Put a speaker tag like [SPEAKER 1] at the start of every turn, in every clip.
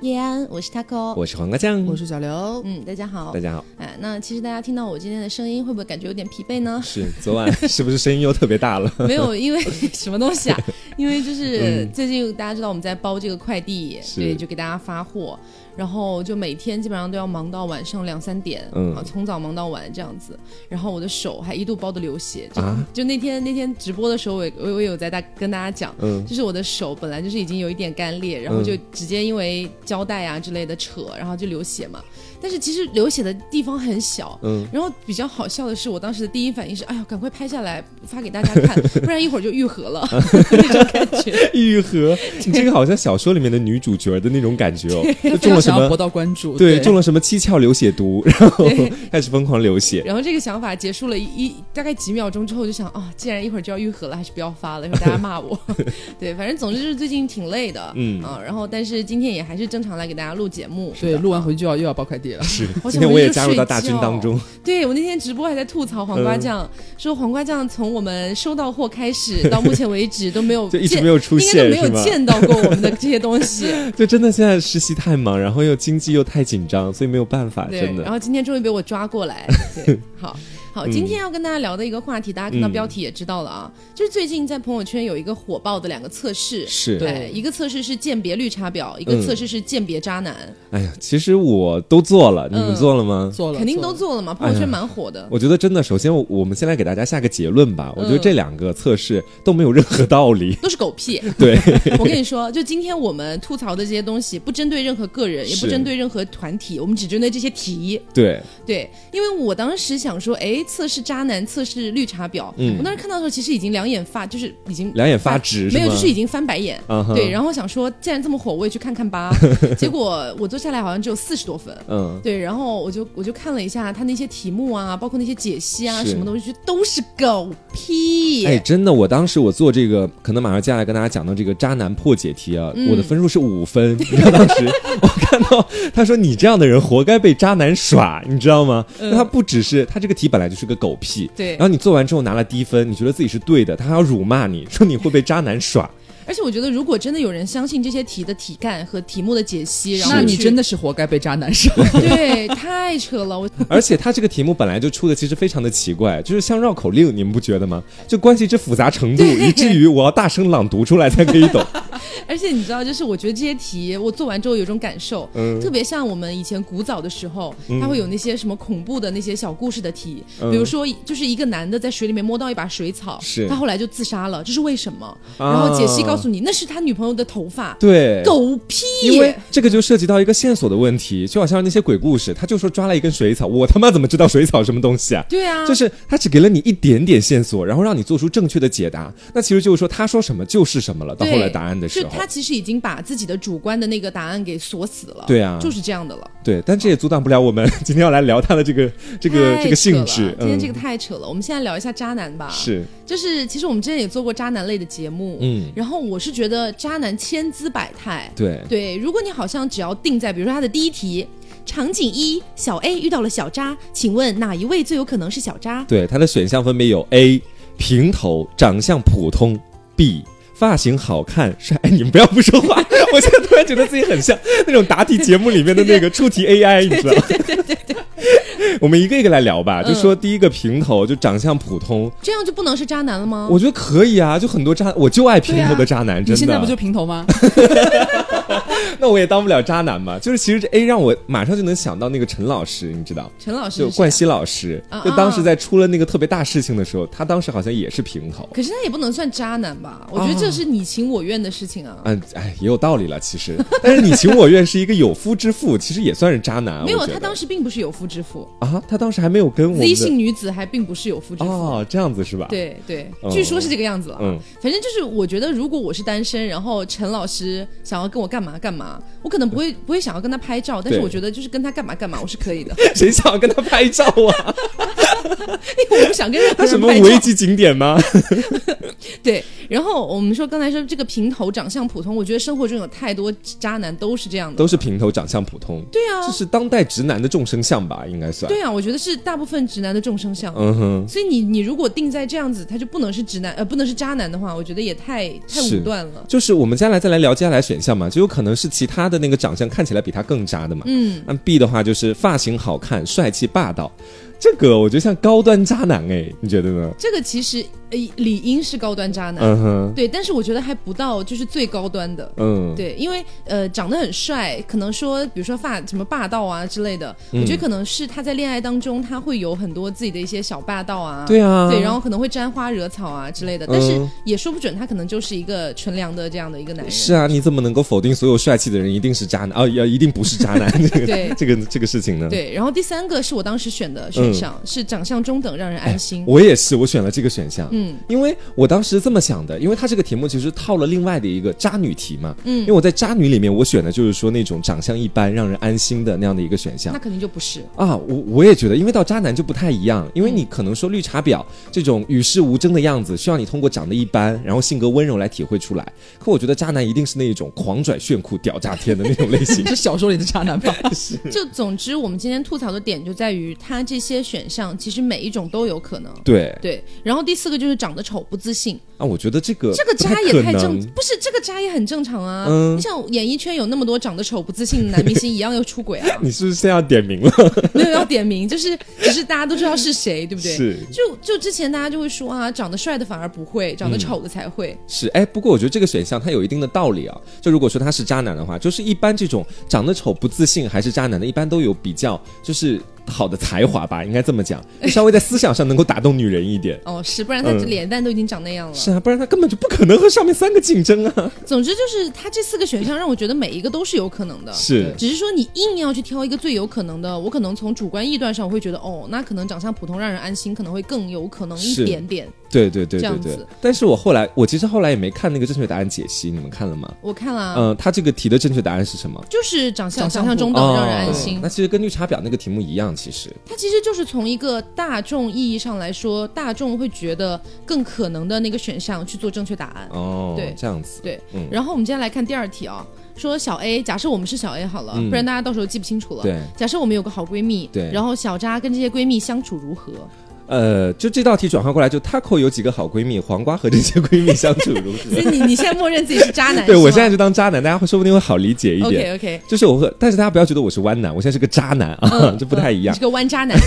[SPEAKER 1] 叶安，我是 Taco，
[SPEAKER 2] 我是黄瓜酱，
[SPEAKER 3] 我是小刘。
[SPEAKER 1] 嗯，大家好，
[SPEAKER 2] 大家好。
[SPEAKER 1] 哎，那其实大家听到我今天的声音，会不会感觉有点疲惫呢？
[SPEAKER 2] 是，昨晚 是不是声音又特别大了？
[SPEAKER 1] 没有， 因为什么东西啊？因为就是
[SPEAKER 3] 嗯
[SPEAKER 1] 最近大家知道我们在包这个快递，
[SPEAKER 2] 是
[SPEAKER 1] 对，就给大家发货，然后就每天基本上都要忙到晚上两三点，
[SPEAKER 2] 嗯
[SPEAKER 1] 啊，从早忙到晚这样子。然后我的手还一度包的流血，就、
[SPEAKER 2] 啊
[SPEAKER 1] 就那天那天直播的时候，我也我我也有在大跟大家讲，
[SPEAKER 2] 嗯
[SPEAKER 1] 就是我的手本来就是已经有一点干裂，然后就直接因为胶带啊之类的扯，然后就流血嘛。但是其实流血的地方很小，
[SPEAKER 2] 嗯，
[SPEAKER 1] 然后比较好笑的是，我当时的第一反应是，哎呦，赶快拍下来发给大家 看，不然一会儿就愈合了 那种感觉。
[SPEAKER 2] 愈合，你这个好像小说里面的女主角的那种感觉哦，就
[SPEAKER 3] 非
[SPEAKER 2] 中
[SPEAKER 3] 常
[SPEAKER 2] 了什
[SPEAKER 3] 想要
[SPEAKER 2] 么？
[SPEAKER 3] 博到关注，
[SPEAKER 2] 对，
[SPEAKER 3] 对，
[SPEAKER 2] 中了什么七窍流血毒，然后开始疯狂流血。
[SPEAKER 1] 然后这个想法结束了一一大概几秒钟之后，就想啊，既然一会儿就要愈合了，还是不要发了，一会儿大家骂 我。对，反正总之就是最近挺累的，
[SPEAKER 2] 嗯
[SPEAKER 1] 啊，然后但是今天也还是正常来给大家录节目。
[SPEAKER 3] 对，录完回去就要又要包快递了。
[SPEAKER 2] 是，
[SPEAKER 1] 好 想
[SPEAKER 2] 今天我
[SPEAKER 1] 回去
[SPEAKER 2] 也加入到大
[SPEAKER 1] 睡
[SPEAKER 2] 军
[SPEAKER 1] 觉
[SPEAKER 2] 当中。
[SPEAKER 1] 对我那天直播还在吐槽黄瓜
[SPEAKER 2] 嗯
[SPEAKER 1] 酱，说黄瓜酱从我们收到货开 始到目前为止都没有
[SPEAKER 2] 就一直
[SPEAKER 1] 见
[SPEAKER 2] 没有出现
[SPEAKER 1] 应该
[SPEAKER 2] 是
[SPEAKER 1] 都没
[SPEAKER 2] 吗
[SPEAKER 1] 有见到过我们的这些东 西。
[SPEAKER 2] 就真的现在实习太忙，然后又经济又太紧张，所以没有办法，
[SPEAKER 1] 对
[SPEAKER 2] 真，
[SPEAKER 1] 然
[SPEAKER 2] 的。嗯
[SPEAKER 1] 后今天终于被我抓过 来。对，好好，今天要跟大家聊的一个话题，大家看到标题也知道了啊，就是最近在朋友圈有一个火爆的两个测试。
[SPEAKER 2] 是，
[SPEAKER 3] 对
[SPEAKER 1] 哎一个测试是鉴别绿茶婊，一个
[SPEAKER 2] 嗯
[SPEAKER 1] 测试是鉴别渣男，
[SPEAKER 2] 哎呀，其实我都做了，你
[SPEAKER 1] 嗯
[SPEAKER 2] 们做了吗？
[SPEAKER 3] 做了，
[SPEAKER 1] 肯定都
[SPEAKER 3] 了
[SPEAKER 1] 做了嘛，朋友圈蛮火的。
[SPEAKER 2] 我觉得真的，首先我我们先来给大家下个结论吧。我觉得
[SPEAKER 1] 嗯
[SPEAKER 2] 这两个测试都没有任何道理。
[SPEAKER 1] 都是狗屁！
[SPEAKER 2] 对，
[SPEAKER 1] 我跟你说，就今天我们吐槽的这些东西，不针对任何个人，也不
[SPEAKER 2] 是
[SPEAKER 1] 针对任何团体，我们只针对这些题。
[SPEAKER 2] 对，
[SPEAKER 1] 对，因为我当时想说，哎，测试渣男，测试绿茶婊。
[SPEAKER 2] 嗯
[SPEAKER 1] 我当时看到的时候，其实已经两眼发，就是已经
[SPEAKER 2] 两眼发直是
[SPEAKER 1] 哎没有，
[SPEAKER 2] 吗
[SPEAKER 1] 就是已经翻白眼。
[SPEAKER 2] 嗯哼
[SPEAKER 1] 对，然后想说，既然这么火，我也去看看 吧。结果我做下来好像只有四十多分。
[SPEAKER 2] 嗯，
[SPEAKER 1] 对，然后我就我就看了一下他那些题目啊，包括那些解析啊，
[SPEAKER 2] 是
[SPEAKER 1] 什么东西都是狗屁。
[SPEAKER 2] 哎，真的，我当时我做这个，可能马上接下来跟大家讲到这个渣男破解题啊，
[SPEAKER 1] 嗯
[SPEAKER 2] 我的分数是五分。你知道当 时我看到他说你这样的人活该被渣男耍，你知道吗？那、他不只是他这个题本来就是个狗屁，
[SPEAKER 1] 嗯对
[SPEAKER 2] 然后你做完之后拿了低分，你觉得自己是对的，他还要辱骂你说你会被渣男耍，
[SPEAKER 1] 而且我觉得，如果真的有人相信这些题的题干和题目的解析，然后
[SPEAKER 3] 那你
[SPEAKER 1] 去
[SPEAKER 3] 真的是活该被渣男上。
[SPEAKER 1] 对太扯了，我
[SPEAKER 2] 而且他这个题目本来就出的其实非常的奇怪，就是像绕口令，你们不觉得吗？就关系之复杂程度，以至于我要大声朗读出来才可以 懂。
[SPEAKER 1] 而且你知道，就是我觉得这些题我做完之后有一种感受，
[SPEAKER 2] 嗯
[SPEAKER 1] 特别像我们以前古早的时候，它会有那些什么恐怖的那些小故事的题，
[SPEAKER 2] 嗯
[SPEAKER 1] 比如说就是一个男的在水里面摸到一把水草，
[SPEAKER 2] 是啊
[SPEAKER 1] 他后来就自杀了，这是为什么？然后解析告诉你，那是他女朋友的头发，
[SPEAKER 2] 对，
[SPEAKER 1] 狗屁！
[SPEAKER 2] 因为这个就涉及到一个线索的问题，就好像那些鬼故事，他就说抓了一根水草，我他妈怎么知道水草什么东西啊？
[SPEAKER 1] 对啊，
[SPEAKER 2] 就是他只给了你一点点线索，然后让你做出正确的解答，那其实就是说他说什么就是什么了。到
[SPEAKER 1] 对
[SPEAKER 2] 后来答案的时
[SPEAKER 1] 就
[SPEAKER 2] 候
[SPEAKER 1] 他，其实已经把自己的主观的那个答案给锁死了，
[SPEAKER 2] 对啊
[SPEAKER 1] 就是这样的了。
[SPEAKER 2] 对，但这也阻挡不了我们 今天要来聊他的这个这个
[SPEAKER 1] 太
[SPEAKER 2] 这个
[SPEAKER 1] 扯
[SPEAKER 2] 性
[SPEAKER 1] 了
[SPEAKER 2] 质。嗯
[SPEAKER 1] 今天这个太扯了。我们现在聊一下渣男吧。，
[SPEAKER 2] 是，
[SPEAKER 1] 就是其实我们之前也做过渣男类的节目，
[SPEAKER 2] 嗯
[SPEAKER 1] 然后我是觉得渣男千姿百态。
[SPEAKER 2] 对，
[SPEAKER 1] 对，如果你好像只要定在，比如说他的第一题，场景一，小 A 遇到了小渣，请问哪一位最有可能是小渣？
[SPEAKER 2] 对，它的选项分别有 A 平头，长相普通；B 发型好看帅。哎，你们不要不说话，我现在突然觉得自己很像那种答题节目里面的那个出题 AI，你知道吗？对对对。 我们一个一个来聊吧，就说第一个平头，就长相普通，
[SPEAKER 1] 这样就不能是渣男了吗？
[SPEAKER 2] 我觉得可以啊，就很多渣，我就爱平头的渣男，
[SPEAKER 3] 啊你
[SPEAKER 2] 真
[SPEAKER 3] 现在不就
[SPEAKER 2] 的。
[SPEAKER 3] 平头吗？
[SPEAKER 2] 那我也当不了渣男嘛，就是其实这 A 让我马上就能想到那个陈老师，你知道。
[SPEAKER 1] 陈老师
[SPEAKER 2] 就是冠
[SPEAKER 1] 谁啊
[SPEAKER 2] 希老师
[SPEAKER 1] 啊，
[SPEAKER 2] 就当时在出了那个特别大事情的时候，他当时好像也是平头，
[SPEAKER 1] 可是他也不能算渣男
[SPEAKER 2] 啊
[SPEAKER 1] 吧？我觉得这是你情我愿的事情啊。
[SPEAKER 2] 嗯，哎，也有道理了，其实。但是你情我愿是一个有夫之妇，其实也算是渣男。
[SPEAKER 1] 没有，
[SPEAKER 2] 我觉
[SPEAKER 1] 他
[SPEAKER 2] 得
[SPEAKER 1] 当时并不是有夫之妇
[SPEAKER 2] 啊，他当时还没有跟我们
[SPEAKER 1] ，Z
[SPEAKER 2] 的
[SPEAKER 1] 姓女子还并不是有夫之妇。
[SPEAKER 2] 哦，这样子是吧？，
[SPEAKER 1] 对对
[SPEAKER 2] 哦，
[SPEAKER 1] 据说是这个样子了。
[SPEAKER 2] 嗯
[SPEAKER 1] 反正就是我觉得，如果我是单身，然后陈老师想要跟我干嘛干嘛，我可能不会不会想要跟他拍照，但是
[SPEAKER 2] 嗯对
[SPEAKER 1] 我觉得就是跟他干嘛干嘛，我是可以 的，
[SPEAKER 2] 谁想要跟他拍 照啊？
[SPEAKER 1] 因为我不想跟任何
[SPEAKER 2] 他什
[SPEAKER 1] 人
[SPEAKER 2] 么
[SPEAKER 1] 拍
[SPEAKER 2] 五 A
[SPEAKER 1] 照。
[SPEAKER 2] 级景点吗？
[SPEAKER 1] 对，然后我们说刚才说这个平头长相普通，我觉得生活中有太多渣男都是这样的，
[SPEAKER 2] 都是平头，长相普通，
[SPEAKER 1] 对啊
[SPEAKER 2] 这，是当代直男的众生相吧，应该算。
[SPEAKER 1] 对啊，我觉得是大部分直男的众生相。
[SPEAKER 2] 嗯哼，
[SPEAKER 1] 所以你你如果定在这样子，他就不能是直男，呃，不能是渣男的话，我觉得也太太
[SPEAKER 2] 是
[SPEAKER 1] 武断了。
[SPEAKER 2] 就是我们接下来再来聊接下来选项嘛，就有可能是其他的那个长相看起来比他更渣的嘛。
[SPEAKER 1] 嗯，
[SPEAKER 2] 那 B 的话就是发型好看、帅气霸道，这个我觉得像高端渣男哎，你觉得呢？
[SPEAKER 1] 这个其实呃理应是高端渣男，
[SPEAKER 2] 嗯哼，
[SPEAKER 1] 对，但是我觉得还不到就是最高端的。
[SPEAKER 2] 嗯，
[SPEAKER 1] 对，因为呃长得很帅，可能说比如说发什么霸道啊之类的，
[SPEAKER 2] 嗯
[SPEAKER 1] 我觉得可能是他在恋爱当中他会有很多自己的一些小霸道啊，
[SPEAKER 2] 对啊，
[SPEAKER 1] 对，然后可能会沾花惹草啊之类的，但是
[SPEAKER 2] 嗯
[SPEAKER 1] 也说不准他可能就是一个纯良的这样的一个男人。
[SPEAKER 2] 是啊，你怎么能够否定所有帅气的人一定是渣男啊？要一定不是渣 男这个
[SPEAKER 1] 对
[SPEAKER 2] 这个这个事情呢？，
[SPEAKER 1] 对，然后第三个是我当时选的选项，是长相中等让人安心。
[SPEAKER 2] 嗯哎我也是，我选了这个选项。
[SPEAKER 1] 嗯
[SPEAKER 2] 因为我当时这么想的，因为它这个题目其实套了另外的一个渣女题嘛，
[SPEAKER 1] 嗯
[SPEAKER 2] 因为我在渣女里面我选的就是说那种长相一般让人安心的那样的一个选项
[SPEAKER 1] 那，肯定就不是。
[SPEAKER 2] 啊，我我也觉得，因为到渣男就不太一样，因为你可能说绿茶婊这种与世无争的样子，需要你通过长得一般，然后性格温柔来体会出来。可我觉得渣男一定是那一种狂拽炫酷、屌炸天的那种类型
[SPEAKER 3] 你。是小说里的渣男 吧？
[SPEAKER 1] 就总之，我们今天吐槽的点就在于他这些选项，其实每一种都有可能。
[SPEAKER 2] 对
[SPEAKER 1] 对，然后第四个就是长得丑不自信，
[SPEAKER 2] 啊，我觉得这个
[SPEAKER 1] 这个渣也
[SPEAKER 2] 不
[SPEAKER 1] 太
[SPEAKER 2] 可
[SPEAKER 1] 正
[SPEAKER 2] 能，
[SPEAKER 1] 不是这个渣也很正常啊。
[SPEAKER 2] 嗯。
[SPEAKER 1] 你像演艺圈有那么多长得丑不自信的男明星，一样要出轨啊
[SPEAKER 2] 你是不是现在要点名了？
[SPEAKER 1] 没有要点名，就是只是大家都知道是谁，对不对？
[SPEAKER 2] 是
[SPEAKER 1] 就就之前大家就会说啊，长得帅的反而不会，
[SPEAKER 2] 嗯
[SPEAKER 1] 长得丑的才会。
[SPEAKER 2] 是，哎，不过我觉得这个选项它有一定的道理啊。就如果说他是渣男的话，就是一般这种长得丑、不自信还是渣男的，一般都有比较就是好的才华吧，应该这 么讲，稍微在思想上能够打动女人一点。
[SPEAKER 1] 哦，是，不然他
[SPEAKER 2] 嗯
[SPEAKER 1] 脸蛋都已经长那样了。
[SPEAKER 2] 是啊，不然他根本就不可能和上面三个 竞争啊。
[SPEAKER 1] 总之就是他这四个选项让我觉得每一个都是有可能的。
[SPEAKER 2] 是，
[SPEAKER 1] 只是说你硬要去挑一个最有可能的，我可能从主观臆断上我会觉得，哦，那可能长相普通让人安心，可能会更有可能一
[SPEAKER 2] 是
[SPEAKER 1] 点点。
[SPEAKER 2] 对对
[SPEAKER 1] 这
[SPEAKER 2] 对对
[SPEAKER 1] 样
[SPEAKER 2] 对
[SPEAKER 1] 子。
[SPEAKER 2] 但是我后来，我其实后来也没看那个正确答案解析，你们看了吗？
[SPEAKER 1] 我看了、啊，
[SPEAKER 2] 嗯，他这个题的正确答案是什么？
[SPEAKER 1] 就是长相
[SPEAKER 3] 长相
[SPEAKER 1] 长相中
[SPEAKER 3] 不
[SPEAKER 1] 等
[SPEAKER 2] 哦
[SPEAKER 1] 让人安心。
[SPEAKER 2] 那其实跟绿茶婊那个题目一样，其实
[SPEAKER 1] 它其实就是从一个大众意义上来说，大众会觉得更可能的那个选项去做正确答案。
[SPEAKER 2] 哦，
[SPEAKER 1] 对
[SPEAKER 2] 这样子，
[SPEAKER 1] 对，
[SPEAKER 2] 嗯
[SPEAKER 1] 然后我们接下来看第二题啊、说小 A，假设我们是小 A 好了，
[SPEAKER 2] 嗯
[SPEAKER 1] 不然大家到时候记不清楚了。
[SPEAKER 2] 对，
[SPEAKER 1] 假设我们有个好闺蜜，
[SPEAKER 2] 对
[SPEAKER 1] 然后小扎跟这些闺蜜相处如何？
[SPEAKER 2] 呃，就这道题转换过来，就 Taco 有几个好闺蜜，黄瓜和这些闺蜜相处如
[SPEAKER 1] 所
[SPEAKER 2] 何？
[SPEAKER 1] 以你你现在默认自己啊是渣男，
[SPEAKER 2] 对我现在就当渣男，大家会说不定会好理解一
[SPEAKER 1] OK
[SPEAKER 2] 点。
[SPEAKER 1] OK，
[SPEAKER 2] 就是我，会，但是大家不要觉得我是弯男，我现在是个渣男啊，
[SPEAKER 1] 嗯
[SPEAKER 2] 这不太一样
[SPEAKER 1] 你是。个弯渣 男，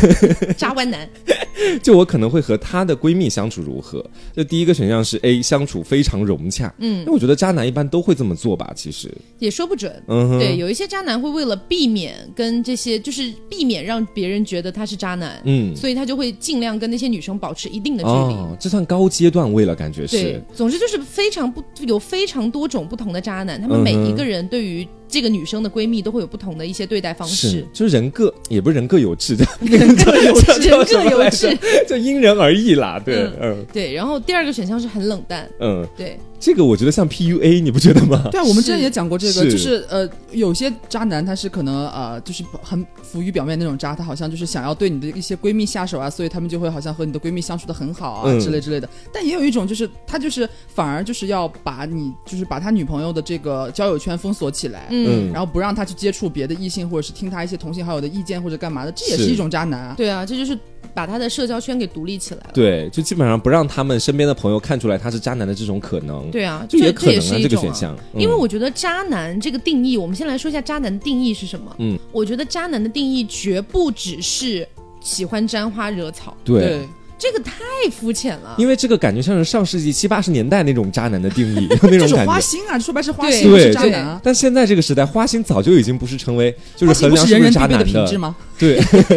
[SPEAKER 1] 渣弯男。嗯
[SPEAKER 2] 就我可能会和她的闺蜜相处如何？就第一个选项是 A，相处非常融洽。嗯，那我觉得渣男一般都会这么做吧，其实。
[SPEAKER 1] 也说不准。
[SPEAKER 2] 嗯哼，
[SPEAKER 1] 对，有一些渣男会为了避免跟这些，就是避免让别人觉得他是渣男，
[SPEAKER 2] 嗯，
[SPEAKER 1] 所以他就会尽量跟那些女生保持一定的距离。
[SPEAKER 2] 哦，这算高阶段位了，感觉
[SPEAKER 1] 对
[SPEAKER 2] 是。，
[SPEAKER 1] 总之就是非常不有非常多种不同的渣男，他
[SPEAKER 2] 嗯
[SPEAKER 1] 们每一个人对于这个女生的闺蜜都会有不同的一些对待方式
[SPEAKER 2] 是，，就是人各也不是人各有 志，叫
[SPEAKER 1] 人各
[SPEAKER 2] 有志
[SPEAKER 1] 人各有志。
[SPEAKER 2] 就因人而异啦。对，嗯
[SPEAKER 1] 对，然后第二个选项是很冷淡，
[SPEAKER 2] 嗯，
[SPEAKER 1] 对，
[SPEAKER 2] 这个我觉得像 PUA，你不觉得 吗？
[SPEAKER 3] 对啊，我们之前也讲过这个，
[SPEAKER 2] 是
[SPEAKER 3] 就是呃，有些渣男他是可能呃，就是很浮于表面那种渣，他好像就是想要对你的一些闺蜜下手啊，所以他们就会好像和你的闺蜜相处的很好啊、
[SPEAKER 2] 嗯
[SPEAKER 3] 之类之类的。但也有一种就是他就是反而就是要把你就是把他女朋友的这个交友圈封锁起来。
[SPEAKER 1] 嗯，
[SPEAKER 2] 嗯
[SPEAKER 3] 然后不让他去接触别的异性，或者是听他一些同性好友的意见，或者干嘛的，这也是
[SPEAKER 2] 是
[SPEAKER 3] 一种渣男啊。
[SPEAKER 1] 对啊，这就是把他的社交圈给独立起来了。
[SPEAKER 2] 对，就基本上不让他们身边的朋友看出来他是渣男的这种可能，
[SPEAKER 1] 对啊，
[SPEAKER 2] 就
[SPEAKER 1] 这
[SPEAKER 2] 也可
[SPEAKER 1] 这也
[SPEAKER 2] 能
[SPEAKER 1] 是
[SPEAKER 2] 啊
[SPEAKER 1] 一
[SPEAKER 2] 这个
[SPEAKER 1] 种
[SPEAKER 2] 选
[SPEAKER 1] 啊
[SPEAKER 2] 项，
[SPEAKER 1] 因为
[SPEAKER 2] 嗯
[SPEAKER 1] 我觉得渣男这个定义，我们先来说一下渣男的定义是什么。
[SPEAKER 2] 嗯，
[SPEAKER 1] 我觉得渣男的定义绝不只是喜欢沾花惹草，
[SPEAKER 2] 对。
[SPEAKER 1] 这个太肤浅了。
[SPEAKER 2] 因为这个感觉像是上世纪七八十年代那种渣男的定 义，那
[SPEAKER 3] 就
[SPEAKER 2] 种
[SPEAKER 3] 是
[SPEAKER 2] 感
[SPEAKER 3] 花
[SPEAKER 2] 觉。
[SPEAKER 3] 心啊，说白是花
[SPEAKER 1] 对
[SPEAKER 3] 心，不是
[SPEAKER 2] 对
[SPEAKER 3] 渣男啊。
[SPEAKER 2] 但现在这个时代，花心早就已经不是成为就
[SPEAKER 3] 花
[SPEAKER 2] 是衡
[SPEAKER 3] 心不
[SPEAKER 2] 量是
[SPEAKER 3] 是人
[SPEAKER 2] 不是
[SPEAKER 3] 人
[SPEAKER 2] 渣
[SPEAKER 3] 必备的
[SPEAKER 2] 男
[SPEAKER 3] 品质
[SPEAKER 2] 的，
[SPEAKER 3] 吗？
[SPEAKER 2] 对，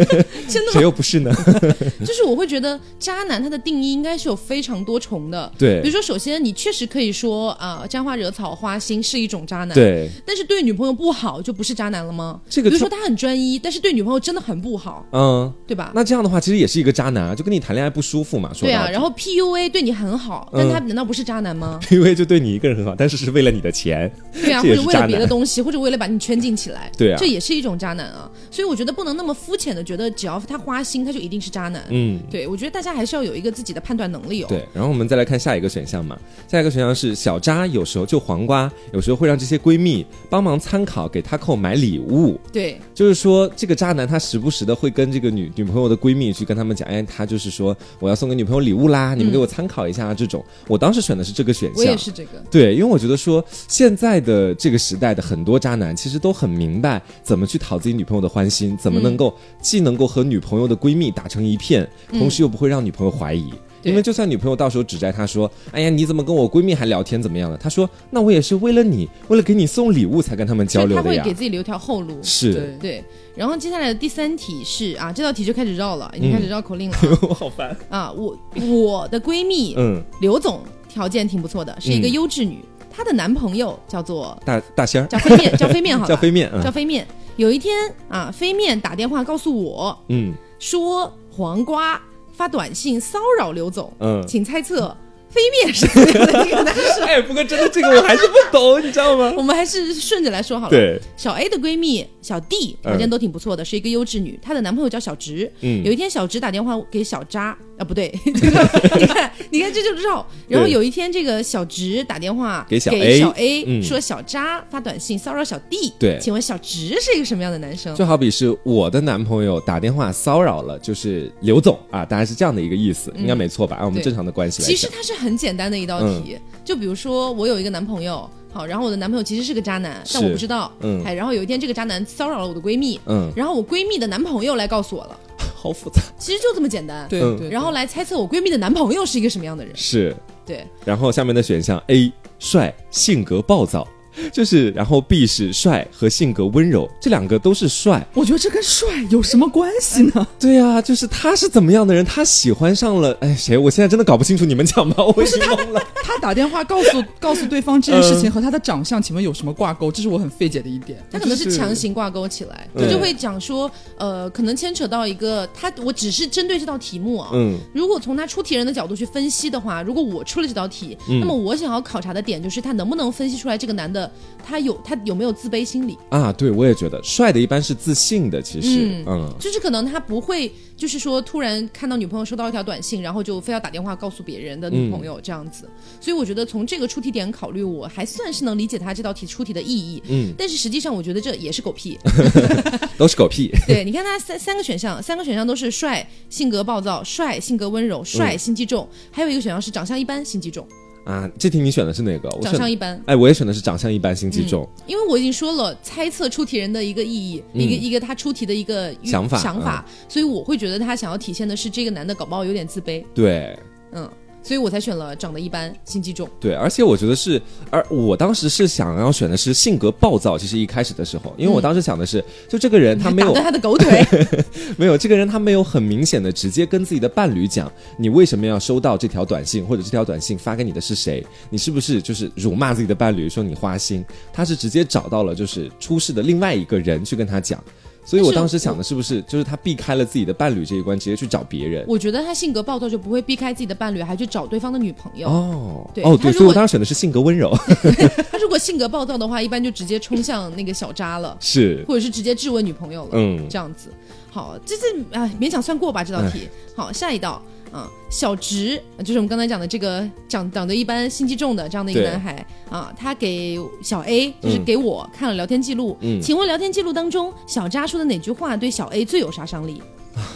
[SPEAKER 1] 真的吗
[SPEAKER 2] 谁又不是呢？
[SPEAKER 1] 就是我会觉得渣男他的定义应该是有非常多重的。比如
[SPEAKER 2] 对
[SPEAKER 1] 说，首先你确实可以说啊、沾花惹草、花心是一种渣男。。
[SPEAKER 2] 对，
[SPEAKER 1] 但是对女朋友不好就不是渣男了吗？
[SPEAKER 2] 这个
[SPEAKER 1] 比如说
[SPEAKER 2] 他
[SPEAKER 1] 他很专一，但是对女朋友真的很不好，
[SPEAKER 2] 嗯，
[SPEAKER 1] 对吧？
[SPEAKER 2] 那这样的话其实也是一个渣男啊，就跟你谈恋爱不舒服嘛。说
[SPEAKER 1] 对啊，
[SPEAKER 2] 到底
[SPEAKER 1] 然后 PUA 对你很好，
[SPEAKER 2] 嗯
[SPEAKER 1] 但他难道不是渣男吗？
[SPEAKER 2] 因为就对你一个人很好，但是是为了你的钱。
[SPEAKER 1] 对啊，或
[SPEAKER 2] 这也
[SPEAKER 1] 者
[SPEAKER 2] 是
[SPEAKER 1] 为了
[SPEAKER 2] 渣男
[SPEAKER 1] 别的东西，或者为了把你圈禁起来，
[SPEAKER 2] 对啊
[SPEAKER 1] 这也是一种渣男啊。所以我觉得不能那么么肤浅的觉得只要他花心，他就一定是渣男。
[SPEAKER 2] 嗯，
[SPEAKER 1] 对，我觉得大家还是要有一个自己的判断能力哦。
[SPEAKER 2] 对，然后我们再来看下一个选项嘛，下一个选项是小扎有时候就黄瓜，有时候会让这些闺蜜帮忙参考，给他扣买礼物。
[SPEAKER 1] 对
[SPEAKER 2] 就是说，这个渣男他时不时的会跟这个女女朋友的闺蜜去跟他们讲，哎，他就是说我要送给女朋友礼物啦，你们给我参考一下啊，这种。我当时选的是这个选项，
[SPEAKER 3] 我也是这个，
[SPEAKER 2] 对，因为我觉得说现在的这个时代的很多渣男，其实都很明白怎么去讨自己女朋友的欢心，怎么
[SPEAKER 1] 嗯
[SPEAKER 2] 能够、既能够和女朋友的闺蜜打成一片，同时又不会让女朋友怀疑。
[SPEAKER 1] 嗯对
[SPEAKER 2] 因为就算女朋友到时候指摘他说：“哎呀，你怎么跟我闺蜜还聊天，怎么样了？”他说：“那我也是为了你，为了给你送礼物才跟他们交
[SPEAKER 1] 所以
[SPEAKER 2] 流
[SPEAKER 1] 他
[SPEAKER 2] 的
[SPEAKER 1] 会
[SPEAKER 2] 呀
[SPEAKER 1] 给。自己留条后路”。
[SPEAKER 2] 是，
[SPEAKER 3] 对，
[SPEAKER 1] 对，然后接下来的第三题是啊，这道题就开始绕了，
[SPEAKER 2] 嗯
[SPEAKER 1] 已经开始绕口 令了啊、
[SPEAKER 2] 我好烦。
[SPEAKER 1] 啊！我我的闺蜜
[SPEAKER 2] 嗯，
[SPEAKER 1] 刘总条件挺不错的，是一个优质女，她的男朋友叫做
[SPEAKER 2] 大大仙儿
[SPEAKER 1] 叫飞面，叫飞面好了，
[SPEAKER 2] 叫飞面，嗯
[SPEAKER 1] 叫飞面。有一天啊，飞面打电话告诉我
[SPEAKER 2] 嗯
[SPEAKER 1] 说，黄瓜发短信骚扰刘总，
[SPEAKER 2] 嗯。
[SPEAKER 1] 请猜测飞面是怎样的一个男生？
[SPEAKER 2] 哎，不过真的这个我还是不 懂，你知道吗？
[SPEAKER 1] 我们还是顺着来说好了。
[SPEAKER 2] 对，
[SPEAKER 1] 小 A 的闺蜜小 D 条件都挺不错的，是一个优质女，她的男朋友叫小直。
[SPEAKER 2] 嗯
[SPEAKER 1] 有一天小直打电话给小渣啊，不 对，这个你看，你看这就绕。然后有一天这个小直打电话
[SPEAKER 2] 给小 A，
[SPEAKER 1] 小 A，
[SPEAKER 2] 嗯
[SPEAKER 1] 说小渣发短信骚扰小 D。
[SPEAKER 2] 对
[SPEAKER 1] 请问小直是一个什么样的男生？
[SPEAKER 2] 就好比是我的男朋友打电话骚扰了，就是刘总啊，大概是这样的一个意思，应该没错吧？按啊我们
[SPEAKER 1] 对
[SPEAKER 2] 正常的关系来
[SPEAKER 1] 其实
[SPEAKER 2] 讲，嗯
[SPEAKER 1] 它是很简单的一道题，就比如说我有一个男朋友，好，然后我的男朋友其实是个渣男，但
[SPEAKER 2] 是
[SPEAKER 1] 我不知道，
[SPEAKER 2] 嗯
[SPEAKER 1] 哎，然后有一天这个渣男骚扰了我的闺蜜，
[SPEAKER 2] 嗯，
[SPEAKER 1] 然后我闺蜜的男朋友来告诉我了，
[SPEAKER 2] 好复杂，
[SPEAKER 1] 其实就这么简单，
[SPEAKER 3] 对
[SPEAKER 2] 嗯
[SPEAKER 3] 对，
[SPEAKER 1] 然后来猜测我闺蜜的男朋友是一个什么样的人，
[SPEAKER 2] 是。
[SPEAKER 1] 对，
[SPEAKER 2] 然后下面的选项 A 帅，性格暴躁，就是然后 B 是帅和性格温柔，这两个都是帅。
[SPEAKER 3] 我觉得这跟帅有什么关系 呢？
[SPEAKER 2] 对呀、就是他是怎么样的人，他喜欢上了哎谁？我现在真的搞不清楚，你们讲吧，我已经懵了。
[SPEAKER 3] 他打电话告诉告诉对方这件事情和他的长相，请问有什么挂钩？这是我很费解的一
[SPEAKER 2] 嗯
[SPEAKER 3] 点。
[SPEAKER 1] 他可能
[SPEAKER 3] 就是
[SPEAKER 1] 强行挂钩起来，
[SPEAKER 2] 对
[SPEAKER 1] 他就会讲说，呃，可能牵扯到一个他，我只是针对这道题目啊。
[SPEAKER 2] 嗯
[SPEAKER 1] 如果从他出题人的角度去分析的话，如果我出了这道题，
[SPEAKER 2] 嗯
[SPEAKER 1] 那么我想要考察的点就是他能不能分析出来这个男的他有他有没有自卑心理，
[SPEAKER 2] 啊，对我也觉得帅的一般是自信的，其实
[SPEAKER 1] 嗯
[SPEAKER 2] 嗯
[SPEAKER 1] 就是可能他不会就是说突然看到女朋友收到一条短信，然后就非要打电话告诉别人的女朋
[SPEAKER 2] 嗯
[SPEAKER 1] 友这样子。所以我觉得从这个出题点考虑，我还算是能理解他这道题出题的意义。
[SPEAKER 2] 嗯，
[SPEAKER 1] 但是实际上，我觉得这也是狗屁。
[SPEAKER 2] 都是狗屁。
[SPEAKER 1] 对，你看他三三个选项，三个选项都是帅、性格暴躁、帅、性格温
[SPEAKER 2] 嗯
[SPEAKER 1] 柔、帅、心机重，还有一个选项是长相一般、心机重。
[SPEAKER 2] 啊，这题你选的是哪个？我
[SPEAKER 1] 长
[SPEAKER 2] 选
[SPEAKER 1] 相
[SPEAKER 2] 的
[SPEAKER 1] 一般，
[SPEAKER 2] 哎，我也选的是长相一般，心机重。
[SPEAKER 1] 因为我已经说了猜测出题人的一个意义，一个一个他出题的一个欲
[SPEAKER 2] 嗯想法嗯
[SPEAKER 1] 想法，所以我会觉得他想要体现的是这个男的搞不好有点自卑，
[SPEAKER 2] 对
[SPEAKER 1] 嗯，所以我才选了长得一般，心机重。
[SPEAKER 2] 对，而且我觉得是，而我当时是想要选的是性格暴躁。其实一开始的时候，因为我当时想的是，就这个人他没
[SPEAKER 1] 打
[SPEAKER 2] 有
[SPEAKER 1] 断他的狗腿，
[SPEAKER 2] 没有这个人他没有很明显的直接跟自己的伴侣讲，你为什么要收到这条短信，或者这条短信发给你的是谁？你是不是就是辱骂自己的伴侣，说你花心？他是直接找到了就是出事的另外一个人去跟他讲。所以我
[SPEAKER 1] 但是
[SPEAKER 2] 当时想的是不是就是他避开了自己的伴侣这一关，直接去找别人？
[SPEAKER 1] 我觉得他性格暴躁就不会避开自己的伴侣，还去找对方的女朋友。
[SPEAKER 2] 哦，
[SPEAKER 1] 对
[SPEAKER 2] 哦，
[SPEAKER 1] 他
[SPEAKER 2] 对，
[SPEAKER 1] 如
[SPEAKER 2] 所以我
[SPEAKER 1] 果
[SPEAKER 2] 当时选的是性格温柔，
[SPEAKER 1] 他如果性格暴躁的话，一般就直接冲向那个小渣了，
[SPEAKER 2] 是，
[SPEAKER 1] 或者是直接质问女朋友了。
[SPEAKER 2] 嗯，
[SPEAKER 1] 这样子。好，这这哎，勉强算过吧这道题。
[SPEAKER 2] 嗯
[SPEAKER 1] 好，下一道啊，小直就是我们刚才讲的这个长长得一般、心机重的这样的一个
[SPEAKER 2] 对
[SPEAKER 1] 男孩啊，他给小 A 就是
[SPEAKER 2] 嗯
[SPEAKER 1] 给我、看了聊天记录。
[SPEAKER 2] 嗯
[SPEAKER 1] 请问聊天记录当中，小扎说的哪句话对小 A 最有杀伤 力？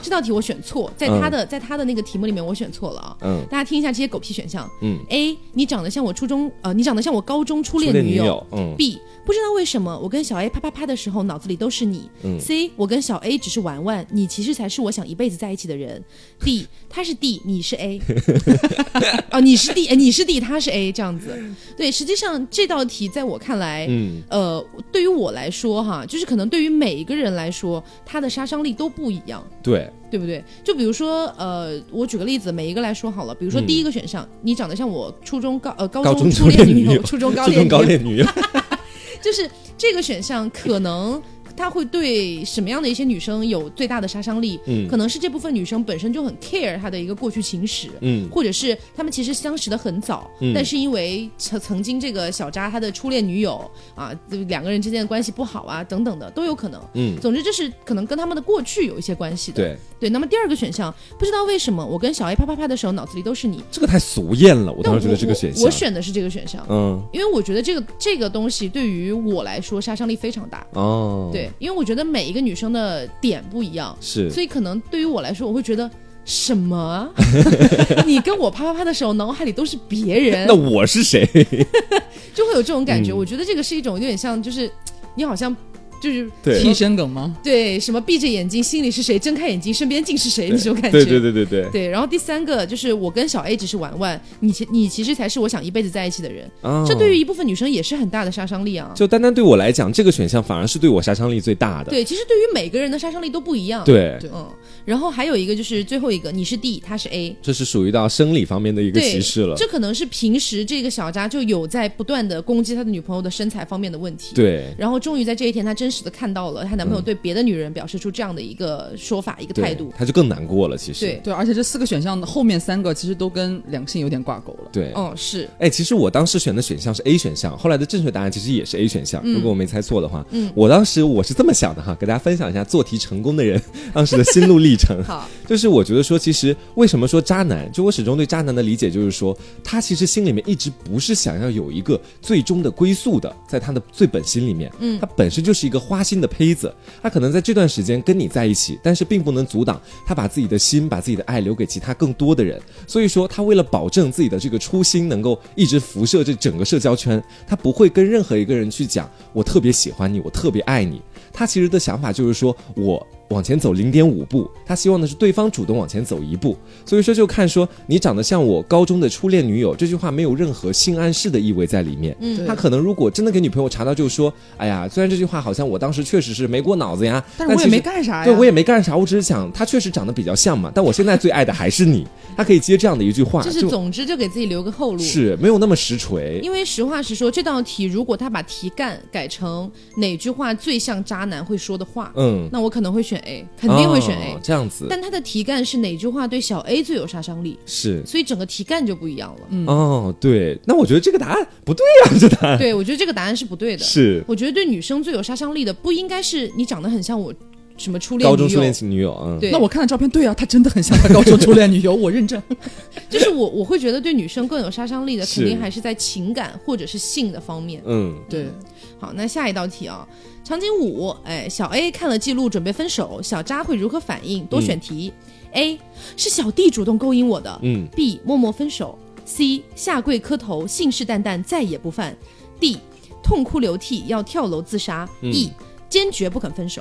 [SPEAKER 1] 这道题我选错，在他的、在他的那个题目里面我选错了啊。
[SPEAKER 2] 嗯
[SPEAKER 1] 大家听一下这些狗屁选项
[SPEAKER 2] 嗯，
[SPEAKER 1] ：A，你长得像我初中呃，你长得像我高中初
[SPEAKER 2] 初
[SPEAKER 1] 恋
[SPEAKER 2] 恋
[SPEAKER 1] 女友。
[SPEAKER 2] 友，嗯
[SPEAKER 1] B 不知道为什么我跟小 A 啪啪啪的时候脑子里都是你。
[SPEAKER 2] 嗯
[SPEAKER 1] C 我跟小 A 只是玩玩，你其实才是我想一辈子在一起的 人。D 他是 D，你是 A。哦，你是 D，哎你是 D，他是 A 这样子。对，实际上这道题在我看来。
[SPEAKER 2] 嗯，
[SPEAKER 1] 呃，对于我来说，哈，就是可能对于每一个人来说，它的杀伤力都不一样，
[SPEAKER 2] 对，
[SPEAKER 1] 对不对？就比如说，呃，我举个例子，每一个来说好了。比如说
[SPEAKER 2] 嗯
[SPEAKER 1] 第一个选项，你长得像我初中高呃高
[SPEAKER 2] 高中
[SPEAKER 1] 初
[SPEAKER 2] 初恋
[SPEAKER 1] 恋
[SPEAKER 2] 女友
[SPEAKER 1] 初中高
[SPEAKER 2] 初
[SPEAKER 1] 恋
[SPEAKER 2] 中
[SPEAKER 1] 女
[SPEAKER 2] 高
[SPEAKER 1] 友，
[SPEAKER 2] 恋女友，
[SPEAKER 1] 就是这个选项可能他会对什么样的一些女生有最大的杀伤力？
[SPEAKER 2] 嗯
[SPEAKER 1] 可能是这部分女生本身就很 care 她的一个过去情史，
[SPEAKER 2] 嗯
[SPEAKER 1] 或者是他们其实相识的很早，
[SPEAKER 2] 嗯
[SPEAKER 1] 但是因为曾曾经这个小扎他的初恋女友啊，就两个人之间的关系不好啊，等等的都有可能。
[SPEAKER 2] 嗯，
[SPEAKER 1] 总之，这是可能跟他们的过去有一些关系的。
[SPEAKER 2] 对，
[SPEAKER 1] 那么第二个选项，不知道为什么我跟小 A 啪啪啪的时候，脑子里都是你。
[SPEAKER 2] 这个太俗艳了，我
[SPEAKER 1] 但
[SPEAKER 2] 当
[SPEAKER 1] 我
[SPEAKER 2] 时觉得这个选项，
[SPEAKER 1] 我选的是这个选项，
[SPEAKER 2] 嗯
[SPEAKER 1] 因为我觉得这个这个东西对于我来说杀伤力非常大。
[SPEAKER 2] 哦，
[SPEAKER 1] 对，，因为我觉得每一个女生的点不一样，
[SPEAKER 2] 是
[SPEAKER 1] 所以可能对于我来说，我会觉得什 么？ 你跟我啪啪啪的时候，脑海里都是别人
[SPEAKER 2] 那，我是谁？
[SPEAKER 1] 就会有这种感觉。
[SPEAKER 2] 嗯
[SPEAKER 1] 我觉得这个是一种有点像，就是你好像就是
[SPEAKER 2] 对
[SPEAKER 3] 替身梗吗？
[SPEAKER 1] 对什么闭着眼睛心里是谁，睁开眼睛身边竟是谁那种感觉。
[SPEAKER 2] 对对对对对，
[SPEAKER 1] 对然后第三个就是我跟小 A 只是玩玩，你其你其实才是我想一辈子在一起的人，
[SPEAKER 2] 啊
[SPEAKER 1] 这对于一部分女生也是很大的杀伤力啊。
[SPEAKER 2] 就单单对我来讲，这个选项反而是对我杀伤力最大的。
[SPEAKER 1] 对，其实对于每个人的杀伤力都不一样。，
[SPEAKER 2] 对
[SPEAKER 3] 对
[SPEAKER 1] 嗯，然后还有一个就是最后一个，你是 D，他是 A，
[SPEAKER 2] 这是属于到生理方面的一个
[SPEAKER 1] 对
[SPEAKER 2] 歧视了。
[SPEAKER 1] 这可能是平时这个小扎就有在不断的攻击他的女朋友的身材方面的问题。。
[SPEAKER 2] 对，
[SPEAKER 1] 然后终于在这一天，她真实的看到了她男朋友对别的女人表示出这样的一个说法、一个
[SPEAKER 2] 对
[SPEAKER 1] 态度。
[SPEAKER 2] 他就更难过了。其实，
[SPEAKER 1] 对，
[SPEAKER 3] 对，而且这四个选项的后面三个其实都跟两性有点挂钩了。
[SPEAKER 2] 对，
[SPEAKER 1] 嗯，是，
[SPEAKER 2] 哎，其实我当时选的选项是 A 选项，后来的正确答案其实也是 A 选项，如果我没猜错的话。
[SPEAKER 1] 嗯
[SPEAKER 2] 我当时我是这么想的哈，给大家分享一下做题成功的人 当时的心路历程。
[SPEAKER 1] 好，
[SPEAKER 2] 就是我觉得说，其实为什么说渣男？就我始终对渣男的理解就是说，他其实心里面一直不是想要有一个最终的归宿的，在他的最本心里面，嗯，他本身就是一个花心的胚子，他可能在这段时间跟你在一起，但是并不能阻挡他把自己的心、把自己的爱留给其他更多的人。所以说，他为了保证自己的这个初心能够一直辐射这整个社交圈，他不会跟任何一个人去讲我特别喜欢你，我特别爱你。他其实的想法就是说我往前走零点五步，他希望的是对方主动往前走一步。所以说就看说你长得像我高中的初恋女友这句话没有任何性暗示的意味在里面。
[SPEAKER 1] 嗯
[SPEAKER 3] 对
[SPEAKER 2] 他可能如果真的给女朋友查到，就说，哎呀，虽然这句话好像我当时确实是没过脑子呀，
[SPEAKER 3] 但是我也
[SPEAKER 2] 其实
[SPEAKER 3] 没干啥呀。
[SPEAKER 2] 对我也没干啥，我只是想他确实长得比较像嘛，但我现在最爱的还是你。他可以接这样的一句话，
[SPEAKER 1] 就是总之就给自己留个后路。
[SPEAKER 2] 是没有那么实锤。
[SPEAKER 1] 因为实话实说，这道题如果他把题干改成哪句话最像渣男会说的话，
[SPEAKER 2] 嗯，
[SPEAKER 1] 那我可能会选 A，肯定会选 A。
[SPEAKER 2] 哦这样子
[SPEAKER 1] 但他的题干是哪句话对小 A 最有杀伤力，
[SPEAKER 2] 是。
[SPEAKER 1] 所以整个题干就不一样了。嗯，
[SPEAKER 2] 哦，对，那我觉得这个答案不对呀、这答案
[SPEAKER 1] 对，我觉得这个答案是不对的。
[SPEAKER 2] 哎是
[SPEAKER 1] 我觉得对女生最有杀伤力的，不应该是你长得很像我什么初恋
[SPEAKER 2] 高
[SPEAKER 1] 女
[SPEAKER 2] 中初
[SPEAKER 1] 友
[SPEAKER 2] 恋，情女友，嗯，
[SPEAKER 1] 对，
[SPEAKER 3] 那我看了照片，对啊，他真的很像他高中初恋女友，我认证。
[SPEAKER 1] 就是我，我会觉得对女生更有杀伤力的，
[SPEAKER 2] 是
[SPEAKER 1] 肯定还是在情感或者是性的方面。
[SPEAKER 2] 嗯，
[SPEAKER 3] 对，
[SPEAKER 1] 好，那下一道题啊，场景五，哎，小 A 看了记录准备分手，小扎会如何反应？多选题、a 是小 D 主动勾引我的、
[SPEAKER 2] 嗯
[SPEAKER 1] b 默默分手，C 下跪磕头，信誓旦旦再也不犯，D 痛哭流涕要跳楼自杀、e
[SPEAKER 2] 嗯
[SPEAKER 1] 坚决不肯分手。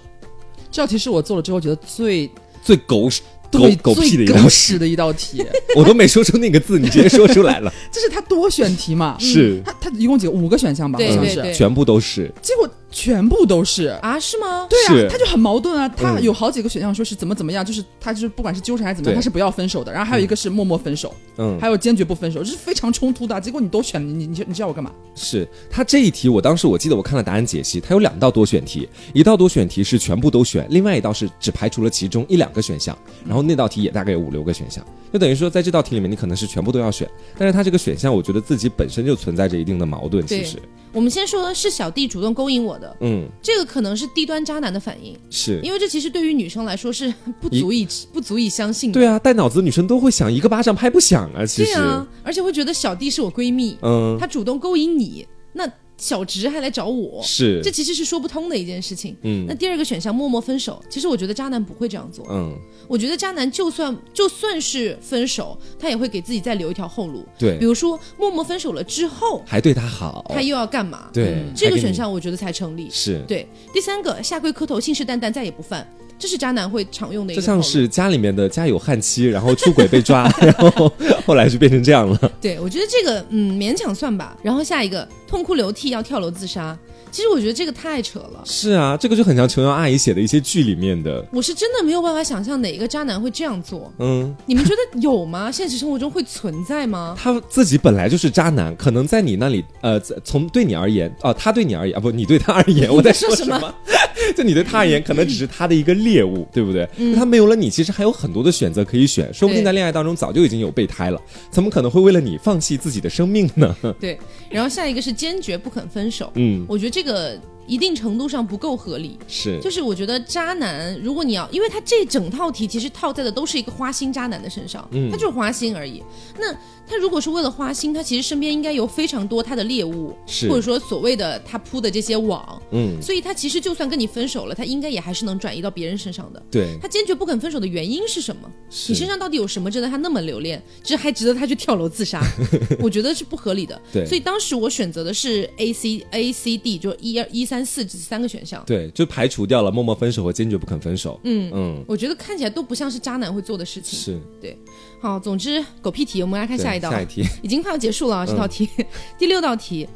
[SPEAKER 3] 这道题是我做了之后觉得最
[SPEAKER 2] 最狗屎、狗
[SPEAKER 3] 对
[SPEAKER 2] 狗屁的一
[SPEAKER 3] 最
[SPEAKER 2] 道
[SPEAKER 3] 狗
[SPEAKER 2] 题，
[SPEAKER 3] 屎的一道题，
[SPEAKER 2] 我都没说出那个字，你直接说出来了，
[SPEAKER 3] 这是他多选题嘛？嗯
[SPEAKER 2] 是
[SPEAKER 3] 他他一共几个五个选项吧？
[SPEAKER 1] 对
[SPEAKER 3] 好像
[SPEAKER 1] 对
[SPEAKER 3] 是，
[SPEAKER 1] 对
[SPEAKER 2] 嗯全部都是，
[SPEAKER 3] 结果全部都是。
[SPEAKER 1] 啊，是吗？
[SPEAKER 3] 对
[SPEAKER 2] 是
[SPEAKER 3] 啊，他就很矛盾啊，他
[SPEAKER 2] 嗯
[SPEAKER 3] 有好几个选项说是怎么怎么样，就是他就是不管是纠缠还是怎么样，
[SPEAKER 2] 对
[SPEAKER 3] 他是不要分手的，然后还有一个是默默分手，
[SPEAKER 2] 嗯，
[SPEAKER 3] 还有坚决不分手，这是非常冲突的啊。结果你都选，你你你知道我干嘛？
[SPEAKER 2] 是他这一题，我当时我记得我看了答案解析，它有两道多选题，一道多选题是全部都选，另外一道是只排除了其中一两个选项，然后那道题也大概有五六个选项，就等于说在这道题里面你可能是全部都要选，但是它这个选项我觉得自己本身就存在着一定的矛盾，其
[SPEAKER 1] 对
[SPEAKER 2] 实，
[SPEAKER 1] 我们先说是小 D 主动勾引我的，
[SPEAKER 2] 嗯，
[SPEAKER 1] 这个可能是低端渣男的反应，
[SPEAKER 2] 是。
[SPEAKER 1] 因为这其实对于女生来说是不足以不足以相信的。
[SPEAKER 2] 对啊，带脑子的女生都会想一个巴掌拍不响啊，
[SPEAKER 1] 嗯
[SPEAKER 2] 其
[SPEAKER 1] 对
[SPEAKER 2] 实，
[SPEAKER 1] 啊，而且会觉得小 D 是我闺蜜，
[SPEAKER 2] 嗯，
[SPEAKER 1] 她主动勾引你，那小直还来找我，
[SPEAKER 2] 是
[SPEAKER 1] 这，其实是说不通的一件事情。
[SPEAKER 2] 嗯
[SPEAKER 1] 那第二个选项默默分手，其实我觉得渣男不会这样做。
[SPEAKER 2] 嗯，
[SPEAKER 1] 我觉得渣男就算就算是分手，他也会给自己再留一条后路，
[SPEAKER 2] 对
[SPEAKER 1] 比，如说默默分手了之后，
[SPEAKER 2] 还对她好，
[SPEAKER 1] 他又要干嘛？
[SPEAKER 2] 对
[SPEAKER 3] 嗯
[SPEAKER 1] 这
[SPEAKER 2] 还
[SPEAKER 1] 个
[SPEAKER 2] 给
[SPEAKER 1] 选
[SPEAKER 2] 你
[SPEAKER 1] 项我觉得才成立。
[SPEAKER 2] 是，
[SPEAKER 1] 对，第三个下跪磕头，信誓旦旦再也不犯，这是渣男会常用的一
[SPEAKER 2] 这
[SPEAKER 1] 个套路。
[SPEAKER 2] 像是家里面的家有悍妻，然后出轨被抓， 然后后来就变成这样 了，
[SPEAKER 1] 对，我觉得这个嗯勉强算吧。然后下一个痛哭流涕要跳楼自杀，其实我觉得这个太扯了，
[SPEAKER 2] 是啊，这个就很像琼瑶阿姨写的一些剧里面的，
[SPEAKER 1] 我是真的没有办法想象哪一个渣男会这样做。
[SPEAKER 2] 嗯，
[SPEAKER 1] 你们觉得有吗？现实生活中会存在吗？
[SPEAKER 2] 他自己本来就是渣男，可能在你那里，呃，在从对你而言，哦、他对你而言啊，不，你对他而言，我在说
[SPEAKER 1] 说什么
[SPEAKER 2] 么？ 就你对他而言，可能只是他的一个猎物，对不对？那他没有了你，其实还有很多的选择可以选，说不定
[SPEAKER 1] 嗯对
[SPEAKER 2] 在恋爱当中早就已经有备胎了，怎么可能会为了你放弃自己的生命呢？
[SPEAKER 1] 对，然后下一个是坚决不肯分手，
[SPEAKER 2] 嗯，
[SPEAKER 1] 我觉得这个一定程度上不够合理。
[SPEAKER 2] 是，
[SPEAKER 1] 就是我觉得渣男，如果你要，因为他这整套题其实套在的都是一个花心渣男的身上，
[SPEAKER 2] 嗯
[SPEAKER 1] 他就是花心而已。那他如果是为了花心，他其实身边应该有非常多他的猎物，
[SPEAKER 2] 是
[SPEAKER 1] 或者说所谓的他铺的这些网，
[SPEAKER 2] 嗯，
[SPEAKER 1] 所以他其实就算跟你分手了，他应该也还是能转移到别人身上的。
[SPEAKER 2] 对，
[SPEAKER 1] 他坚决不肯分手的原因是什么？
[SPEAKER 2] 是
[SPEAKER 1] 你身上到底有什么值得他那么留恋，这还值得他去跳楼 自杀？我觉得是不合理的。
[SPEAKER 2] 对
[SPEAKER 1] 所以当时我选择的是 A C A C D，就一二一三四这三个选项。
[SPEAKER 2] 对，就排除掉了默默分手和坚决不肯分手。嗯嗯，
[SPEAKER 1] 我觉得看起来都不像是渣男会做的事情。
[SPEAKER 2] 是。
[SPEAKER 1] 好，总之狗屁题，我们来看
[SPEAKER 2] 对
[SPEAKER 1] 下一道，
[SPEAKER 2] 下一题，嗯
[SPEAKER 1] 已经快要结束了啊，这道题， 第六道题。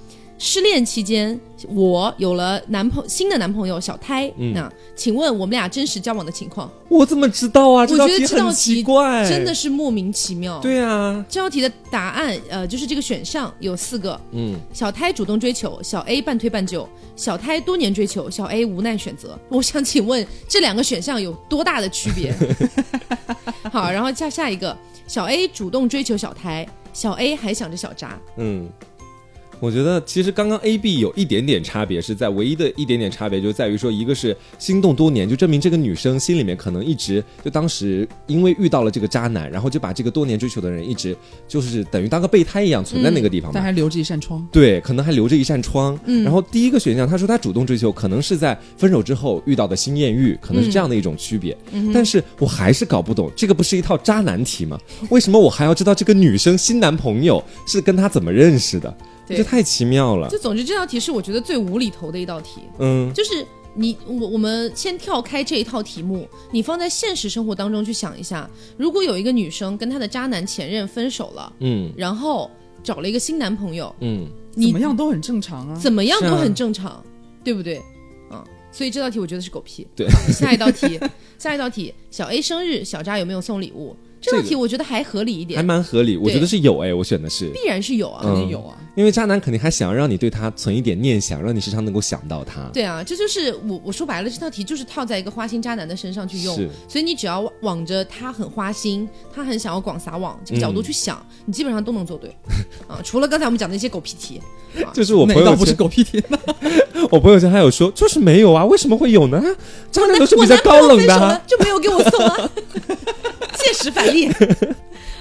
[SPEAKER 1] 失恋期间，我有了男朋新的男朋友小胎，
[SPEAKER 2] 嗯
[SPEAKER 1] 那请问我们俩真实交往的情况，
[SPEAKER 2] 我怎么知道啊？
[SPEAKER 1] 觉
[SPEAKER 2] 这
[SPEAKER 1] 得
[SPEAKER 2] 道
[SPEAKER 1] 这
[SPEAKER 2] 题
[SPEAKER 1] 道
[SPEAKER 2] 很
[SPEAKER 1] 题
[SPEAKER 2] 奇怪，
[SPEAKER 1] 真的是莫名其妙。
[SPEAKER 2] 哎对啊，
[SPEAKER 1] 这道题的答案，呃，就是这个选项有四个。嗯，小胎主动追求，小 A 半推半就，小胎多年追求，小 A 无奈选择。 我想请问这两个选项有多大的区别？好，然后下下一个，小 A 主动追求小胎，小 A 还想着小渣。
[SPEAKER 2] 嗯，我觉得其实刚刚 A B 有一点点差别，是在唯一的一点点差别就在于说，一个是心动多年，就证明这个女生心里面可能一直就当时因为遇到了这个渣男，然后就把这个多年追求的人一直就是等于当个备胎一样存在那个地方嘛。
[SPEAKER 3] 但还留着一扇窗。
[SPEAKER 2] 对，可能还留着一扇窗。然后第一个选项，他说他主动追求，可能是在分手之后遇到的新艳遇，可能是这样的一种区别。但是我还是搞不懂，这个不是一套渣男题吗？为什么我还要知道这个女生新男朋友是跟她怎么认识的？
[SPEAKER 1] 对
[SPEAKER 2] 这太奇妙了。
[SPEAKER 1] 就总之这道题是我觉得最无厘头的一道题，
[SPEAKER 2] 嗯，
[SPEAKER 1] 就是。你我我们先跳开这一套题目，你放在现实生活当中去想一下，如果有一个女生跟她的渣男前任分手了，
[SPEAKER 2] 嗯
[SPEAKER 1] 然后找了一个新男朋友，
[SPEAKER 2] 嗯，
[SPEAKER 1] 你
[SPEAKER 3] 怎么样都很正常啊。
[SPEAKER 1] 怎么样
[SPEAKER 2] 是
[SPEAKER 1] 都
[SPEAKER 2] 啊
[SPEAKER 1] 很正常，对不对？啊，所以这道题我觉得是狗屁。
[SPEAKER 2] 对
[SPEAKER 1] 好，下一道题，下一道题，小 A 生日，小扎有没有送礼物？这道
[SPEAKER 2] 这
[SPEAKER 1] 题
[SPEAKER 2] 个
[SPEAKER 1] 我觉得还合理一
[SPEAKER 2] 还
[SPEAKER 1] 点，
[SPEAKER 2] 蛮嗯合理。我
[SPEAKER 1] 对
[SPEAKER 2] 觉得是有哎，我选的是，
[SPEAKER 1] 必然是有啊。
[SPEAKER 3] 肯定有啊。
[SPEAKER 2] 因为渣男肯定还想让你对他存一点念想，让你时常能够想到他。
[SPEAKER 1] 对啊，这就是我我说白了，这道题就是套在一个花心渣男的身上去用
[SPEAKER 2] 是，
[SPEAKER 1] 所以你只要往着他很花心，他很想要广撒网这个
[SPEAKER 2] 嗯
[SPEAKER 1] 角度去想，你基本上都能做对啊。除了刚才我们讲的那些狗屁题，
[SPEAKER 2] 就是我
[SPEAKER 3] 哪
[SPEAKER 2] 朋
[SPEAKER 3] 一道
[SPEAKER 2] 友
[SPEAKER 3] 不是
[SPEAKER 2] 圈，
[SPEAKER 3] 狗屁题呢？
[SPEAKER 2] 我朋友圈还有说，就是没有啊，为什么会有呢？渣男都是
[SPEAKER 1] 我
[SPEAKER 2] 比较
[SPEAKER 1] 男朋友
[SPEAKER 2] 高冷
[SPEAKER 1] 分
[SPEAKER 2] 的
[SPEAKER 1] 手
[SPEAKER 2] 啊。
[SPEAKER 1] 了就没有给我送啊， 借时返 利。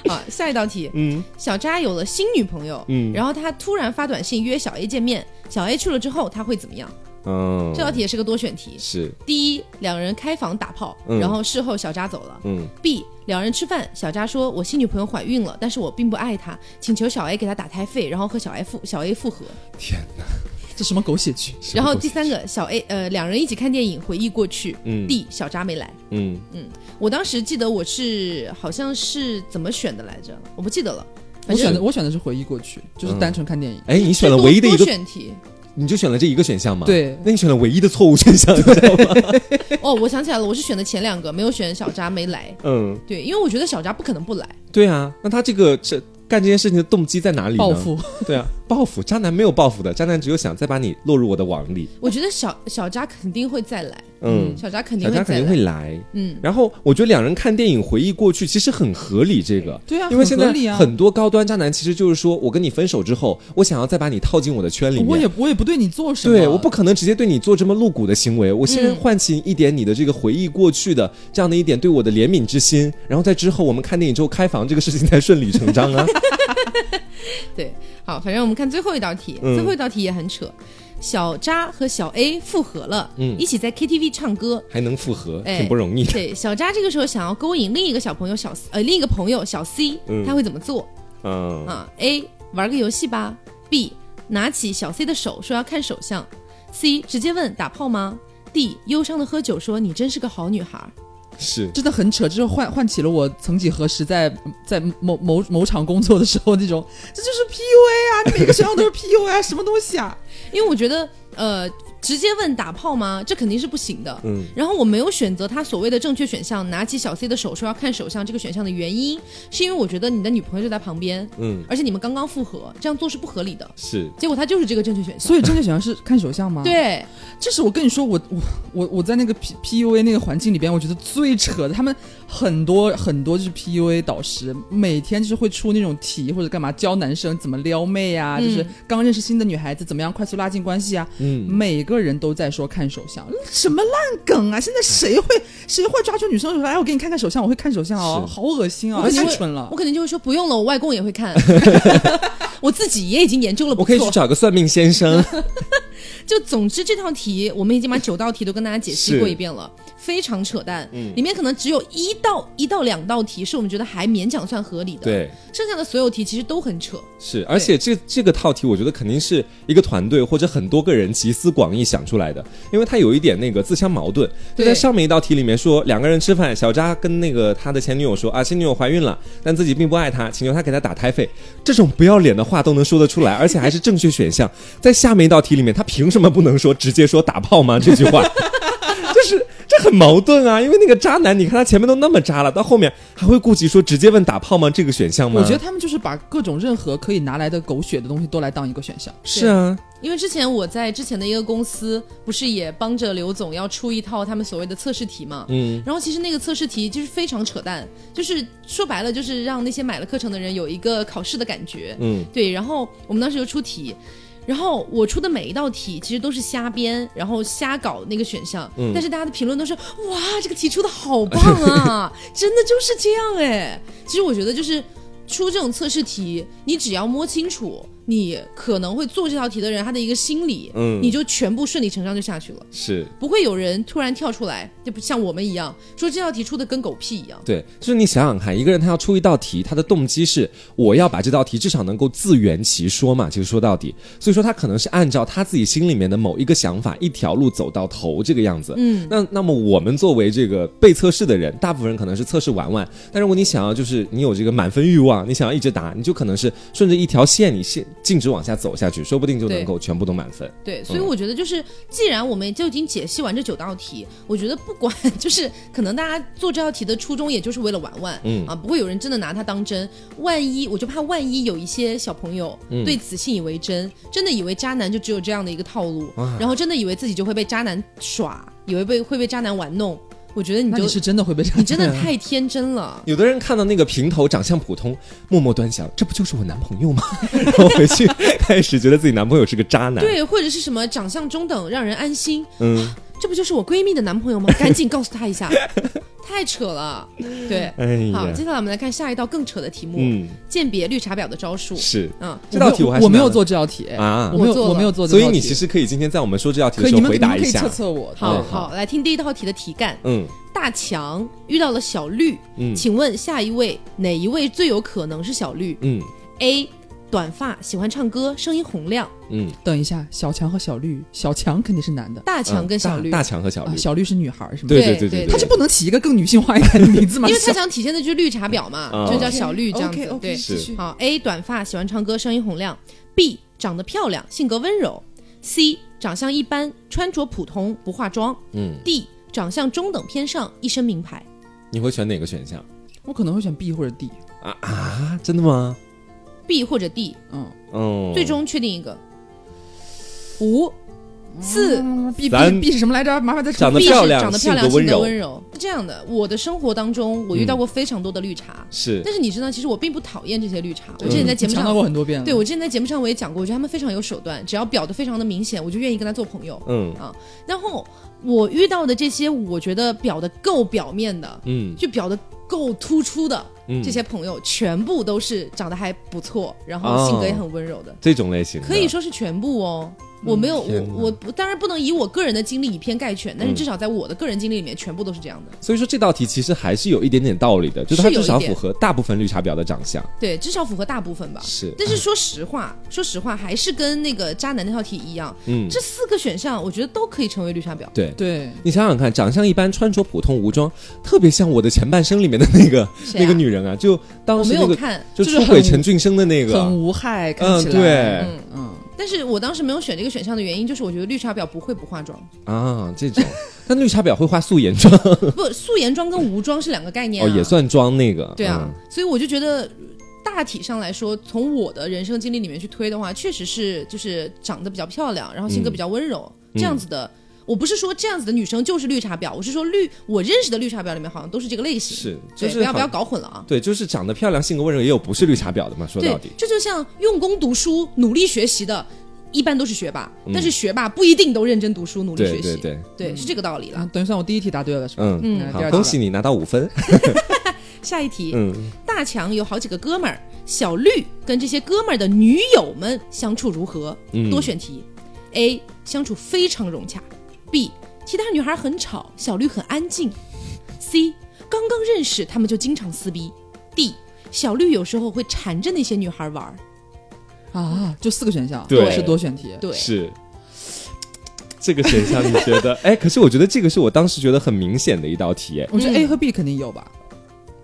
[SPEAKER 1] 好，下一道题，
[SPEAKER 2] 嗯
[SPEAKER 1] 小扎有了新女朋友，
[SPEAKER 2] 嗯
[SPEAKER 1] 然后他突然发短信约小 A 见面，小 A 去了之后他会怎么样？
[SPEAKER 2] 嗯，
[SPEAKER 1] 这道题也是个多选题。
[SPEAKER 2] 是，
[SPEAKER 1] 第一，两人开房打炮，
[SPEAKER 2] 嗯
[SPEAKER 1] 然后事后小扎走了。
[SPEAKER 2] 嗯，
[SPEAKER 1] B，两人吃饭，小扎说：“我新女朋友怀孕了，但是我并不爱她，请求小 A 给她打胎费，然后和小 A 复小 A 复合。
[SPEAKER 2] 天哪！
[SPEAKER 3] 这什么狗血剧？
[SPEAKER 2] 什么
[SPEAKER 1] 然后
[SPEAKER 2] 东
[SPEAKER 1] 第
[SPEAKER 2] 西，
[SPEAKER 1] 三个，小 A 呃，两人一起看电影回忆过去。
[SPEAKER 2] 嗯
[SPEAKER 1] D，小扎没来。
[SPEAKER 2] 嗯，
[SPEAKER 1] 我当时记得我是好像是怎么选的来着，我不记得了。
[SPEAKER 3] 我
[SPEAKER 1] 反正
[SPEAKER 3] 选的我选的是回忆过去，就是单纯看电影。
[SPEAKER 2] 哎，你选了
[SPEAKER 1] 多
[SPEAKER 2] 唯一的一
[SPEAKER 1] 多
[SPEAKER 2] 个，
[SPEAKER 1] 选 题。
[SPEAKER 2] 你就选了这一个选项吗？，
[SPEAKER 3] 对，
[SPEAKER 2] 那你选了唯一的错误选项，你知道吗？
[SPEAKER 1] 哦，我想起来了，我是选的前两个，没有选小扎没来。
[SPEAKER 2] 嗯，
[SPEAKER 1] 对，因为我觉得小扎不可能不来，
[SPEAKER 2] 对啊，那他这个这干这件事情的动机在哪里呢？
[SPEAKER 3] 报，复
[SPEAKER 2] 对啊，报复，渣男没有报复的，渣男只有想再把你落入我的网里，
[SPEAKER 1] 我觉得小小扎肯定会再来，
[SPEAKER 2] 嗯，
[SPEAKER 1] 小扎肯定
[SPEAKER 2] 小
[SPEAKER 1] 会再
[SPEAKER 2] 渣肯
[SPEAKER 1] 来，
[SPEAKER 2] 定会来。
[SPEAKER 1] 嗯，
[SPEAKER 2] 然后我觉得两人看电影回忆过去，其实很合理。这个
[SPEAKER 3] 对啊
[SPEAKER 2] 因为现在
[SPEAKER 3] 很合理啊
[SPEAKER 2] 很多高端渣男其实就是说我跟你分手之后，我想要再把你套进我的圈里面，
[SPEAKER 3] 我也我也不对你做什么，
[SPEAKER 2] 对，我不可能直接对你做这么露骨的行为，我先
[SPEAKER 1] 嗯
[SPEAKER 2] 唤起一点你的这个回忆过去的、这样的一点对我的怜悯之心，然后在之后我们看电影之后开房这个事情才顺理成 章啊。
[SPEAKER 1] 对。好，反正我们看最后一道题，
[SPEAKER 2] 嗯
[SPEAKER 1] 最后一道题也很扯，小扎和小 A 复合了，
[SPEAKER 2] 嗯
[SPEAKER 1] 一起在 KTV 唱 歌。
[SPEAKER 2] 还能复合，
[SPEAKER 1] 哎
[SPEAKER 2] 挺不容易的。
[SPEAKER 1] 对，小扎这个时候想要勾引另一个小朋友小呃另一个朋友小 C，、
[SPEAKER 2] 嗯
[SPEAKER 1] 他会怎么做？
[SPEAKER 2] 嗯，
[SPEAKER 1] 啊，A 玩个游戏吧，B 拿起小 C 的手说要看手相，C 直接问打炮吗？D 忧伤的喝酒说你真是个好女孩儿。
[SPEAKER 2] 是
[SPEAKER 3] 真的很扯，就是唤唤起了我曾几何时在在某某某厂工作的时候那种，这就是 PUA 啊！你每个学校都是 PUA，啊什么东西啊？
[SPEAKER 1] 因为我觉得，呃，直接问打炮吗？这肯定是不行的。
[SPEAKER 2] 嗯，
[SPEAKER 1] 然后我没有选择他所谓的正确选项，拿起小 C 的手说要看手相这个选项的原因，是因为我觉得你的女朋友就在旁边，
[SPEAKER 2] 嗯，
[SPEAKER 1] 而且你们刚刚复合，这样做是不合理的。
[SPEAKER 2] 是
[SPEAKER 1] 结果他就是这个正确选项。
[SPEAKER 3] 所以正确选项是看手相吗？，
[SPEAKER 1] 对，啊
[SPEAKER 3] 这是我跟你说，我我我我在那个 P P U A 那个环境里边，我觉得最扯的，他们很多很多就是 P U A 导师，每天就是会出那种题或者干嘛教男生怎么撩妹啊，就是刚认识新的女孩子怎么样快速拉近关系啊，
[SPEAKER 2] 嗯，
[SPEAKER 3] 每个人都在说看手相，什么烂梗啊！现在谁会谁会抓住女生手说，哎，我给你看看手相，我会看手相哦，
[SPEAKER 2] 是
[SPEAKER 3] 好恶心啊，
[SPEAKER 1] 我肯定
[SPEAKER 3] 太
[SPEAKER 1] 会
[SPEAKER 3] 蠢了
[SPEAKER 1] 我。肯定就会说不用了，我外公也会 看，我自己也已经研究了不
[SPEAKER 2] 我可以去
[SPEAKER 1] 错。
[SPEAKER 2] 找个算命 先生。
[SPEAKER 1] 就总之这套题，我们已经把九道题都跟大家解析
[SPEAKER 2] 是嗯
[SPEAKER 1] 过一遍了，非常扯淡。里面可能只有一到一到两道题是我们觉得还勉强算合理的，，
[SPEAKER 2] 对，
[SPEAKER 1] 剩下的所有题其实都很扯。
[SPEAKER 2] 是，而且这这个套题，我觉得肯定是一个团队或者很多个人集思广益想出来的，因为它有一点那个自相矛盾。就在
[SPEAKER 1] 对
[SPEAKER 2] 上面一道题里面说，两个人吃饭，小扎跟那个他的前女友说啊，前女友怀孕了，但自己并不爱她，请求他给她打胎费，这种不要脸的话都能说得 出来，而且还是正确选项。在下面一道题里面，他凭什么不能说直接说打炮吗？这句 话。就是这很矛盾啊，因为那个渣男，你看他前面都那么渣了，到后面还会顾及说直接问打炮吗这个选项吗？
[SPEAKER 3] 我觉得他们就是把各种任何可以拿来的狗血的东西都来当一个选项。
[SPEAKER 2] 是啊，
[SPEAKER 1] 因为之前我在之前的一个公司，不是也帮着刘总要出一套他们所谓的测试题嘛？
[SPEAKER 2] 嗯，
[SPEAKER 1] 然后其实那个测试题就是非常扯淡，就是说白了就是让那些买了课程的人有一个考试的感觉。
[SPEAKER 2] 嗯，
[SPEAKER 1] 对，然后我们当时就出题，然后我出的每一道题其实都是瞎编，然后瞎搞那个选项，但是大家的评论都是哇，这个题出的好棒啊，真的就是这样哎。其实我觉得就是出这种测试题，你只要摸清楚你可能会做这道题的人他的一个心理，
[SPEAKER 2] 嗯
[SPEAKER 1] 你就全部顺理成章就下去了。
[SPEAKER 2] 是。
[SPEAKER 1] 不会有人突然跳出来，就不像我们一样说这道题出的跟狗屁一样。
[SPEAKER 2] 对，就是你想想看，一个人他要出一道题，他的动机是我要把这道题至少能够自圆其说嘛。其实说到底，所以说他可能是按照他自己心里面的某一个想法，一条路走到头这个样子。嗯，那那么我们作为这个被测试的人，大部分人可能是测试玩玩，但如果你想要就是你有这个满分欲望，你想要一直答，你就可能是顺着一条线，你线径直往下走下去，说不定就能
[SPEAKER 1] 对
[SPEAKER 2] 够全部都满分。
[SPEAKER 1] 对，所以我觉得就是，既然我们就已经解析完这九道题，我觉得不管 就是可能大家做这道题的初衷，也就是为了玩玩，
[SPEAKER 2] 嗯
[SPEAKER 1] 啊，不会有人真的拿它当真。万一我就怕万一有一些小朋友对此信以为真，真的以为渣男就只有这样的一个套路，然后真的以为自己就会被渣男耍，以为被会被渣男玩弄。我觉得你
[SPEAKER 3] 那
[SPEAKER 1] 就
[SPEAKER 3] 你是啊真的会被这样
[SPEAKER 1] 你真的太天真 了。
[SPEAKER 2] 有的人看到那个平头长相普通，默默端详，这不就是我男朋 友吗？然后回去开始觉得自己男朋友是个渣男。
[SPEAKER 1] 对，或者是什么长相中等，让人安心，
[SPEAKER 2] 嗯，
[SPEAKER 1] 这不就是我闺蜜的男朋友吗？赶紧告诉她一下，太扯了。对，
[SPEAKER 2] 哎
[SPEAKER 1] 好，
[SPEAKER 2] 呀
[SPEAKER 1] 接，下来我们来看下一道更扯的题目，
[SPEAKER 2] 嗯，
[SPEAKER 1] 鉴别绿茶婊的招数。
[SPEAKER 2] 是
[SPEAKER 1] 嗯，
[SPEAKER 2] 这道题我还是
[SPEAKER 3] 我没有
[SPEAKER 2] 拿了
[SPEAKER 3] 做这道题，
[SPEAKER 2] 啊
[SPEAKER 3] 我，没有
[SPEAKER 1] 我做了
[SPEAKER 3] 我没有做这道
[SPEAKER 2] 所
[SPEAKER 3] 题，
[SPEAKER 2] 以你其实可以今天在我们说这道题
[SPEAKER 3] 可
[SPEAKER 2] 的
[SPEAKER 3] 以
[SPEAKER 2] 时
[SPEAKER 3] 你
[SPEAKER 2] 候
[SPEAKER 3] 们
[SPEAKER 2] 回
[SPEAKER 3] 你们
[SPEAKER 2] 答
[SPEAKER 3] 可
[SPEAKER 2] 一
[SPEAKER 3] 以
[SPEAKER 2] 下嗯
[SPEAKER 3] 测。测我，
[SPEAKER 1] 好
[SPEAKER 2] 对
[SPEAKER 1] 好，来听第一道题的题干。
[SPEAKER 2] 嗯
[SPEAKER 1] 大强遇到了小绿，
[SPEAKER 2] 嗯
[SPEAKER 1] 请问下一位哪一位最有可能是小绿
[SPEAKER 2] 嗯
[SPEAKER 1] ？A. 短发，喜欢唱歌，声音洪亮。
[SPEAKER 2] 嗯，
[SPEAKER 3] 等一下，小强和小绿，小强肯定是男的
[SPEAKER 1] 大强跟小绿，
[SPEAKER 2] 嗯大大强和小
[SPEAKER 3] 啊，
[SPEAKER 2] 绿，
[SPEAKER 3] 小绿是女孩儿是吗？
[SPEAKER 2] 对
[SPEAKER 1] 对
[SPEAKER 2] 对
[SPEAKER 1] 对
[SPEAKER 2] 对，
[SPEAKER 3] 他就不能起一个更女性化一点的名字吗？
[SPEAKER 1] 因为他想体现的就是绿茶婊嘛，
[SPEAKER 2] 啊
[SPEAKER 1] 就叫小绿这样子。
[SPEAKER 3] o k o
[SPEAKER 1] 对
[SPEAKER 3] k，继续。
[SPEAKER 1] 好，A 短发，喜欢唱歌，声音洪亮；B 长得漂亮，性格温柔；C 长相一般，穿着普通，不化妆
[SPEAKER 2] 嗯，
[SPEAKER 1] ；D 长相中等偏上，一身名牌。
[SPEAKER 2] 你会选哪个选项
[SPEAKER 3] 我可能会选 B 或者 D，
[SPEAKER 2] 啊啊？真的吗？
[SPEAKER 1] B 或者 D，
[SPEAKER 3] 嗯，
[SPEAKER 2] 嗯，
[SPEAKER 1] 最终确定一个。五、四、
[SPEAKER 3] ，B
[SPEAKER 2] 咱
[SPEAKER 3] B B 是什么来着？麻烦再重
[SPEAKER 2] 长
[SPEAKER 3] 复
[SPEAKER 2] 得
[SPEAKER 1] B
[SPEAKER 2] 漂
[SPEAKER 1] 是
[SPEAKER 2] 亮
[SPEAKER 1] 长得漂亮，
[SPEAKER 2] 性格温
[SPEAKER 1] 性格
[SPEAKER 2] 柔嗯
[SPEAKER 1] 温柔。是这样的，我的生活当中，我遇到过非常多的绿茶，
[SPEAKER 2] 是
[SPEAKER 1] 但是你知道，其实我并不讨厌这些绿茶。我
[SPEAKER 2] 嗯
[SPEAKER 3] 对
[SPEAKER 1] 之前在节目
[SPEAKER 3] 强
[SPEAKER 1] 上
[SPEAKER 3] 调过很多遍了。
[SPEAKER 1] 对我之前在节目上我也讲过，我觉得他们非常有手段，只要表的非常的明显，我就愿意跟他做朋友。
[SPEAKER 2] 嗯
[SPEAKER 1] 然后我遇到的这些，我觉得表的够表面的，
[SPEAKER 2] 嗯
[SPEAKER 1] 就表的够突出的、
[SPEAKER 2] 嗯，
[SPEAKER 1] 这些朋友，全部都是长得还不错，然后性格
[SPEAKER 2] 哦
[SPEAKER 1] 也很温柔的，
[SPEAKER 2] 这种类型的
[SPEAKER 1] 可以说是全部哦。我没有，
[SPEAKER 2] 嗯天哪
[SPEAKER 1] 我我不当然不能以我个人的经历以偏概全，但是至少在我的个人经历里面，全部都是这样的。
[SPEAKER 2] 所以说这道题其实还是有一点点道理的，就是它
[SPEAKER 1] 是有
[SPEAKER 2] 至
[SPEAKER 1] 一
[SPEAKER 2] 少
[SPEAKER 1] 点
[SPEAKER 2] 符合大部分绿茶婊的长相。
[SPEAKER 1] 对，至少符合大部分吧。
[SPEAKER 2] 是，
[SPEAKER 1] 但是说实话， 说实话，还是跟那个渣男那套题一样，
[SPEAKER 2] 嗯，
[SPEAKER 1] 这四个选项我觉得都可以成为绿茶婊。
[SPEAKER 2] 对。
[SPEAKER 3] 对，
[SPEAKER 2] 你想想看，长相一般，穿着普通无装，特别像我的前半生里面的那个、
[SPEAKER 1] 谁啊
[SPEAKER 2] 那个女人啊，就当
[SPEAKER 1] 我
[SPEAKER 2] 时
[SPEAKER 1] 没
[SPEAKER 2] 那
[SPEAKER 1] 有
[SPEAKER 2] 个
[SPEAKER 1] 看，
[SPEAKER 2] 就
[SPEAKER 3] 就是
[SPEAKER 2] 出
[SPEAKER 3] 很
[SPEAKER 2] 轨陈俊生的那个，
[SPEAKER 3] 很无害，看
[SPEAKER 2] 嗯，
[SPEAKER 3] 起来。
[SPEAKER 2] 对，
[SPEAKER 3] 嗯，
[SPEAKER 1] 但是我当时没有选这个选项的原因，就是我觉得绿茶婊不会不化妆，
[SPEAKER 2] 啊，这种， 但绿茶婊会画素颜妆，
[SPEAKER 1] 不素颜妆跟无妆是两个概念、啊
[SPEAKER 2] 哦，也算妆那个。嗯
[SPEAKER 1] 对啊，所以我就觉得。大体上来说，从我的人生经历里面去推的话，确实是就是长得比较漂亮，然后性格比较温柔、
[SPEAKER 2] 嗯
[SPEAKER 1] 这样子的。我不是说这样子的女生就是绿茶婊，我是说绿我认识的绿茶婊里面好像都是这个类
[SPEAKER 2] 嗯，
[SPEAKER 1] 型。
[SPEAKER 2] 是，就
[SPEAKER 1] 对，
[SPEAKER 2] 是
[SPEAKER 1] 不要不
[SPEAKER 2] 好
[SPEAKER 1] 要搞混了啊！
[SPEAKER 2] 对，就是长得漂亮、性格温柔，也有不是绿茶婊的嘛。说到
[SPEAKER 1] 对
[SPEAKER 2] 底，，
[SPEAKER 1] 这就像用功读书、努力学习的，一般都是学霸，
[SPEAKER 2] 嗯
[SPEAKER 1] 但是学霸不一定都认真读书、努力
[SPEAKER 2] 对
[SPEAKER 1] 学习
[SPEAKER 2] 对。嗯对，
[SPEAKER 1] 对是这个道理
[SPEAKER 3] 啊
[SPEAKER 1] 了。，
[SPEAKER 3] 等于算我第一题答对了，是吧？
[SPEAKER 2] 嗯，
[SPEAKER 1] 嗯
[SPEAKER 3] 第
[SPEAKER 2] 好，
[SPEAKER 3] 二
[SPEAKER 2] 恭
[SPEAKER 3] 题
[SPEAKER 2] 喜你拿到五分。
[SPEAKER 1] 下一题，
[SPEAKER 2] 嗯，
[SPEAKER 1] 大强有好几个哥们儿，小绿跟这些哥们儿的女友们相处如何？
[SPEAKER 2] 嗯
[SPEAKER 1] 多选题：A. 相处非常融洽；B. 其他女孩很吵，小绿很安静；C. 刚刚认识他们就经常撕逼；D. 小绿有时候会缠着那些女孩玩儿。
[SPEAKER 3] 啊，就四个选项，
[SPEAKER 2] 嗯对
[SPEAKER 3] 不是多选题。
[SPEAKER 1] 对，
[SPEAKER 2] 是。这个选项你觉得？ 哎，可是我觉得这个是我当时觉得很明显的一道题，哎
[SPEAKER 3] 我觉得
[SPEAKER 1] 嗯
[SPEAKER 3] A 和 B 肯定有吧，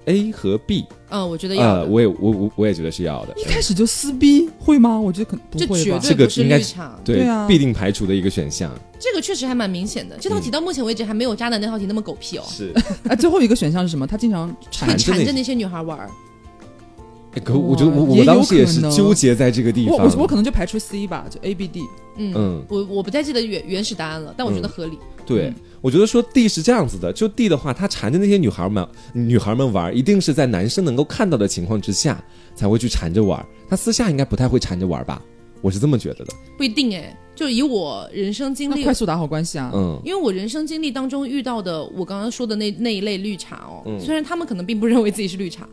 [SPEAKER 2] ，A 和 B，
[SPEAKER 1] 嗯，我觉得要的。
[SPEAKER 2] 呃，我也我我我也觉得是要的，嗯
[SPEAKER 3] 一开始就撕逼会吗？我觉得肯不
[SPEAKER 1] 这
[SPEAKER 3] 会
[SPEAKER 1] 绝
[SPEAKER 3] 吧。
[SPEAKER 1] 对
[SPEAKER 2] 这个
[SPEAKER 1] 不是
[SPEAKER 2] 应该
[SPEAKER 1] 绿茶，
[SPEAKER 2] 对
[SPEAKER 3] 对啊
[SPEAKER 2] 必定排除的一个选项
[SPEAKER 3] 哦
[SPEAKER 1] 这个确实还蛮明显的。这道题到目前为止还没有渣男那道题那么狗屁哦，
[SPEAKER 2] 嗯 是。
[SPEAKER 3] 哎，最后一个选项是什么？他经常缠
[SPEAKER 1] 会
[SPEAKER 2] 缠着
[SPEAKER 1] 缠
[SPEAKER 2] 那
[SPEAKER 1] 着那些女孩玩儿。
[SPEAKER 2] 哎可我觉得我
[SPEAKER 3] 哇
[SPEAKER 2] 我
[SPEAKER 3] 也
[SPEAKER 2] 当
[SPEAKER 3] 有
[SPEAKER 2] 时也
[SPEAKER 3] 可
[SPEAKER 2] 是
[SPEAKER 3] 能
[SPEAKER 2] 纠结在这个地
[SPEAKER 3] 我
[SPEAKER 2] 方，
[SPEAKER 3] 我哦我可能就排除 C 吧，就 A B D。
[SPEAKER 1] 嗯，
[SPEAKER 2] 嗯
[SPEAKER 1] 我我不太记得原原始答案了，但我觉得
[SPEAKER 2] 嗯
[SPEAKER 1] 合理。
[SPEAKER 2] 对，
[SPEAKER 3] 嗯
[SPEAKER 2] 我觉得说 D 是这样子的，就 D 的话，他缠着那些女孩们，女孩们玩儿，一定是在男生能够看到的情况之下才会去缠着玩儿，他私下应该不太会缠着玩儿吧？我是这么觉得的。
[SPEAKER 1] 不一定哎，就以我人生经
[SPEAKER 3] 那
[SPEAKER 1] 历
[SPEAKER 3] 快，速打好关系啊！
[SPEAKER 2] 嗯，
[SPEAKER 1] 因为我人生经历当中遇到的，我刚刚说的那那一类绿茶哦，
[SPEAKER 2] 嗯
[SPEAKER 1] 虽然他们可能并不认为自己是绿茶，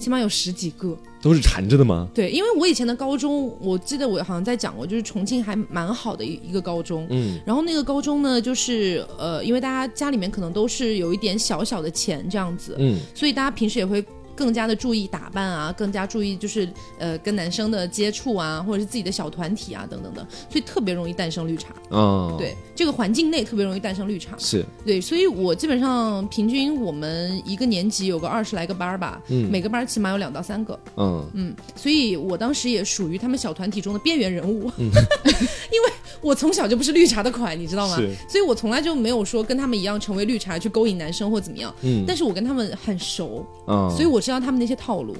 [SPEAKER 1] 起码有十几个。
[SPEAKER 2] 都是缠着的吗？
[SPEAKER 1] 对，因为我以前的高中，我记得我好像在讲过，就是重庆还蛮好的一一个高中。
[SPEAKER 2] 嗯
[SPEAKER 1] 然后那个高中呢，就是呃，因为大家家里面可能都是有一点小小的钱这样子，
[SPEAKER 2] 嗯
[SPEAKER 1] 所以大家平时也会更加的注意打扮啊，更加注意就是呃跟男生的接触啊，或者是自己的小团体啊等等的，所以特别容易诞生绿茶。
[SPEAKER 2] 哦，
[SPEAKER 1] 对，，这个环境内特别容易诞生绿茶。
[SPEAKER 2] 是
[SPEAKER 1] 对，所以我基本上平均我们一个年级有个二十来个班儿吧，
[SPEAKER 2] 嗯
[SPEAKER 1] 每个班儿起码有两到三个。
[SPEAKER 2] 嗯
[SPEAKER 1] 嗯，所以我当时也属于他们小团体中的边缘人物，
[SPEAKER 2] 嗯
[SPEAKER 1] 因为我从小就不是绿茶的款，你知道吗？
[SPEAKER 2] 是
[SPEAKER 1] 所以我从来就没有说跟他们一样成为绿茶去勾引男生或怎么样。
[SPEAKER 2] 嗯
[SPEAKER 1] 但是我跟他们很熟，
[SPEAKER 2] 啊，
[SPEAKER 1] 所以我知道他们那些套路。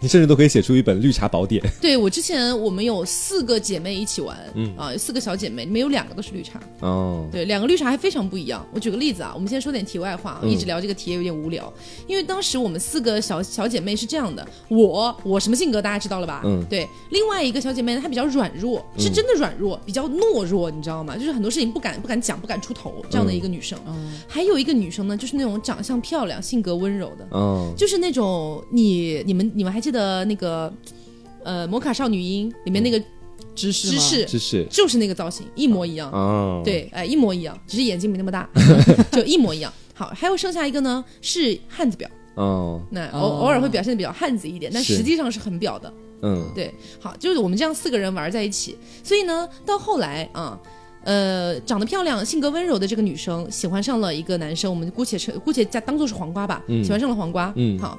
[SPEAKER 2] 你甚至都可以写出一本绿茶宝典。
[SPEAKER 1] 对我之前我们有四个姐妹一起玩，
[SPEAKER 2] 嗯
[SPEAKER 1] 啊、有四个小姐妹，里面有两个都是绿茶，
[SPEAKER 2] 哦，
[SPEAKER 1] 对，两个绿茶还非常不一样。我举个例子啊，我们先说点题外话啊，
[SPEAKER 2] 嗯
[SPEAKER 1] 一直聊这个题也有点无聊。因为当时我们四个小小姐妹是这样的，我我什么性格大家知道了吧？
[SPEAKER 2] 嗯
[SPEAKER 1] 对。另外一个小姐妹呢，她比较软弱，
[SPEAKER 2] 嗯
[SPEAKER 1] 是真的软弱，比较懦弱，你知道吗？就是很多事情不敢不敢讲，不敢出头这样的一个女生。
[SPEAKER 3] 嗯，
[SPEAKER 1] 还有一个女生呢，就是那种长相漂亮、性格温柔的，
[SPEAKER 2] 哦，
[SPEAKER 1] 就是那种你你们你们还记得那个呃《摩卡少女樱》里面那
[SPEAKER 2] 嗯
[SPEAKER 1] 个
[SPEAKER 3] 知识吗
[SPEAKER 1] 芝士，
[SPEAKER 2] 这是
[SPEAKER 1] 就是那个造型一模一样。
[SPEAKER 2] 哦，，
[SPEAKER 1] 对，哎，一模一样，只是眼睛没那么 大，就一模一样。好，还有剩下一个呢，是汉子婊，
[SPEAKER 2] 哦，
[SPEAKER 1] 那偶、
[SPEAKER 3] 哦
[SPEAKER 1] 偶尔会表现的比较汉子一点，但
[SPEAKER 2] 是
[SPEAKER 1] 实际上是很婊的。
[SPEAKER 2] 嗯
[SPEAKER 1] 对，好，就是我们这样四个人玩在一起，所以呢，到后来啊。呃，长得漂亮、性格温柔的这个女生喜欢上了一个男生，我们姑且称姑且加当做是黄瓜吧，
[SPEAKER 2] 嗯
[SPEAKER 1] 喜欢上了黄瓜。
[SPEAKER 2] 嗯
[SPEAKER 1] 好，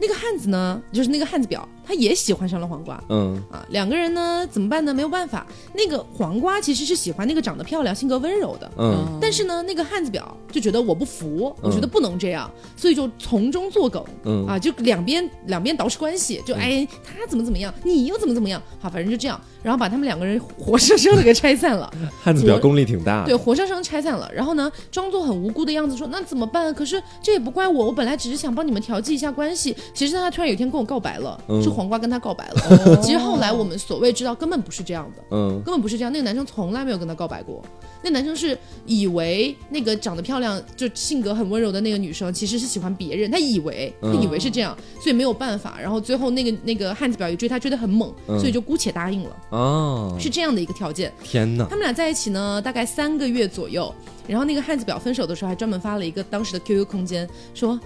[SPEAKER 1] 那个汉子呢，就是那个汉子婊，他也喜欢上了黄瓜。
[SPEAKER 2] 嗯
[SPEAKER 1] 啊，两个人呢怎么办呢？没有办法，那个黄瓜其实是喜欢那个长得漂亮、性格温柔的。
[SPEAKER 2] 嗯，
[SPEAKER 1] 但是呢，那个汉子婊就觉得我不服，我觉得
[SPEAKER 2] 嗯
[SPEAKER 1] 不能这样，所以就从中作梗
[SPEAKER 2] 嗯
[SPEAKER 1] 啊，就两边两边捯饬关系，就
[SPEAKER 2] 嗯
[SPEAKER 1] 哎他怎么怎么样，你又怎么怎么样，好，反正就这样，然后把他们两个人活生生的给拆散 了，
[SPEAKER 2] 汉子
[SPEAKER 1] 左
[SPEAKER 2] 表功力挺大
[SPEAKER 1] 对，
[SPEAKER 2] 的，
[SPEAKER 1] 活生生拆散了。然后呢，装作很无辜的样子说那怎么办？可是这也不怪我，我本来只是想帮你们调剂一下关系，其实他突然有一天跟我告白了，
[SPEAKER 2] 嗯
[SPEAKER 1] 是黄瓜跟他告白了。
[SPEAKER 3] 哦
[SPEAKER 1] 其实后来我们所谓知道根本不是这样的。
[SPEAKER 2] 嗯
[SPEAKER 1] 根本不是这样，那个男生从来没有跟她告白过。那男生是以为那个长得漂亮、就性格很温柔的那个女生其实是喜欢别人，他以为他
[SPEAKER 2] 嗯
[SPEAKER 1] 以为是这样，所以没有办法。然后最后那个那个汉子表也追她追得很猛，
[SPEAKER 2] 嗯
[SPEAKER 1] 所以就姑且答应了，
[SPEAKER 2] 哦，
[SPEAKER 1] 是这样的一个条件。
[SPEAKER 2] 天哪
[SPEAKER 1] 他，们俩在一起呢，大概三个月左右。然后那个汉子表分手的时候还专门发了一个当时的 QQ 空间，说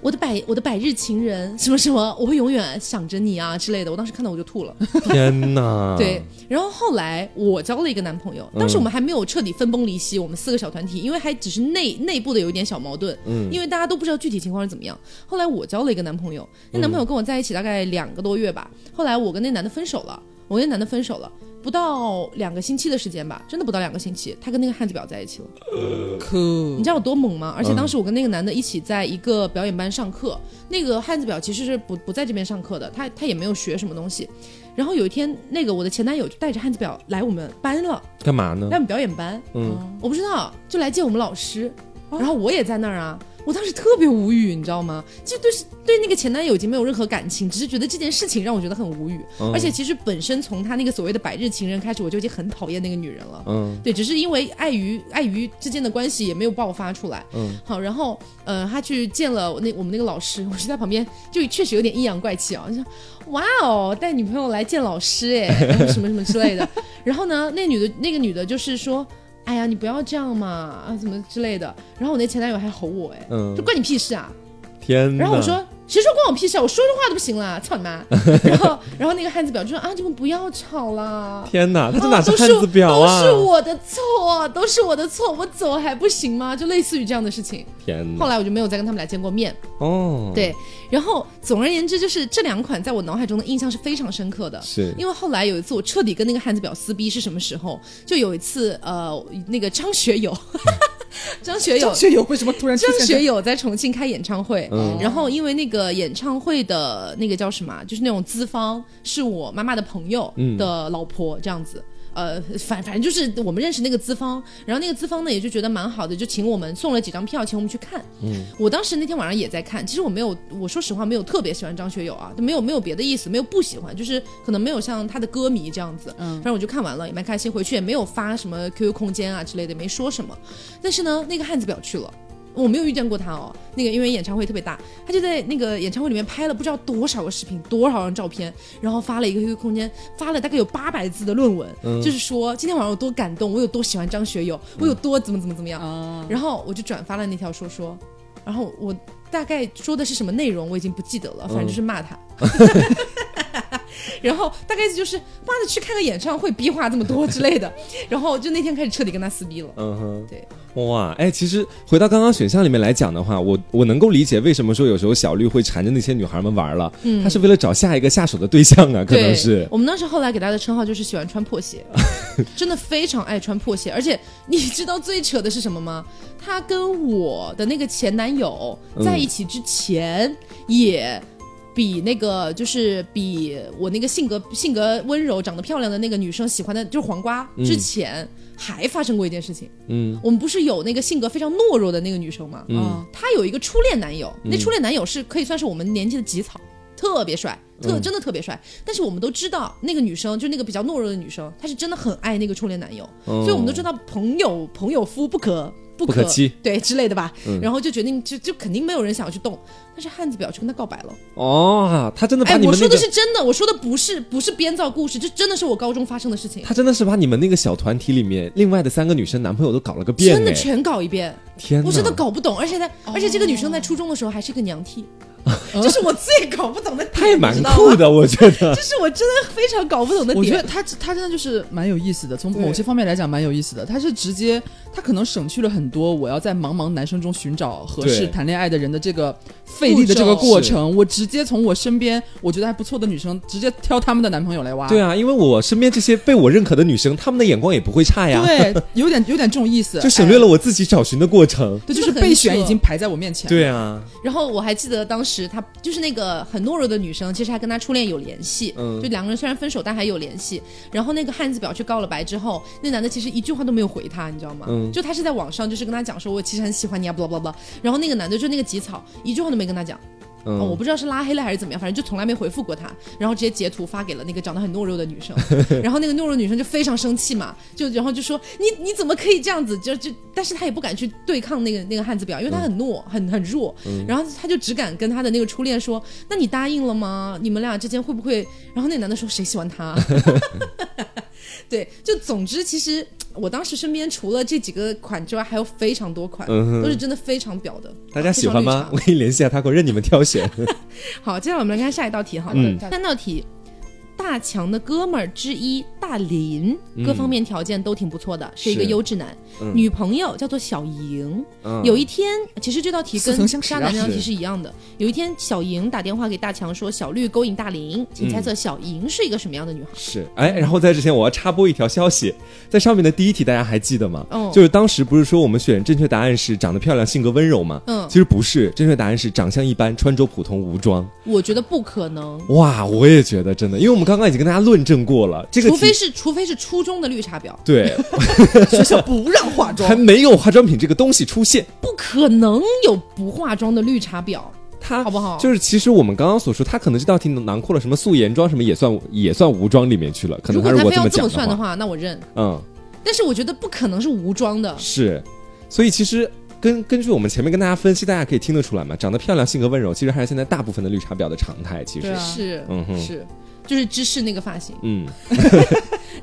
[SPEAKER 1] 我的百我的百日情人什么什么，我会永远想着你啊之类的。我当时看到我就吐了。
[SPEAKER 2] 天 哪，
[SPEAKER 1] 对，，啊然后后来我交了一个男朋友，当时
[SPEAKER 2] 嗯
[SPEAKER 1] 我们还没有彻底分崩离析，我们四个小团体，因为还只是内内部的有一点小矛盾，
[SPEAKER 2] 嗯
[SPEAKER 1] 因为大家都不知道具体情况是怎么样。后来我交了一个男朋友，那男朋友跟我在一起大概两个多月吧，后来我跟那男的分手了。我跟那男的分手了，不到两个星期的时间吧，真的不到两个星期，他跟那个汉子表在一起了。
[SPEAKER 3] 酷
[SPEAKER 1] 你知道我多猛吗？而且当时我跟那个男的一起在一个表演班上课，那个汉子表其实是不不在这边上课的，他他也没有学什么东西。然后有一天，那个我的前男友就带着汉子表来我们班了，
[SPEAKER 2] 干嘛呢
[SPEAKER 1] 来？我们表演班，
[SPEAKER 2] 嗯，
[SPEAKER 1] 我不知道，就来见我们老师，然后我也在那儿啊。我当时特别无语，你知道吗？就对对那个前男友已经没有任何感情，只是觉得这件事情让我觉得很无语。
[SPEAKER 2] 嗯
[SPEAKER 1] 而且其实本身从他那个所谓的百日情人开始，我就已经很讨厌那个女人了。
[SPEAKER 2] 嗯
[SPEAKER 1] 对，只是因为碍于碍于之间的关系也没有爆发出来。
[SPEAKER 2] 嗯，
[SPEAKER 1] 好，然后呃，他去见了我那我们那个老师，我是在旁边就确实有点阴阳怪气啊，就说哇哦，带女朋友来见老师哎，然后什么什么之类 的。然后呢，那女的那个女的就是说，哎呀，你不要这样嘛啊，怎么之类的。然后我那前男友还吼我哎，
[SPEAKER 2] 嗯
[SPEAKER 1] 就关你屁事啊！
[SPEAKER 2] 天哪！
[SPEAKER 1] 然后我说。谁说关我屁事啊！我说这话都不行了，操你 妈！然后，然后那个汉子表就说啊，你们不要吵啦。
[SPEAKER 2] 天哪，他这
[SPEAKER 1] 啊
[SPEAKER 2] 哪是
[SPEAKER 1] 都
[SPEAKER 2] 汉字表啊？
[SPEAKER 1] 都是我的错，都是我的错，我走还不行吗？就类似于这样的事情。
[SPEAKER 2] 天
[SPEAKER 1] 后
[SPEAKER 2] 哪！
[SPEAKER 1] 来我就没有再跟他们俩见过面。
[SPEAKER 2] 嗯哦，，
[SPEAKER 1] 对，然后总而言之，就是这两款在我脑海中的印象是非常深刻的。
[SPEAKER 2] 是
[SPEAKER 1] 因为后来有一次我彻底跟那个汉子表撕逼是什么时候？就有一次，呃，那个张学 友， 张学友
[SPEAKER 3] 张，学友为什么突然出
[SPEAKER 1] 张
[SPEAKER 3] 现在
[SPEAKER 1] 学友在重庆开演唱会，
[SPEAKER 2] 嗯
[SPEAKER 1] 然后因为那个演唱会的那个叫什么啊，就是那种资方是我妈妈的朋友的老婆、这样子。呃，反反正就是我们认识那个资方，然后那个资方呢也就觉得蛮好的，就请我们送了几张票，请我们去看。嗯，我当时那天晚上也在看，其实我没有，我说实话没有特别喜欢张学友啊，没有没有别的意思，没有不喜欢，就是可能没有像他的歌迷这样子。嗯，反正我就看完了，也蛮开心，回去也没有发什么 QQ 空间啊之类的，没说什么。但是呢，那个汉子表去了。我没有遇见过他哦，那个因为演唱会特别大，他就在那个演唱会里面拍了不知道多少个视频，多少张照片，然后发了一个 QQ 空间，发了大概有八百字的论文，就是说今天晚上有多感动，我有多喜欢张学友，我有多怎么怎么怎么样。
[SPEAKER 3] 啊？
[SPEAKER 1] 然后我就转发了那条说说，然后我大概说的是什么内容我已经不记得了，反正就是骂他。然后大概意思就是妈的去看个演唱会，逼话这么多之类的。然后就那天开始彻底跟他撕逼了。
[SPEAKER 2] 嗯哼，
[SPEAKER 1] 对，
[SPEAKER 2] 哇，哎，其实回到刚刚选项里面来讲的话，我我能够理解为什么说有时候小绿会缠着那些女孩们玩了，嗯，她是为了找下一个下手的对象啊，可
[SPEAKER 1] 对，
[SPEAKER 2] 能是，
[SPEAKER 1] 我们当时后来给他的称号就是喜欢穿破 鞋，真的非常爱穿破鞋。而且你知道最扯的是什么吗？他跟我的那个前男友在一起之
[SPEAKER 2] 嗯
[SPEAKER 1] 前，也比那个就是比我那个性格性格温柔、长得漂亮的那个女生喜欢的，就是黄瓜之前。还发生过一件事情，
[SPEAKER 2] 嗯
[SPEAKER 1] 我们不是有那个性格非常懦弱的那个女生吗？啊
[SPEAKER 3] 嗯，
[SPEAKER 1] 她有一个初恋男
[SPEAKER 2] 嗯
[SPEAKER 1] 友，那初恋男友是可以算是我们年纪的极草，特别帅，
[SPEAKER 2] 嗯
[SPEAKER 1] 特真的特别帅。但是我们都知道，那个女生就那个比较懦弱的女生，她是真的很爱那个初恋男友，
[SPEAKER 2] 哦
[SPEAKER 1] 所以我们都知道朋友朋友夫不可。不
[SPEAKER 2] 不可欺，嗯
[SPEAKER 1] 对之类的吧，然后就决定就就肯定没有人想要去动，但是汉子表就跟他告白了。
[SPEAKER 2] 哦，她真的把
[SPEAKER 1] 哎，
[SPEAKER 2] 你
[SPEAKER 1] 我
[SPEAKER 2] 们那
[SPEAKER 1] 说
[SPEAKER 2] 个
[SPEAKER 1] 的，是真的，我说的不是不是编造故事，这真的哎是我高中发生的事情，
[SPEAKER 2] 她真的是把你们那个小团体里面另外的三个女生男朋友都搞了个遍，
[SPEAKER 1] 真的
[SPEAKER 2] 哎
[SPEAKER 1] 全搞一遍。
[SPEAKER 2] 天哪，
[SPEAKER 1] 我真的 搞不懂，而且在而且这个女生在初中的时候还是个娘替，这是我最搞不懂的 点，
[SPEAKER 2] 她也
[SPEAKER 1] 你
[SPEAKER 2] 蛮
[SPEAKER 1] 知道吗
[SPEAKER 2] 酷，的，我觉得，
[SPEAKER 1] 这是我真的非常搞不懂的点。
[SPEAKER 3] 我觉得他他真的就是蛮有意思的，从某些方面来讲蛮有意思的。他是直接，他可能省去了很多我要在茫茫男生中寻找合适
[SPEAKER 2] 对
[SPEAKER 3] 谈恋爱的人的这个费力的这个过程。我直接从我身边我觉得还不错的女生，直接挑她们的男朋友来 挖。
[SPEAKER 2] 对啊，因为我身边这些被我认可的女生，她们的眼光也不会差呀，
[SPEAKER 3] 对，有点有点这种意思。
[SPEAKER 2] 就省略了我自己找寻的过程，
[SPEAKER 3] 对，
[SPEAKER 1] 这
[SPEAKER 3] 就是
[SPEAKER 1] 个很
[SPEAKER 3] 备选
[SPEAKER 1] 扯
[SPEAKER 3] 已经排在我面前。，
[SPEAKER 2] 对啊，
[SPEAKER 1] 然后我还记得当时她就是那个很懦弱的女生，其实还跟她初恋有联系，
[SPEAKER 2] 嗯
[SPEAKER 1] 就两个人虽然分手，但还有联系。然后那个汉子表去告了白之后，那男的其实一句话都没有回她，你知道吗？
[SPEAKER 2] 嗯
[SPEAKER 1] 就他是在网上就是跟她讲说，我其实很喜欢你啊，blah blah blah。然后那个男的就那个吉草，一句话都没跟她讲。
[SPEAKER 2] 嗯，
[SPEAKER 1] 哦，我不知道是拉黑了还是怎么样，反正就从来没回复过他，然后直接截图发给了那个长得很懦弱的女 生，然后那个懦弱女生就非常生气嘛，就然后就说你你怎么可以这样子，就就，但是她也不敢去对抗那个那个汉子表，因为她很懦、很很弱，
[SPEAKER 2] 嗯
[SPEAKER 1] 然后她就只敢跟她的那个初恋说，那你答应了吗？你们俩之间会不会？然后那男的说谁喜欢他？ 对，就总之其实。我当时身边除了这几个款之外，还有非常多款，
[SPEAKER 2] 嗯哼
[SPEAKER 1] 都是真的非常表的。
[SPEAKER 2] 大家喜
[SPEAKER 1] 非常
[SPEAKER 2] 欢
[SPEAKER 1] 绿
[SPEAKER 2] 吗
[SPEAKER 1] 茶？
[SPEAKER 2] 我可以联系一下他，我任你们挑选。
[SPEAKER 1] 好，接下来我们来看下一道题哈。
[SPEAKER 2] 嗯
[SPEAKER 1] 三道题，大强的哥们儿之一大林，各方面条件都挺不错的，是一个
[SPEAKER 2] 嗯是
[SPEAKER 1] 优质男。
[SPEAKER 2] 嗯
[SPEAKER 1] 女朋友叫做小莹，
[SPEAKER 2] 嗯
[SPEAKER 1] 有一天，其实这道题跟
[SPEAKER 3] 似曾相识
[SPEAKER 1] 渣
[SPEAKER 3] 啊
[SPEAKER 1] 男那道题
[SPEAKER 2] 是
[SPEAKER 1] 是一样的。有一天，小莹打电话给大强说，小绿勾引大林，请猜
[SPEAKER 2] 嗯
[SPEAKER 1] 测小莹是一个什么样的女孩？
[SPEAKER 2] 是，哎，然后在之前我要插播一条消息，在上面的第一题大家还记得吗？
[SPEAKER 1] 哦
[SPEAKER 2] 就是当时不是说我们选正确答案是长得漂亮、性格温柔吗？
[SPEAKER 1] 嗯
[SPEAKER 2] 其实不是，正确答案是长相一般、穿着普通、无装。
[SPEAKER 1] 我觉得不可能，
[SPEAKER 2] 哇，我也觉得真的，因为我们刚刚已经跟大家论证过了，这个
[SPEAKER 1] 除
[SPEAKER 2] 题
[SPEAKER 1] 非是除非是初中的绿茶婊，
[SPEAKER 2] 对
[SPEAKER 3] 学校不让化妆
[SPEAKER 2] 还，没有化妆品这个东西出现。
[SPEAKER 1] 不可能有不化妆的绿茶婊，
[SPEAKER 2] 它
[SPEAKER 1] 好不好？
[SPEAKER 2] 就是其实我们刚刚所说，它可能这道题囊括了什么素颜妆，什么也算也算无妆里面去了。可
[SPEAKER 1] 如
[SPEAKER 2] 能
[SPEAKER 1] 果
[SPEAKER 2] 它如
[SPEAKER 1] 他
[SPEAKER 2] 果
[SPEAKER 1] 非
[SPEAKER 2] 这
[SPEAKER 1] 要
[SPEAKER 2] 么
[SPEAKER 1] 这
[SPEAKER 2] 讲
[SPEAKER 1] 么算的
[SPEAKER 2] 的，
[SPEAKER 1] 话，那我认。
[SPEAKER 2] 嗯，
[SPEAKER 1] 但是我觉得不可能是无妆的，
[SPEAKER 2] 是，所以其实根根据我们前面跟大家分析，大家可以听得出来嘛，长得漂亮、性格温柔，其实还是现在大部分的绿茶婊的常态。其实，
[SPEAKER 3] 对啊
[SPEAKER 1] 是、
[SPEAKER 2] 嗯哼
[SPEAKER 1] 是，就是芝士那个发型，
[SPEAKER 2] 嗯，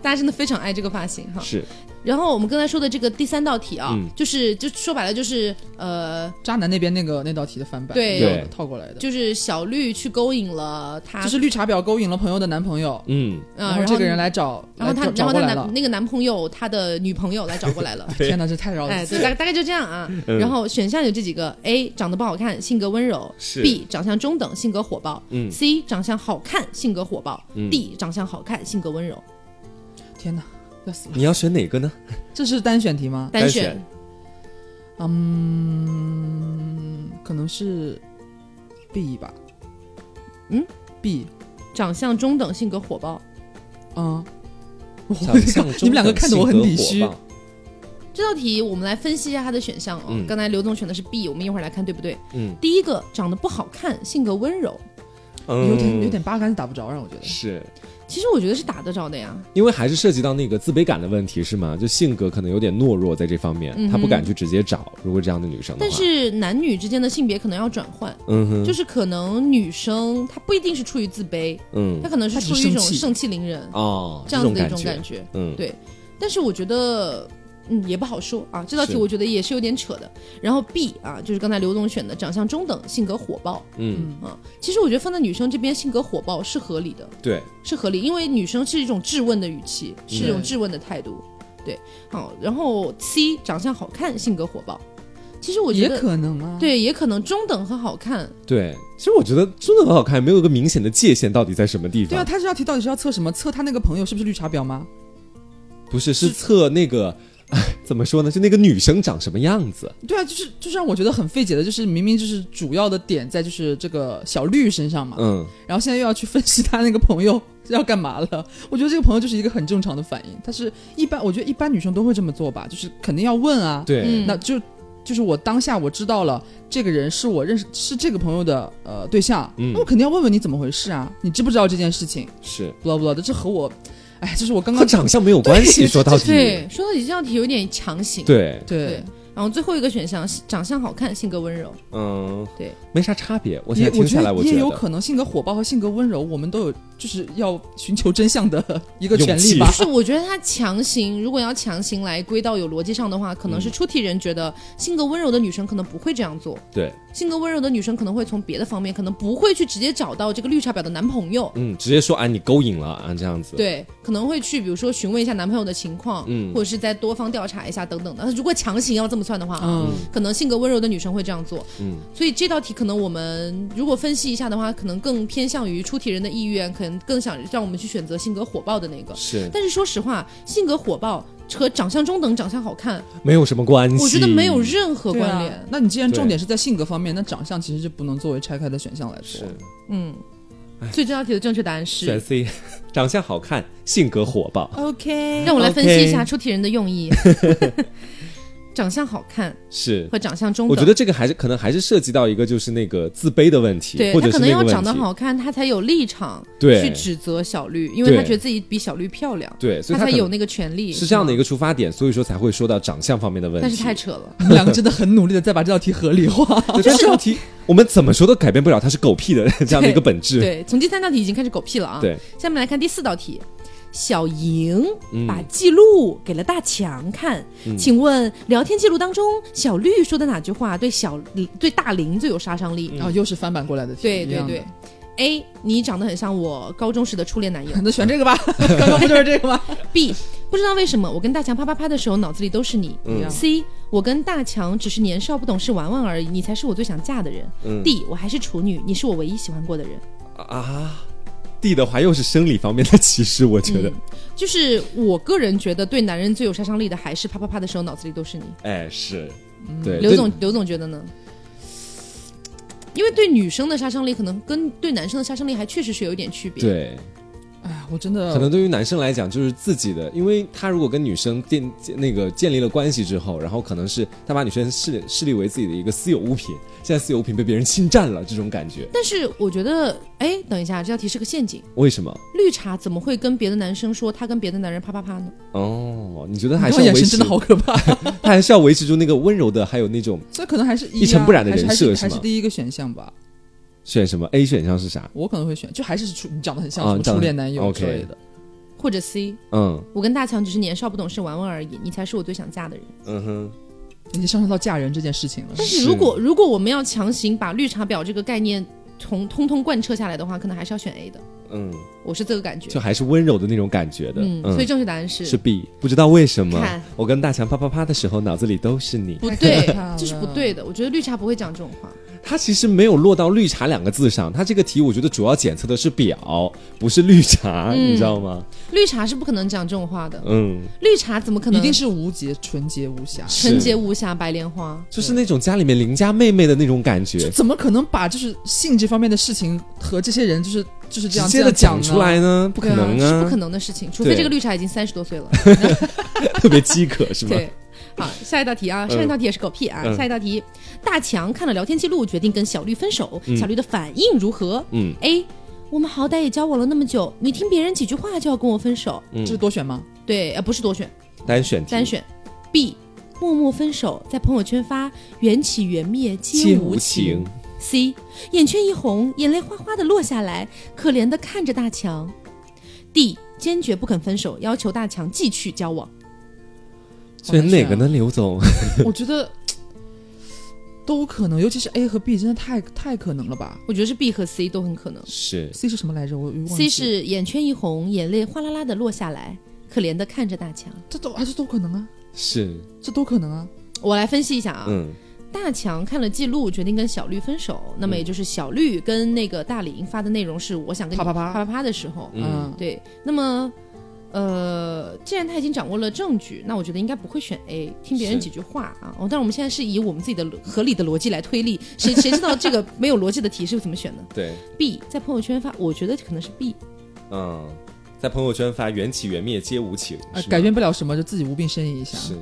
[SPEAKER 1] 大家真的非常爱这个发型哈。
[SPEAKER 2] 是，
[SPEAKER 1] 然后我们刚才说的这个第三道题啊，
[SPEAKER 2] 嗯
[SPEAKER 1] 就是就说白了就是呃，
[SPEAKER 3] 渣男那边那个那道题的翻版，
[SPEAKER 1] 对
[SPEAKER 2] 对
[SPEAKER 3] 套过来的，
[SPEAKER 1] 就是小绿去勾引了他，
[SPEAKER 3] 就是绿茶婊勾引了朋友的男朋友，
[SPEAKER 2] 嗯，
[SPEAKER 1] 啊，
[SPEAKER 3] 后
[SPEAKER 1] 然
[SPEAKER 3] 这个人
[SPEAKER 1] 来，
[SPEAKER 3] 来找，
[SPEAKER 1] 然后
[SPEAKER 3] 来
[SPEAKER 1] 他然后
[SPEAKER 3] 找找
[SPEAKER 1] 他
[SPEAKER 3] 过来
[SPEAKER 1] 男
[SPEAKER 3] 了。。
[SPEAKER 1] 那个男朋友他的女朋友来找过来了
[SPEAKER 3] 天哪，这太绕
[SPEAKER 1] 哎，
[SPEAKER 3] 了。
[SPEAKER 1] 对，大概大概就这样啊。
[SPEAKER 2] 嗯
[SPEAKER 1] 然后选项有这几个：A 长得不好看，性格温柔
[SPEAKER 2] 是
[SPEAKER 1] ；B 长相中等，性格火爆、
[SPEAKER 2] 嗯
[SPEAKER 1] c 长相好看，性格火爆、
[SPEAKER 2] 嗯
[SPEAKER 1] d 长相好看，性格温柔。
[SPEAKER 3] 天哪，要死了！
[SPEAKER 2] 你要选哪个呢？
[SPEAKER 3] 这是单选题吗？
[SPEAKER 1] 单
[SPEAKER 2] 单
[SPEAKER 1] 选
[SPEAKER 2] 选
[SPEAKER 3] 嗯，可能是 B 吧。
[SPEAKER 1] 嗯
[SPEAKER 3] ，B，
[SPEAKER 1] 长相中等，性格火爆。
[SPEAKER 3] 嗯，我
[SPEAKER 2] 长相中等
[SPEAKER 3] 你们两个看得我很底
[SPEAKER 2] 性
[SPEAKER 3] 虚
[SPEAKER 2] 格火爆
[SPEAKER 1] 这道题我们来分析一下它的选项哦。
[SPEAKER 2] 嗯
[SPEAKER 1] 刚才刘总选的是 B，我们一会儿来看对不对。
[SPEAKER 2] 嗯
[SPEAKER 1] 第一个长得不好看，性格温柔，
[SPEAKER 2] 嗯，
[SPEAKER 3] 有点有点八竿子打不着，让我觉得。
[SPEAKER 2] 是。
[SPEAKER 1] 其实我觉得是打得着的呀。
[SPEAKER 2] 因为还是涉及到那个自卑感的问题，是吗？就性格可能有点懦弱，在这方面，
[SPEAKER 1] 嗯哼
[SPEAKER 2] 她不敢去直接找。如果这样的女生的
[SPEAKER 1] 但
[SPEAKER 2] 话，，
[SPEAKER 1] 是男女之间的性别可能要转换，
[SPEAKER 2] 嗯哼，
[SPEAKER 1] 就是可能女生她不一定是出于自卑，
[SPEAKER 2] 嗯
[SPEAKER 1] 她，可能是
[SPEAKER 3] 她只
[SPEAKER 1] 出于一种
[SPEAKER 3] 生气
[SPEAKER 1] 盛气凌人
[SPEAKER 2] 哦，
[SPEAKER 1] 这样子的一
[SPEAKER 2] 种
[SPEAKER 1] 种
[SPEAKER 2] 感
[SPEAKER 1] 感
[SPEAKER 2] 觉，
[SPEAKER 1] 觉。
[SPEAKER 2] 嗯，
[SPEAKER 1] 对但是我觉得，嗯，也不好说啊。这道题
[SPEAKER 2] 是
[SPEAKER 1] 我觉得也是有点扯的。然后 B 啊，就是刚才刘总选的，长相中等，性格火爆
[SPEAKER 2] 嗯，
[SPEAKER 1] 啊。其实我觉得放在女生这边，性格火爆是合理的，
[SPEAKER 2] 对，
[SPEAKER 1] 是合理，因为女生是一种质问的语气，是一种质问的态度。对，好，然后 C 长相好看，性格火爆。其实我觉
[SPEAKER 3] 也
[SPEAKER 1] 得。
[SPEAKER 3] 可能啊。，
[SPEAKER 1] 对，也可能中等和好看，
[SPEAKER 2] 对，其实我觉得真的很好看，没有一个明显的界限到底在什么地
[SPEAKER 3] 对
[SPEAKER 2] 方
[SPEAKER 3] 啊，。他这道题到底是要测什么？测他那个朋友是不是绿茶婊吗？
[SPEAKER 2] 不是，是测那个， 唉怎么说呢？就那个女生长什么样子？
[SPEAKER 3] 对啊，就是就是让我觉得很费解的，就是明明就是主要的点在就是这个小绿身
[SPEAKER 1] 啊
[SPEAKER 3] 上嘛，
[SPEAKER 2] 嗯，
[SPEAKER 3] 然后现在又要去分析他那个朋友 要干嘛了。我觉得这个朋友就是一个很正常的反应，但是一般我觉得一般女生都会这么做吧，就是肯定要问啊。，
[SPEAKER 2] 对，
[SPEAKER 1] 嗯
[SPEAKER 3] 那就就是我当下我知道了这个人是我认识是这个朋友的呃对象，
[SPEAKER 2] 嗯
[SPEAKER 3] 那我肯定要问问你怎么回事啊，你知不知道这件事情
[SPEAKER 2] 是
[SPEAKER 3] ？blah blah 的，这和我，哎，这是我刚
[SPEAKER 2] 和
[SPEAKER 3] 刚
[SPEAKER 2] 长相没有关系，说到底，
[SPEAKER 1] 对，说到底这道题有点强行。
[SPEAKER 2] 对，
[SPEAKER 1] 对
[SPEAKER 3] 对。
[SPEAKER 1] 然后最后一个选项，长相好看，性格温 柔。
[SPEAKER 2] 嗯，
[SPEAKER 1] 对，
[SPEAKER 2] 没啥差别。我现
[SPEAKER 3] 也
[SPEAKER 2] 在听下来，
[SPEAKER 3] 我
[SPEAKER 2] 我
[SPEAKER 3] 得
[SPEAKER 2] 觉
[SPEAKER 3] 也有
[SPEAKER 2] 得，
[SPEAKER 3] 可能性格火爆和性格温柔，我们都有就是要寻求真相的 一个权
[SPEAKER 2] 勇气
[SPEAKER 3] 利吧
[SPEAKER 1] 就。是我觉得他强行，如果要强行来归到有逻辑上的话，可能是出题人觉得性格温柔的女生可能不会这样做，
[SPEAKER 2] 对，
[SPEAKER 1] 性格温柔的女生可能会从别的方面，可能不会去直接找到这个绿茶婊的男朋友，
[SPEAKER 2] 嗯，直接说啊，你勾引了啊，这样子，，
[SPEAKER 1] 对，可能会去比如说询问一下男朋友的情况，
[SPEAKER 2] 嗯
[SPEAKER 1] 或者是再多方调查一下等等的。如果强行要这么算的话，啊，
[SPEAKER 3] 嗯，
[SPEAKER 1] 可能性格温柔的女生会这样做，
[SPEAKER 2] 嗯，
[SPEAKER 1] 所以这道题可能我们如果分析一下的话，可能更偏向于出题人的意愿，可能更想让我们去选择性格火爆的那个。
[SPEAKER 2] 是
[SPEAKER 1] 但是说实话，性格火爆和长相中等、长相好看，
[SPEAKER 2] 没有什么关系。
[SPEAKER 1] 我觉得没有任何
[SPEAKER 3] 对啊
[SPEAKER 1] 关联。
[SPEAKER 3] 那你既然
[SPEAKER 2] 对
[SPEAKER 3] 重点是在性格方面，那长相其实就不能作为拆开的选项来说
[SPEAKER 2] 是。
[SPEAKER 1] 嗯，所以这道题的正确答案
[SPEAKER 2] 哎选
[SPEAKER 1] 是。
[SPEAKER 2] C，长 相好看，性格火爆，
[SPEAKER 1] 啊
[SPEAKER 3] OK，
[SPEAKER 1] 让我来分析一下
[SPEAKER 2] OK
[SPEAKER 1] 出题人的用 意。长相好看
[SPEAKER 2] 是。
[SPEAKER 1] 和长相中等，
[SPEAKER 2] 我觉得这个还是可能还是涉及到一个就是那个自卑的问题，
[SPEAKER 1] 对
[SPEAKER 2] 或
[SPEAKER 1] 他
[SPEAKER 2] 者是
[SPEAKER 1] 可能
[SPEAKER 2] 那
[SPEAKER 1] 要
[SPEAKER 2] 个
[SPEAKER 1] 长
[SPEAKER 2] 问
[SPEAKER 1] 得
[SPEAKER 2] 题，
[SPEAKER 1] 好看，他才有立场
[SPEAKER 2] 对
[SPEAKER 1] 去指责小绿，因为他
[SPEAKER 2] 对
[SPEAKER 1] 觉得自己比小绿漂亮，
[SPEAKER 2] 对，所以
[SPEAKER 1] 才
[SPEAKER 2] 可能
[SPEAKER 1] 有那个权利。
[SPEAKER 2] 是这样的一
[SPEAKER 1] 个，
[SPEAKER 2] 个出发点，所以说才会说到长相方面的问题。
[SPEAKER 1] 但是太扯了。
[SPEAKER 3] 你们两个真的很努力的在把这道题合理化。
[SPEAKER 2] 对但这 道题我们怎么说都改变不了，它是狗屁的 这样的一个本质。
[SPEAKER 1] 对，从第三道题已经开始狗屁了啊。
[SPEAKER 2] 对，
[SPEAKER 1] 下面来看第四道题。小莹
[SPEAKER 2] 嗯
[SPEAKER 1] 把记录给了大强看，请问聊天记录当中，小绿说的哪句话对小对大林最有杀伤力？
[SPEAKER 2] 嗯
[SPEAKER 3] 哦
[SPEAKER 1] 哦
[SPEAKER 3] 然后又是翻版过来的题，
[SPEAKER 1] 对
[SPEAKER 3] 一
[SPEAKER 1] 对
[SPEAKER 3] 样的
[SPEAKER 1] 对。 A，你长得很像我高中时的初恋男友。
[SPEAKER 3] 那选这个吧， 刚刚不就是这个吗？
[SPEAKER 1] B，不知道为什么我跟大强啪啪啪的时候脑子里都是你。
[SPEAKER 2] 嗯
[SPEAKER 3] 一样
[SPEAKER 1] C，我跟大强只是年少不懂事玩玩而已，你才是我最想嫁的人。
[SPEAKER 2] 嗯
[SPEAKER 1] D，我还是处女，你是我唯一喜欢过的人。
[SPEAKER 2] 啊。D 的话又是生理方面的歧视，我觉
[SPEAKER 1] 嗯
[SPEAKER 2] 得，
[SPEAKER 1] 就是我个人觉得对男人最有杀伤力的还是啪啪啪的时候脑子里都是你。
[SPEAKER 2] 哎，是，对，
[SPEAKER 1] 刘
[SPEAKER 2] 对
[SPEAKER 1] 总，刘总觉得呢？因为对女生的杀伤力可能跟对男生的杀伤力还确实是有一点区别。，
[SPEAKER 2] 对，
[SPEAKER 3] 哎呀，我真的
[SPEAKER 2] 可能对于男生来讲，就是自己的，因为他如果跟女生建建那个建立了关系之后，然后可能是他把女生视视立为自己的一个私有物品，现在私有物品被别人侵占了，这种感觉，
[SPEAKER 1] 但是我觉得，哎，等一下，这道题是个陷阱。
[SPEAKER 2] 为什么？
[SPEAKER 1] 绿茶怎么会跟别的男生说他跟别的男人啪啪啪呢？
[SPEAKER 2] 哦，你觉得还
[SPEAKER 3] 你
[SPEAKER 2] 是
[SPEAKER 3] 看
[SPEAKER 2] 要
[SPEAKER 3] 眼
[SPEAKER 2] 维
[SPEAKER 3] 神
[SPEAKER 2] 持
[SPEAKER 3] 真的，好可怕，
[SPEAKER 2] 他还是要维持住那个温柔的，还有那种
[SPEAKER 3] 所以可能还是一啊
[SPEAKER 2] 一尘不染的人设
[SPEAKER 3] 还是还
[SPEAKER 2] 是
[SPEAKER 3] 是
[SPEAKER 2] 吗
[SPEAKER 3] 还是第一个选项吧。
[SPEAKER 2] 选什么 A 选项是啥？
[SPEAKER 3] 我可能会选，就还是初你长得很像
[SPEAKER 2] 啊
[SPEAKER 3] 什么
[SPEAKER 2] 长得
[SPEAKER 3] 初恋男友
[SPEAKER 2] OK
[SPEAKER 3] 之类的。
[SPEAKER 1] 或者 C，
[SPEAKER 2] 嗯
[SPEAKER 1] 我跟大强只是年少不懂事玩玩而已，你才是我最想嫁的人。
[SPEAKER 2] 嗯哼，
[SPEAKER 3] 已经上升到嫁人这件事情了。
[SPEAKER 1] 但是
[SPEAKER 2] 是
[SPEAKER 1] 如果如果我们要强行把绿茶婊这个概念从通通贯彻下来的话，可能还是要选 A 的。
[SPEAKER 2] 嗯，
[SPEAKER 1] 我是这个感觉
[SPEAKER 2] 就。还是温柔的那种感觉的，
[SPEAKER 1] 嗯，所以正确答案是
[SPEAKER 2] 是 B，不知道为什么
[SPEAKER 1] 看，
[SPEAKER 2] 我跟大强啪啪啪的时候，脑子里都是你。
[SPEAKER 1] 不对
[SPEAKER 3] 太可怕，了
[SPEAKER 1] 这是不对的。我觉得绿茶不会讲这种话。
[SPEAKER 2] 他其实没有落到“绿茶”两个字上，他这个题我觉得主要检测的是表，不是绿茶，
[SPEAKER 1] 嗯
[SPEAKER 2] 你知道吗？
[SPEAKER 1] 绿茶是不可能讲这种话的，
[SPEAKER 2] 嗯，
[SPEAKER 1] 绿茶怎么可能？
[SPEAKER 3] 一定是无洁、纯洁无瑕，
[SPEAKER 1] 纯洁
[SPEAKER 2] 是
[SPEAKER 1] 无瑕白莲花。
[SPEAKER 2] 就是那种家里面邻家妹妹的那种感
[SPEAKER 3] 就
[SPEAKER 2] 觉，
[SPEAKER 3] 怎么可能把就是性这方面的事情和这些人就是就是这
[SPEAKER 2] 直
[SPEAKER 3] 样
[SPEAKER 2] 接的
[SPEAKER 3] 这样
[SPEAKER 2] 讲
[SPEAKER 3] 呢
[SPEAKER 2] 出来呢，不可
[SPEAKER 1] 对啊，
[SPEAKER 2] 能
[SPEAKER 1] 这是不
[SPEAKER 2] 啊，
[SPEAKER 1] 可能的事情，除
[SPEAKER 2] 对
[SPEAKER 1] 非这个绿茶已经三十多岁了。
[SPEAKER 2] 特别饥渴是吗？
[SPEAKER 1] 对，好，下一道题啊，
[SPEAKER 2] 嗯
[SPEAKER 1] 上一道题也是狗屁啊，
[SPEAKER 2] 嗯
[SPEAKER 1] 下一道题，大强看了聊天记录，决定跟小绿分手，小绿的反应如何、
[SPEAKER 2] 嗯，
[SPEAKER 1] a 我们好歹也交往了那么久，你听别人几句话就要跟我分手？
[SPEAKER 2] 嗯
[SPEAKER 3] 这是多选吗？
[SPEAKER 1] 对，呃，不是多选，
[SPEAKER 2] 单选题
[SPEAKER 1] 单选。B，默默分手，在朋友圈发缘起缘灭皆无情。C，眼圈一红，眼泪哗哗的落下来，可怜的看着大强。D，坚决不肯分手，要求大强继续交往。
[SPEAKER 2] 选哪个
[SPEAKER 3] 好难
[SPEAKER 2] 呢，刘总？
[SPEAKER 3] 选啊？我觉得都可能，尤其是 A 和 B 真的太太可能了吧
[SPEAKER 1] 我觉得是 B 和 C 都很可能。
[SPEAKER 2] 是
[SPEAKER 3] ？C 是什么来着？我我忘记
[SPEAKER 1] C 是眼圈一红，眼泪哗啦啦的落下来，可怜的看着大强。
[SPEAKER 3] 这都还是都可能啊，
[SPEAKER 2] 是，
[SPEAKER 3] 这都可能啊。
[SPEAKER 1] 我来分析一下啊，
[SPEAKER 2] 嗯
[SPEAKER 1] 大强看了记录，决定跟小绿分手。那么也就是小绿跟那个大林发的内容是我想跟你
[SPEAKER 3] 啪啪啪
[SPEAKER 1] 啪啪啪的时候，
[SPEAKER 2] 嗯，
[SPEAKER 1] 对。那么，呃，既然他已经掌握了证据，那我觉得应该不会选 A，听别人
[SPEAKER 2] 是
[SPEAKER 1] 几句话啊。哦，但是我们现在是以我们自己的逻合理的逻辑来推理，谁谁知道这个没有逻辑的题是怎么选的
[SPEAKER 2] 对，
[SPEAKER 1] ？B 在朋友圈发，我觉得可能是 B。
[SPEAKER 2] 嗯，在朋友圈发“缘起缘灭皆无情”，
[SPEAKER 3] 呃
[SPEAKER 2] 是吗
[SPEAKER 3] 改变不了什么，就自己无病呻吟一下。
[SPEAKER 2] 是，啊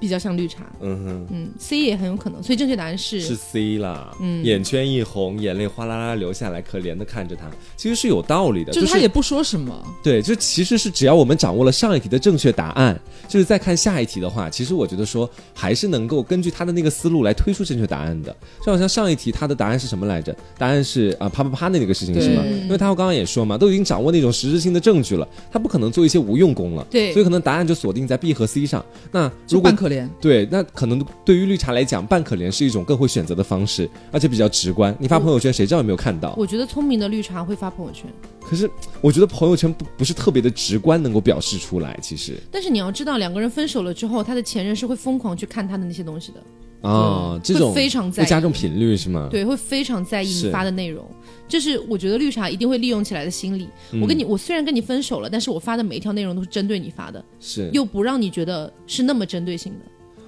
[SPEAKER 1] 比较像绿茶。
[SPEAKER 2] 嗯哼，
[SPEAKER 1] 嗯，C 也很有可能，所以正确答案是嗯
[SPEAKER 2] 是 C 啦，
[SPEAKER 3] 嗯
[SPEAKER 2] 眼圈一红，眼泪哗啦啦流下来，可怜的看着他，其实是有道理的，
[SPEAKER 3] 就是
[SPEAKER 2] 是
[SPEAKER 3] 他也不说什么，
[SPEAKER 2] 对，就其实是只要我们掌握了上一题的正确答案，就是再看下一题的话，其实我觉得说还是能够根据他的那个思路来推出正确答案的。就好像上一题他的答案是什么来着？答案是啊啪啪啪的那个事情是吗？
[SPEAKER 1] 对
[SPEAKER 2] 因为他刚刚也说嘛，都已经掌握那种实质性的证据了，他不可能做一些无用功了。
[SPEAKER 1] 对
[SPEAKER 2] 所以可能答案就锁定在 B 和 C 上。那
[SPEAKER 3] 就
[SPEAKER 2] 如果
[SPEAKER 3] 扮可怜。
[SPEAKER 2] 对，那可能对于绿茶来讲，扮可怜是一种更会选择的方式，而且比较直观。你发朋友圈，谁知道有没有看到？
[SPEAKER 1] 我觉得聪明的绿茶会发朋友圈，
[SPEAKER 2] 可是我觉得朋友圈不不是特别的直观，能够表示出来。其实
[SPEAKER 1] 但是你要知道，两个人分手了之后，他的前任是会疯狂去看他的那些东西的，
[SPEAKER 2] 啊，这种
[SPEAKER 1] 嗯会非常在
[SPEAKER 2] 会
[SPEAKER 1] 意
[SPEAKER 2] 加重频率是吗？，
[SPEAKER 1] 对，会非常在意
[SPEAKER 2] 是
[SPEAKER 1] 你发的内容。这是我觉得绿茶一定会利用起来的心理。
[SPEAKER 2] 嗯
[SPEAKER 1] 我跟你，我虽然跟你分手了，但是我发的每一条内容都是针对你发的，
[SPEAKER 2] 是
[SPEAKER 1] 又不让你觉得是那么针对性的。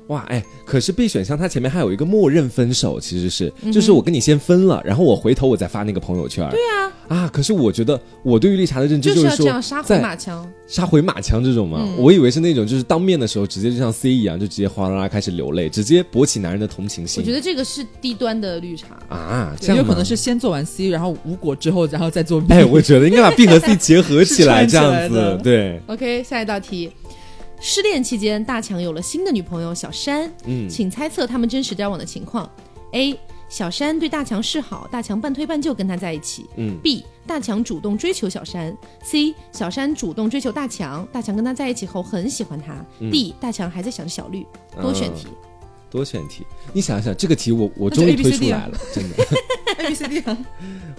[SPEAKER 2] 哇哎，可是 B 选项它前面还有一个默认分手，其实是
[SPEAKER 1] 嗯
[SPEAKER 2] 就是我跟你先分了，然后我回头我再发那个朋友圈。对啊，啊，可是我觉得我对于绿茶的认知
[SPEAKER 1] 就是
[SPEAKER 2] 是
[SPEAKER 1] 要这样嗯
[SPEAKER 2] 说，
[SPEAKER 1] 杀回
[SPEAKER 2] 在
[SPEAKER 1] 马枪。
[SPEAKER 2] 杀回马枪这种嘛，我以为是那种就是当面的时候直接就像 C 一样，就直接哗啦啦开始流泪，直接勃起男人的同情
[SPEAKER 1] 我
[SPEAKER 2] 心。
[SPEAKER 1] 觉得这个是低端的绿茶。
[SPEAKER 2] 啊，这
[SPEAKER 3] 也
[SPEAKER 2] 样
[SPEAKER 3] 有
[SPEAKER 2] 吗
[SPEAKER 3] 可能是。先做完 C，然后无果之后，然后再做 B。
[SPEAKER 2] 哎，我觉得应该把 B 和 C 结合起 来，这
[SPEAKER 3] 是串起
[SPEAKER 2] 样
[SPEAKER 3] 来的
[SPEAKER 2] 子对，
[SPEAKER 1] OK，下一道题。失恋期间，大强有了新的女朋友小山，
[SPEAKER 2] 嗯
[SPEAKER 1] 请猜测他们真实交往的情况。A. 小山对大强示好，大强半推半就跟他在一起。
[SPEAKER 2] 嗯
[SPEAKER 1] B. 大强主动追求小山。C. 小山主动追求大强，大强跟他在一起后很喜欢他。D. 大强还在想着小绿。多选题，
[SPEAKER 2] 嗯多选题，你想想这个题我，我
[SPEAKER 3] 那就
[SPEAKER 2] 终于
[SPEAKER 3] A B
[SPEAKER 2] 推
[SPEAKER 3] C
[SPEAKER 2] 出
[SPEAKER 3] D
[SPEAKER 2] 来
[SPEAKER 3] 啊
[SPEAKER 2] 了，真的，
[SPEAKER 3] A B C D 啊，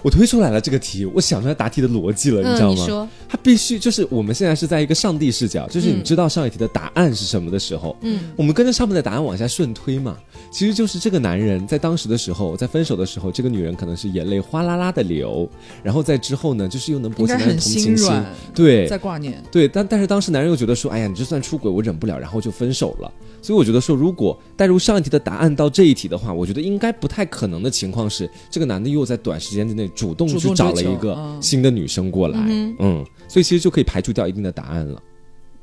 [SPEAKER 2] 我推出来了这个题，我想出来答题的逻辑了，你知
[SPEAKER 1] 嗯，
[SPEAKER 2] 道
[SPEAKER 1] 你
[SPEAKER 2] 吗？
[SPEAKER 1] 说，
[SPEAKER 2] 它必须就是我们现在是在一个上帝视角，就是你
[SPEAKER 1] 嗯
[SPEAKER 2] 知道上一题的答案是什么的时候，
[SPEAKER 1] 嗯
[SPEAKER 2] 我们跟着上面的答案往下顺推嘛，其实就是这个男人在当时的时候，在分手的时候，这个女人可能是眼泪哗啦啦的流，然后在之后呢，就是又能
[SPEAKER 3] 应
[SPEAKER 2] 博起
[SPEAKER 3] 该
[SPEAKER 2] 男人
[SPEAKER 3] 很
[SPEAKER 2] 同情
[SPEAKER 3] 心
[SPEAKER 2] 心，哎
[SPEAKER 3] 软，
[SPEAKER 2] 对
[SPEAKER 3] 在挂念。
[SPEAKER 2] 对，但但是当时男人又觉得说，哎呀，你就算出轨，我忍不了，然后就分手了。所以我觉得说，如果带入上一题的答案到这一题的话，我觉得应该不太可能的情况是，这个男的又在短时间之内主动
[SPEAKER 3] 主
[SPEAKER 2] 去
[SPEAKER 3] 动
[SPEAKER 2] 找了
[SPEAKER 3] 追求
[SPEAKER 2] 一个
[SPEAKER 3] 嗯
[SPEAKER 2] 新的女生过来，
[SPEAKER 1] 嗯
[SPEAKER 2] 嗯所以其实就可以排除掉一定的答案了。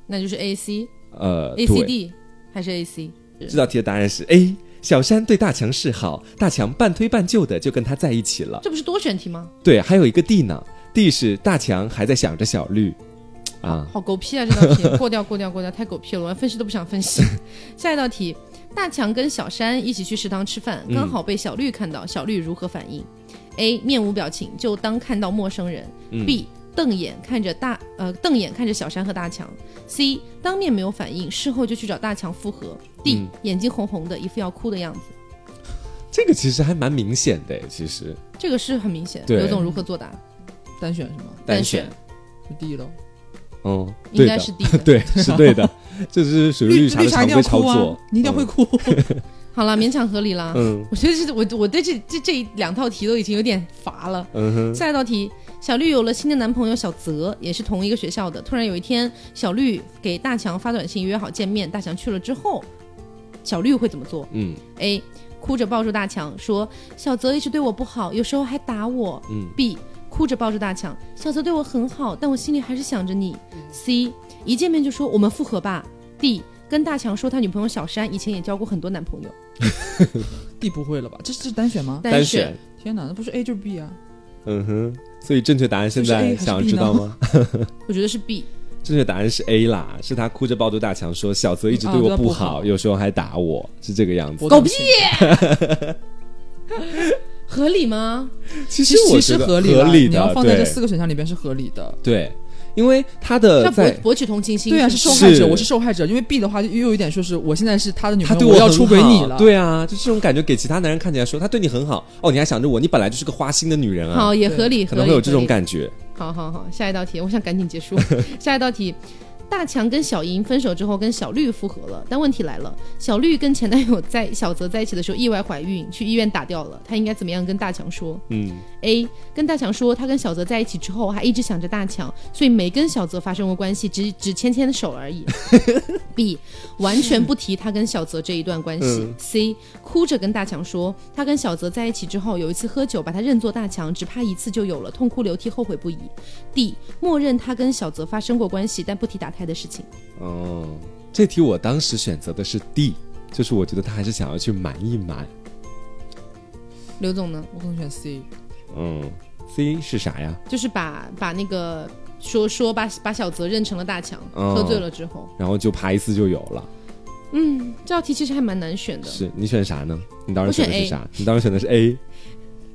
[SPEAKER 1] 那就是 A C
[SPEAKER 2] 呃
[SPEAKER 1] A
[SPEAKER 2] 对
[SPEAKER 1] C D 还是 A C？
[SPEAKER 2] 这道题的答案是 A。小山对大强示好，大强半推半就的就跟他在一起了。
[SPEAKER 1] 这不是多选题吗？
[SPEAKER 2] 对，还有一个 D 呢，D 是大强还在想着小绿，啊，
[SPEAKER 1] 好狗屁啊！这道题过掉，过掉，过掉，太狗屁了，我连分析都不想分 析。下一道题，大强跟小山一起去食堂吃饭，
[SPEAKER 2] 嗯
[SPEAKER 1] 刚好被小绿看到，小绿如何反应？A. 面无表情，就当看到陌生人。
[SPEAKER 2] 嗯
[SPEAKER 1] B. 瞪眼看着大呃瞪眼看着小山和大强。C. 当面没有反应，事后就去找大强复合。D.
[SPEAKER 2] 嗯
[SPEAKER 1] 眼睛红红的，一副要哭的样子。
[SPEAKER 2] 这个其实还蛮明显的，其实
[SPEAKER 1] 这个是很明显，
[SPEAKER 2] 对
[SPEAKER 1] 刘总如何作答？
[SPEAKER 3] 单选是吗？
[SPEAKER 1] 单
[SPEAKER 2] 单
[SPEAKER 1] 选
[SPEAKER 2] 选，
[SPEAKER 3] 是 D 咯。
[SPEAKER 2] 嗯，
[SPEAKER 1] 应
[SPEAKER 2] 对
[SPEAKER 1] 该
[SPEAKER 2] 的。。
[SPEAKER 1] 是 D 的
[SPEAKER 2] 对，是对 的，这是属于
[SPEAKER 3] 绿
[SPEAKER 2] 茶的
[SPEAKER 3] 茶
[SPEAKER 2] 常
[SPEAKER 3] 一定
[SPEAKER 2] 规
[SPEAKER 3] 要
[SPEAKER 2] 操
[SPEAKER 3] 哭啊
[SPEAKER 2] 作，，
[SPEAKER 3] 你一定要会哭。 啊
[SPEAKER 1] 好了，勉强合理啦。
[SPEAKER 2] 嗯
[SPEAKER 1] 我觉得这我我对这这这两套题都已经有点乏了。
[SPEAKER 2] 嗯哼，
[SPEAKER 1] 下一道题，小绿有了新的男朋友小泽，也是同一个学校的。突然有一天，小绿给大强发短信约好见面，大强去了之后，小绿会怎么做
[SPEAKER 2] 嗯
[SPEAKER 1] ？A. 哭着抱住大强说：“小泽一直对我不好，有时候还打我。
[SPEAKER 2] 嗯
[SPEAKER 1] B. 哭着抱住大强，小泽对我很好，但我心里还是想着你。C.
[SPEAKER 2] 嗯
[SPEAKER 1] 一见面就说我们复合吧。D. 跟大强说他女朋友小山以前也交过很多男朋友。
[SPEAKER 3] D 不会了吧？这是这是单选吗？
[SPEAKER 2] 单
[SPEAKER 1] 选
[SPEAKER 2] 选，
[SPEAKER 3] 天哪，那不是 A 就是 B 啊！
[SPEAKER 2] 嗯哼，所以正确答案现
[SPEAKER 3] 就是 A
[SPEAKER 2] 在
[SPEAKER 3] 还是
[SPEAKER 2] 想要
[SPEAKER 3] B
[SPEAKER 2] 知道
[SPEAKER 3] 呢
[SPEAKER 2] 吗？
[SPEAKER 1] 我觉得是 B。
[SPEAKER 2] 正确答案是 A 啦，是他哭着抱住大强说：“小泽一直
[SPEAKER 3] 啊
[SPEAKER 2] 对
[SPEAKER 3] 对
[SPEAKER 2] 我
[SPEAKER 3] 他
[SPEAKER 2] 不
[SPEAKER 3] 不
[SPEAKER 2] 好，
[SPEAKER 3] 好
[SPEAKER 2] 有时候还打我。”是这个样子
[SPEAKER 3] 我。
[SPEAKER 1] 狗
[SPEAKER 3] 懂
[SPEAKER 1] 屁
[SPEAKER 3] 行，
[SPEAKER 1] 合理吗？
[SPEAKER 2] 其
[SPEAKER 3] 其
[SPEAKER 2] 实我觉
[SPEAKER 3] 其实
[SPEAKER 2] 得
[SPEAKER 3] 合理
[SPEAKER 2] 合
[SPEAKER 3] 了
[SPEAKER 2] 理
[SPEAKER 3] 你要
[SPEAKER 2] 的，
[SPEAKER 3] 放在这
[SPEAKER 2] 对
[SPEAKER 3] 四个选项里边是合理的。
[SPEAKER 2] 对，因为他的
[SPEAKER 1] 他博
[SPEAKER 2] 呃在
[SPEAKER 1] 博取同情心。
[SPEAKER 3] 对啊，
[SPEAKER 1] 是
[SPEAKER 3] 是
[SPEAKER 1] 不是
[SPEAKER 3] 受害
[SPEAKER 2] 是
[SPEAKER 3] 者，我是受害者。因为 B 的话，又有一点说是我现在是他的女
[SPEAKER 2] 他
[SPEAKER 3] 朋
[SPEAKER 2] 对
[SPEAKER 3] 友，我要
[SPEAKER 2] 很
[SPEAKER 3] 出轨你
[SPEAKER 2] 好
[SPEAKER 3] 了。，
[SPEAKER 2] 对啊，就这种感觉给其他男人看起来说他对你很好哦，你还想着我，你本来就是个花心的女人啊，
[SPEAKER 1] 好，也
[SPEAKER 3] 对
[SPEAKER 1] 合理，
[SPEAKER 2] 可
[SPEAKER 1] 合
[SPEAKER 2] 能
[SPEAKER 1] 理
[SPEAKER 2] 会有这种。
[SPEAKER 1] 合
[SPEAKER 2] 感觉。
[SPEAKER 1] 理好好好，下一道题，我想赶紧 结束。下一道题，大强跟小莹分手之后跟小绿复合了，但问题来了，小绿跟前男友在小泽在一起的时候意外怀孕，去医院打掉了，她应该怎么样跟大强说
[SPEAKER 2] 嗯，
[SPEAKER 1] ？A. 跟大强说，她跟小泽在一起之后还一直想着大强，所以没跟小泽发生过关系，只只牵牵手而 已。B 完全不提他跟小泽这一段关系。
[SPEAKER 2] 嗯
[SPEAKER 1] C 哭着跟大强说，他跟小泽在一起之后，有一次喝酒把他认作大强，只怕一次就有了，痛哭流涕，后悔不已。D 默认他跟小泽发生过关系，但不提打胎的事情。
[SPEAKER 2] 哦，这题我当时选择的是 D，就是我觉得他还是想要去瞒一瞒。
[SPEAKER 1] 刘总呢，
[SPEAKER 3] 我可能选 C。
[SPEAKER 2] 嗯，C 是啥呀？
[SPEAKER 1] 就是把把那个说说把把小泽认成了大强，
[SPEAKER 2] 哦
[SPEAKER 1] 喝醉了之后，
[SPEAKER 2] 然后就啪一次就有了。
[SPEAKER 1] 嗯，这道题其实还蛮难选
[SPEAKER 3] 嗯
[SPEAKER 1] 的，
[SPEAKER 2] 是你选啥呢？你当时
[SPEAKER 1] 我选
[SPEAKER 2] 选的是啥？你当时选的是 A。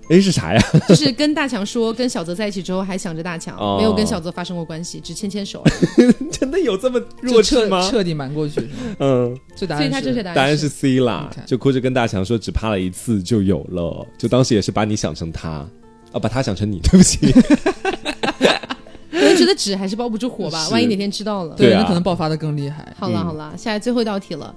[SPEAKER 2] A 是啥呀？
[SPEAKER 1] 就是跟大强说跟小泽在一起之后还想着大强，
[SPEAKER 2] 哦
[SPEAKER 1] 没有跟小泽发生过关系，只牵 牵手而已，
[SPEAKER 2] 真的有这么
[SPEAKER 3] 就
[SPEAKER 2] 弱智
[SPEAKER 3] 彻
[SPEAKER 2] 吗？
[SPEAKER 3] 彻底瞒过去是 吗？
[SPEAKER 2] 嗯，
[SPEAKER 3] 这答
[SPEAKER 1] 所以他
[SPEAKER 3] 案
[SPEAKER 1] 正确
[SPEAKER 3] 是嗯
[SPEAKER 1] 答
[SPEAKER 2] 答案
[SPEAKER 1] 案
[SPEAKER 2] 是 C 啦
[SPEAKER 3] 你，看
[SPEAKER 2] 就哭着跟大强说只啪了一次就有了，就当时也是把你想成他，啊，把他想成你， 对不起，
[SPEAKER 1] 我就觉得纸还是包不住火吧，
[SPEAKER 2] 是
[SPEAKER 1] 万一哪天知道了。
[SPEAKER 2] 对啊
[SPEAKER 3] 那可能爆发的更厉害。
[SPEAKER 1] 好了
[SPEAKER 2] 嗯
[SPEAKER 1] 好了，下来最后一道题了。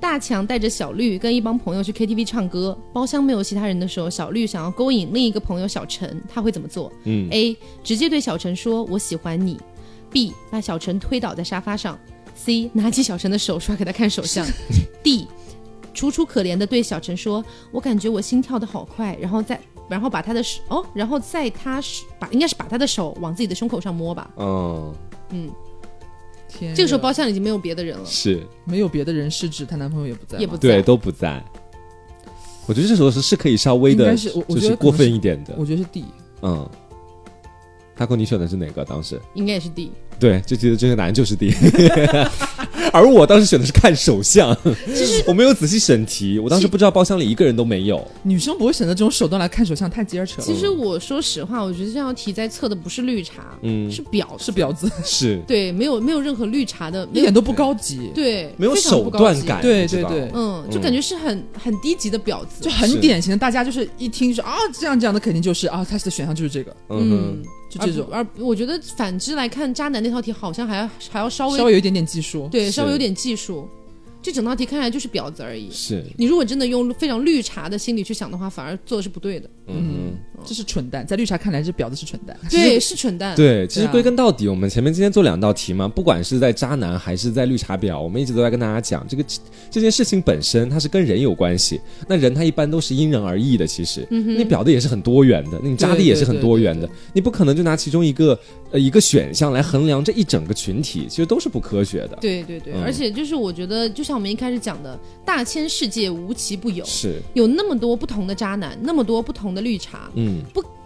[SPEAKER 1] 大强带着小绿跟一帮朋友去 KTV 唱歌，包厢没有其他人的时候，小绿想要勾引另一个朋友小陈，他会怎么做
[SPEAKER 2] 嗯，
[SPEAKER 1] ？A. 直接对小陈说“我喜欢你 ”，B. 把小陈推倒在沙发上，C. 拿起小陈的手刷给他看手 相，D. 楚楚可怜的对小陈说：“我感觉我心跳的好快。”然后再然后把他的手哦，然后在他手把应该是把他的手往自己的胸口上摸吧。
[SPEAKER 2] 嗯，
[SPEAKER 3] 天热，
[SPEAKER 1] 这个时候包厢里已经没有别的人了。
[SPEAKER 2] 是
[SPEAKER 3] 没有别的人是指她男朋友也不在吗，
[SPEAKER 1] 也不
[SPEAKER 2] 对
[SPEAKER 1] 在
[SPEAKER 2] 都不在，我觉得这时候是是可以稍微
[SPEAKER 3] 应
[SPEAKER 2] 的，
[SPEAKER 3] 该是我我
[SPEAKER 2] 就
[SPEAKER 3] 觉
[SPEAKER 2] 是
[SPEAKER 3] 得
[SPEAKER 2] 过分
[SPEAKER 3] 可能是
[SPEAKER 2] 一点的，
[SPEAKER 3] 我觉得是 D。
[SPEAKER 2] 嗯。他跟你选的是哪个？当时
[SPEAKER 1] 应该也是 D。
[SPEAKER 2] 对这题的正确答案就是 D。 而我当时选的是看手相， 我没有仔细审题，我当时不知道包厢里一个人都没有。
[SPEAKER 3] 女生不会选择这种手段来看手相，太鸡儿扯了
[SPEAKER 1] 其。实我说实话，我觉得这道题在测的不是绿茶，
[SPEAKER 2] 嗯
[SPEAKER 1] 是婊子，
[SPEAKER 3] 是婊子，
[SPEAKER 2] 是
[SPEAKER 1] 对，没有没有任何绿茶的，没
[SPEAKER 3] 一
[SPEAKER 1] 有
[SPEAKER 3] 点都不高级，
[SPEAKER 1] 对，
[SPEAKER 2] 没有
[SPEAKER 1] 非常不
[SPEAKER 2] 手
[SPEAKER 1] 高
[SPEAKER 2] 段
[SPEAKER 1] 级
[SPEAKER 2] 感，
[SPEAKER 3] 对
[SPEAKER 2] 你知
[SPEAKER 3] 对
[SPEAKER 2] 道
[SPEAKER 3] 对
[SPEAKER 1] 嗯，就
[SPEAKER 2] 嗯
[SPEAKER 1] 感觉是很很低级的婊子
[SPEAKER 3] 就，很
[SPEAKER 2] 是
[SPEAKER 3] 典型的，大家就是一听就是啊，这样这样的肯定就是啊，他的选项就是这个，
[SPEAKER 2] 嗯哼，，
[SPEAKER 3] 就这种，
[SPEAKER 1] 而不而我觉得反之来看，渣男那套题好像还要还要稍微
[SPEAKER 3] 稍微有一点点技术。
[SPEAKER 1] 对
[SPEAKER 2] 是
[SPEAKER 1] 稍微有点技术，这整道题看起来就是婊子而已。
[SPEAKER 2] 是，
[SPEAKER 1] 你如果真的用非常绿茶的心理去想的话，反而做的是不对的。
[SPEAKER 2] 嗯哼。
[SPEAKER 3] 这是蠢蛋，在绿茶看来，这婊子是蠢蛋。
[SPEAKER 1] 对，是蠢蛋。
[SPEAKER 2] 对，其实
[SPEAKER 3] 啊
[SPEAKER 2] 归根到底，我们前面今天做两道题嘛，不管是在渣男还是在绿茶婊，我们一直都在跟大家讲，这个这件事情本身它是跟人有关系，那人他一般都是因人而异的。其实，你婊的也是很多元的，那你渣的
[SPEAKER 3] 对
[SPEAKER 2] 也是
[SPEAKER 3] 对
[SPEAKER 2] 很
[SPEAKER 3] 对
[SPEAKER 2] 多
[SPEAKER 3] 嗯对
[SPEAKER 2] 元的，你不可能就拿其中一个呃一个选项来衡量这一整个群体，其实都是不科学的。
[SPEAKER 1] 对对对
[SPEAKER 2] 嗯
[SPEAKER 1] 而且就是我觉得，就像我们一开始讲的，大千世界无奇不有，
[SPEAKER 2] 是，
[SPEAKER 1] 有那么多不同的渣男，那么多不同的绿茶，
[SPEAKER 2] 嗯，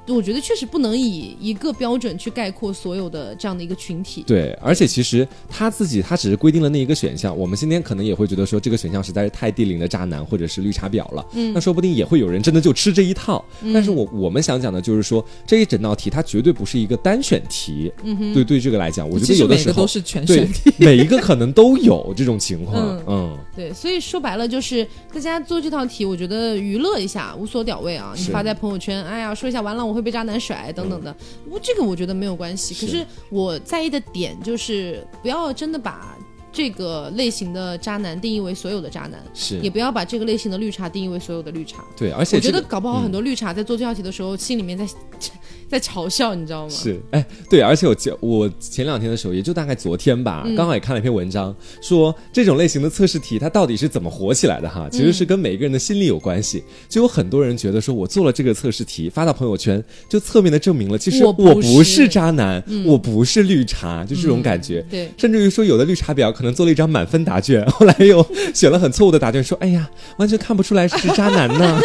[SPEAKER 1] 我觉得确实不能以一个标准去概括所有的这样的一个群体。
[SPEAKER 2] 对，而且其实他自己他只是规定了那一个选项，我们今天可能也会觉得说这个选项实在是太低龄的渣男或者是绿茶婊了，嗯，那说不定也会有人真的就吃这一套。但是我我们想讲的就是说这一整道题它绝对不是一个单选题，嗯哼，对对，这个来讲，我觉
[SPEAKER 3] 其
[SPEAKER 2] 得
[SPEAKER 3] 实
[SPEAKER 2] 有的
[SPEAKER 3] 每
[SPEAKER 2] 时
[SPEAKER 3] 个
[SPEAKER 2] 候
[SPEAKER 3] 都是全
[SPEAKER 2] 对
[SPEAKER 3] 选题，
[SPEAKER 2] 每一个可能都有这种情况，嗯
[SPEAKER 1] 嗯对，所以说白了就是大家做这套题，我觉得娱乐一下，无所屌味啊！你
[SPEAKER 2] 是
[SPEAKER 1] 发在朋友圈，哎呀，说一下完了我会被渣男甩等等的，我这个我觉得没有关系。可
[SPEAKER 2] 嗯是
[SPEAKER 1] 是我在意的点就是不要真的把。这个类型的渣男定义为所有的渣男，
[SPEAKER 2] 是
[SPEAKER 1] 也不要把这个类型的绿茶定义为所有的绿茶。
[SPEAKER 2] 对，而且
[SPEAKER 1] 我觉
[SPEAKER 2] 这个
[SPEAKER 1] 得搞不好很多绿茶在做这道题的时候，心里面在 在嘲笑，你知道吗？
[SPEAKER 2] 是，哎，对，而且我前我前两天的时候，也就大概昨天吧，
[SPEAKER 1] 嗯
[SPEAKER 2] 刚好也看了一篇文章，说这种类型的测试题它到底是怎么火起来的哈？其实
[SPEAKER 1] 嗯
[SPEAKER 2] 是跟每个人的心理有关系。就有很多人觉得说我做了这个测试题，发到朋友圈，就侧面的证明了其实
[SPEAKER 1] 我
[SPEAKER 2] 我
[SPEAKER 1] 不是
[SPEAKER 2] 不
[SPEAKER 1] 嗯
[SPEAKER 2] 是渣男，我不是绿茶，就这种感觉。
[SPEAKER 1] 对，
[SPEAKER 2] 甚至于说，有的绿茶婊可能做了一张满分答卷，后来又选了很错误的答卷，说：“哎呀，完全看不出来是渣男 呢，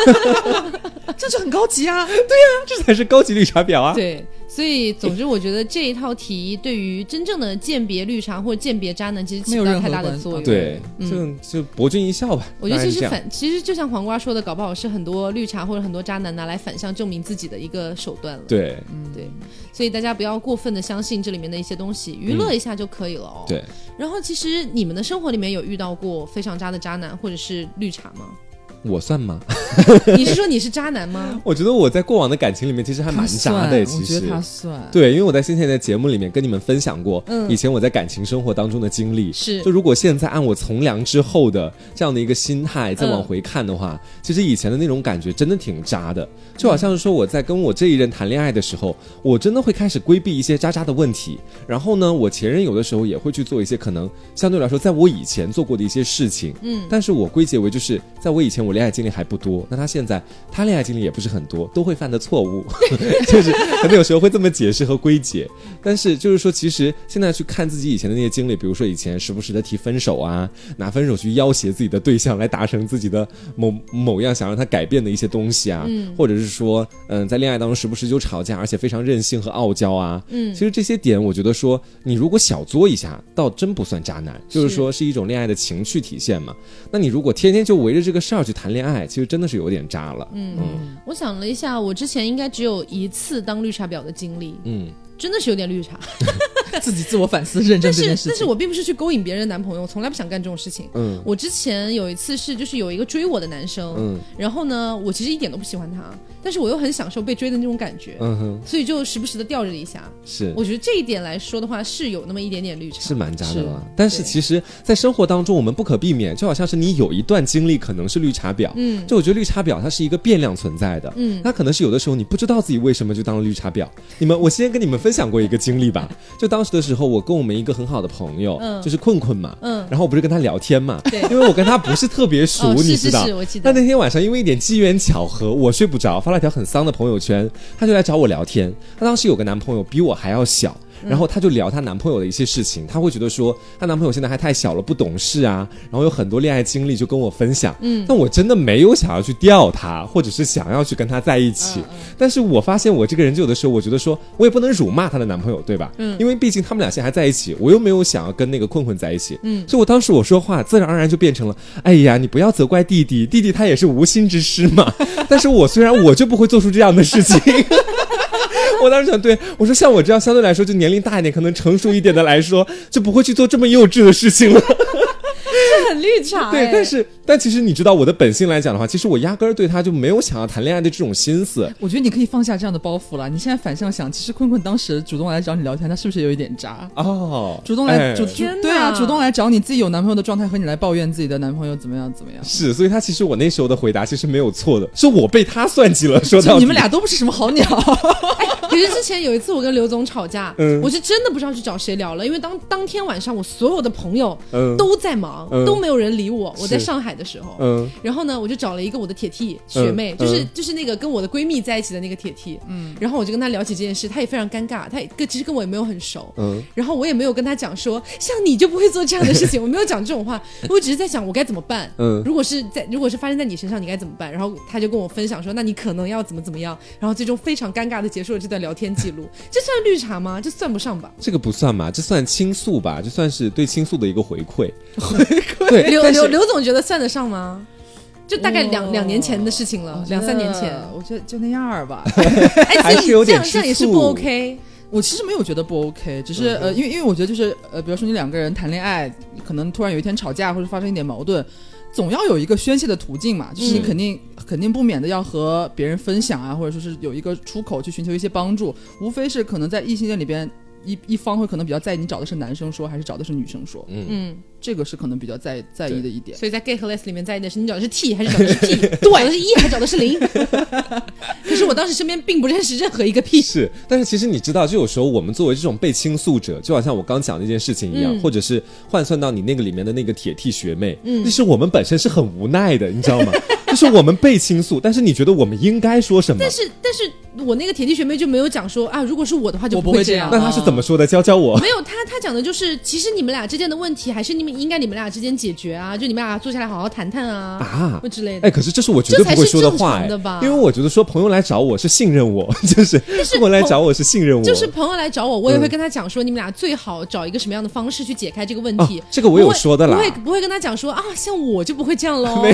[SPEAKER 3] 这就很高级啊。
[SPEAKER 2] 这才是高级绿茶婊啊！”
[SPEAKER 1] 对，所以总之，我觉得这一套题对于真正的鉴别绿茶或者鉴别渣男，其实起
[SPEAKER 3] 没有
[SPEAKER 1] 不到
[SPEAKER 3] 任
[SPEAKER 1] 太
[SPEAKER 3] 何
[SPEAKER 1] 大的
[SPEAKER 3] 关
[SPEAKER 1] 作用。
[SPEAKER 2] 对，
[SPEAKER 1] 嗯
[SPEAKER 2] 就就博君一笑吧。
[SPEAKER 1] 我觉得
[SPEAKER 2] 大
[SPEAKER 1] 其
[SPEAKER 2] 概是
[SPEAKER 1] 实
[SPEAKER 2] 这样
[SPEAKER 1] 反，其实就像黄瓜说的，搞不好是很多绿茶或者很多渣男拿来反向证明自己的一个手段了。
[SPEAKER 2] 对
[SPEAKER 1] 对，所以大家不要过分的相信这里面的一些东西，娱乐一下就可以了哦。。
[SPEAKER 2] 对，
[SPEAKER 1] 然后，其实你们的生活里面有遇到过非常渣的渣男或者是绿茶吗？
[SPEAKER 2] 我算吗？
[SPEAKER 1] 你是说你是渣男吗？
[SPEAKER 2] 我觉得我在过往的感情里面其实还蛮渣的，
[SPEAKER 3] 他算
[SPEAKER 2] 其
[SPEAKER 3] 我觉得
[SPEAKER 2] 实。
[SPEAKER 3] 他算。
[SPEAKER 2] 对，因为我在先前的节目里面跟你们分享过，
[SPEAKER 1] 嗯
[SPEAKER 2] 以前我在感情生活当中的经历。
[SPEAKER 1] 是
[SPEAKER 2] 就如果现在按我从良之后的这样的一个心态再往
[SPEAKER 1] 嗯
[SPEAKER 2] 回看的话，其实以前的那种感觉真的挺渣的，就好像是说我在跟我这一任谈恋爱的时候，我真的会开始规避一些渣渣的问题。然后呢，我前任有的时候也会去做一些可能相对来说在我以前做过的一些事情，
[SPEAKER 1] 嗯
[SPEAKER 2] 但是我归结为就是在我以前我恋爱经历还不多，那他现在他恋爱经历也不是很多，都会犯的错误， 就是可能有时候会这么解释和归结。但是就是说，其实现在去看自己以前的那些经历，比如说以前时不时的提分手啊，拿分手去要挟自己的对象来达成自己的某某样想让他改变的一些东西啊，或者是说，嗯，在恋爱当中时不时就吵架，而且非常任性和傲娇啊，
[SPEAKER 1] 嗯
[SPEAKER 2] 其实这些点我觉得说，你如果小作一下，倒真不算渣男，就是
[SPEAKER 1] 是
[SPEAKER 2] 说是一种恋爱的情趣体现嘛。那你如果天天就围着这个事儿去谈恋爱，其实真的是有点渣了。嗯
[SPEAKER 1] 我想了一下，我之前应该只有一次当绿茶婊的经历，
[SPEAKER 2] 嗯，
[SPEAKER 1] 真的是有点绿 茶。
[SPEAKER 3] 自己自我反思，认证
[SPEAKER 1] 但
[SPEAKER 3] 这
[SPEAKER 1] 是
[SPEAKER 3] 件事情。
[SPEAKER 1] 但是我并不是去勾引别人的男朋友，我从来不想干这种事情。
[SPEAKER 2] 嗯
[SPEAKER 1] 我之前有一次是，就是有一个追我的男生，
[SPEAKER 2] 嗯
[SPEAKER 1] 然后呢，我其实一点都不喜欢他，但是我又很享受被追的那种感觉，
[SPEAKER 2] 嗯哼，
[SPEAKER 1] 所以就时不时的吊着一下。
[SPEAKER 2] 是
[SPEAKER 1] 我觉得这一点来说的话，是有那么一点点绿茶。哦
[SPEAKER 2] 是蛮渣的
[SPEAKER 3] 是
[SPEAKER 2] 了。但是
[SPEAKER 1] 对
[SPEAKER 2] 其实，在生活当中，我们不可避免，就好像是你有一段经历可能是绿茶婊，
[SPEAKER 1] 嗯
[SPEAKER 2] 就我觉得绿茶婊它是一个变量存在的，
[SPEAKER 1] 嗯
[SPEAKER 2] 它可能是有的时候你不知道自己为什么就当了绿茶婊。你们，我先跟你们分享过一个经历吧，就当时的时候，我跟我们一个很好的朋友，
[SPEAKER 1] 嗯
[SPEAKER 2] 就是困困嘛，
[SPEAKER 1] 嗯，
[SPEAKER 2] 然后我不是跟他聊天嘛，
[SPEAKER 1] 对
[SPEAKER 2] 因为我跟他不是特别熟，
[SPEAKER 1] 哦，
[SPEAKER 2] 你
[SPEAKER 1] 是
[SPEAKER 2] 知
[SPEAKER 1] 是
[SPEAKER 2] 道
[SPEAKER 1] 是，。我记
[SPEAKER 2] 那
[SPEAKER 1] 得。
[SPEAKER 2] 那天晚上因为一点机缘巧合，我睡不着，发了条很丧的朋友圈，他就来找我聊天。他当时有个男朋友比我还要小，
[SPEAKER 1] 嗯
[SPEAKER 2] 然后她就聊她男朋友的一些事情，她会觉得说她男朋友现在还太小了，不懂事啊，然后有很多恋爱经历就跟我分享。嗯，但我真的没有想要去钓她，或者是想要去跟她在一起。但是我发现我这个人就有的时候，我觉得说我也不能辱骂她的男朋友，对吧？嗯，因为毕竟他们俩现在还在一起，我又没有想要跟那个困困在一起。嗯，所以我当时我说话自然而然就变成了，哎呀，你不要责怪弟弟，弟弟他也是无心之失嘛。 但是我虽然我就不会做出这样的事情。 我当时想，对我说，像我这样相对来说就年龄大一点，可能成熟一点的来说，就不会去做这么幼稚的事 情了。
[SPEAKER 4] 这很绿茶、
[SPEAKER 2] 对
[SPEAKER 4] 哎，
[SPEAKER 2] 但是但其实你知道我的本性来讲的话，其实我压根儿对他就没有想要谈恋爱的这种心思。
[SPEAKER 3] 我觉得你可以放下这样的包袱了。你现在反向想，其实坤坤当时主动来找你聊天，他是不是有一点渣？
[SPEAKER 2] 哦，
[SPEAKER 3] 主动来、
[SPEAKER 2] 哎
[SPEAKER 3] 主主
[SPEAKER 4] 天哪
[SPEAKER 3] 对啊，主动来找你自己有男朋友的状态和你来抱怨自己的男朋友怎么样怎么样。
[SPEAKER 2] 是，所以他其实我那时候的回答其实没有错的，是我被他算计了。说到
[SPEAKER 3] 就
[SPEAKER 2] 底
[SPEAKER 3] 你们俩都不是什么好鸟，
[SPEAKER 1] 可是之前有一次我跟刘总吵架，
[SPEAKER 2] 嗯
[SPEAKER 1] 我是真的不知道去找谁聊了，因为当当天晚上我所有的朋友
[SPEAKER 2] 嗯
[SPEAKER 1] 都在忙，
[SPEAKER 2] 嗯
[SPEAKER 1] 都没有人理我。我在
[SPEAKER 2] 是
[SPEAKER 1] 上海的时候，
[SPEAKER 2] 嗯
[SPEAKER 1] 然后呢，我就找了一个我的铁 T 学妹，
[SPEAKER 2] 嗯
[SPEAKER 1] 就是
[SPEAKER 2] 嗯
[SPEAKER 1] 就是那个跟我的闺蜜在一起的那个铁 T，嗯，然后我就跟她聊起这件事，她也非常尴尬，她也跟其实跟我也没有很熟，
[SPEAKER 2] 嗯，
[SPEAKER 1] 然后我也没有跟她讲说像你就不会做这样的事 情，我没有讲这种话，我只是在想我该怎么办，
[SPEAKER 2] 嗯
[SPEAKER 1] 如果是在如果是发生在你身上，你该怎么办？然后她就跟我分享说，那你可能要怎么怎么样，然后最终非常尴尬的结束了这段聊天记录，这算绿茶吗？这算不上吧？
[SPEAKER 2] 这个不算嘛，这算倾诉吧，这算是对倾诉的一个回馈。回馈对，
[SPEAKER 1] 刘
[SPEAKER 2] 但是
[SPEAKER 1] 刘刘总觉得算得上吗？就大概两
[SPEAKER 3] 哇
[SPEAKER 1] 两年前的事情了，两三年前，
[SPEAKER 3] 我觉得就那样儿 吧。
[SPEAKER 1] 哎，
[SPEAKER 2] 还
[SPEAKER 1] 这
[SPEAKER 2] 是有
[SPEAKER 1] 这
[SPEAKER 2] 点
[SPEAKER 1] 样这样
[SPEAKER 2] 吃
[SPEAKER 1] 也是不
[SPEAKER 2] 醋
[SPEAKER 1] OK。
[SPEAKER 3] 我其实没有觉得不 OK，
[SPEAKER 1] 嗯
[SPEAKER 3] 只是呃，因为因为我觉得就是呃，比如说你两个人谈恋爱，可能突然有一天吵架或者发生一点矛盾，总要有一个宣泄的途径嘛，就是你
[SPEAKER 1] 嗯
[SPEAKER 3] 肯定、肯定不免的要和别人分享啊，或者说是有一个出口去寻求一些帮助，无非是可能在异性恋里边。一一方会可能比较在意你找的是男生说还是找的是女生说，
[SPEAKER 2] 嗯，
[SPEAKER 1] 嗯，
[SPEAKER 3] 这个是可能比较在在意的一点。
[SPEAKER 1] 所以在 gay 和 les 里面在意的是你找的是 t 还是找的是 t，对， 找的是一还是找的是零。 可是我当时身边并不认识任何一个
[SPEAKER 3] 哎
[SPEAKER 1] p。
[SPEAKER 2] 是，但是其实你知道，就有时候我们作为这种被倾诉者，就好像我刚讲的那件事情一样，
[SPEAKER 1] 嗯
[SPEAKER 2] 或者是换算到你那个里面的那个铁 T 学妹，嗯，就是我们本身是很无奈的，你知道吗？ 就是我们被倾诉，但是你觉得我们应该说什么？
[SPEAKER 1] 但是但是我那个铁弟学妹就没有讲说啊，如果是我的话就
[SPEAKER 3] 我不
[SPEAKER 1] 会
[SPEAKER 3] 会这
[SPEAKER 1] 样。
[SPEAKER 2] 那他是怎么说的？教教我。
[SPEAKER 1] 没有他，他讲的就是，其实你们俩之间的问题还是你们应该你们俩之间解决啊，就你们俩坐下来好好谈谈啊
[SPEAKER 2] 啊
[SPEAKER 1] 或之类的。
[SPEAKER 2] 哎，可是这是我绝对不会说话，哎
[SPEAKER 1] 这才是正常的吧
[SPEAKER 2] 因为我觉得说朋友来找我是信任我， 就是
[SPEAKER 1] 是
[SPEAKER 2] 过来找我是信任我，
[SPEAKER 1] 就是朋友来找我，我也会跟他讲说，你们俩最好找一个什么样的方式去解开这个问题。
[SPEAKER 2] 哦这个我有说的啦
[SPEAKER 1] 不会不会不会跟他讲说啊，像我就不会这样喽。
[SPEAKER 2] 没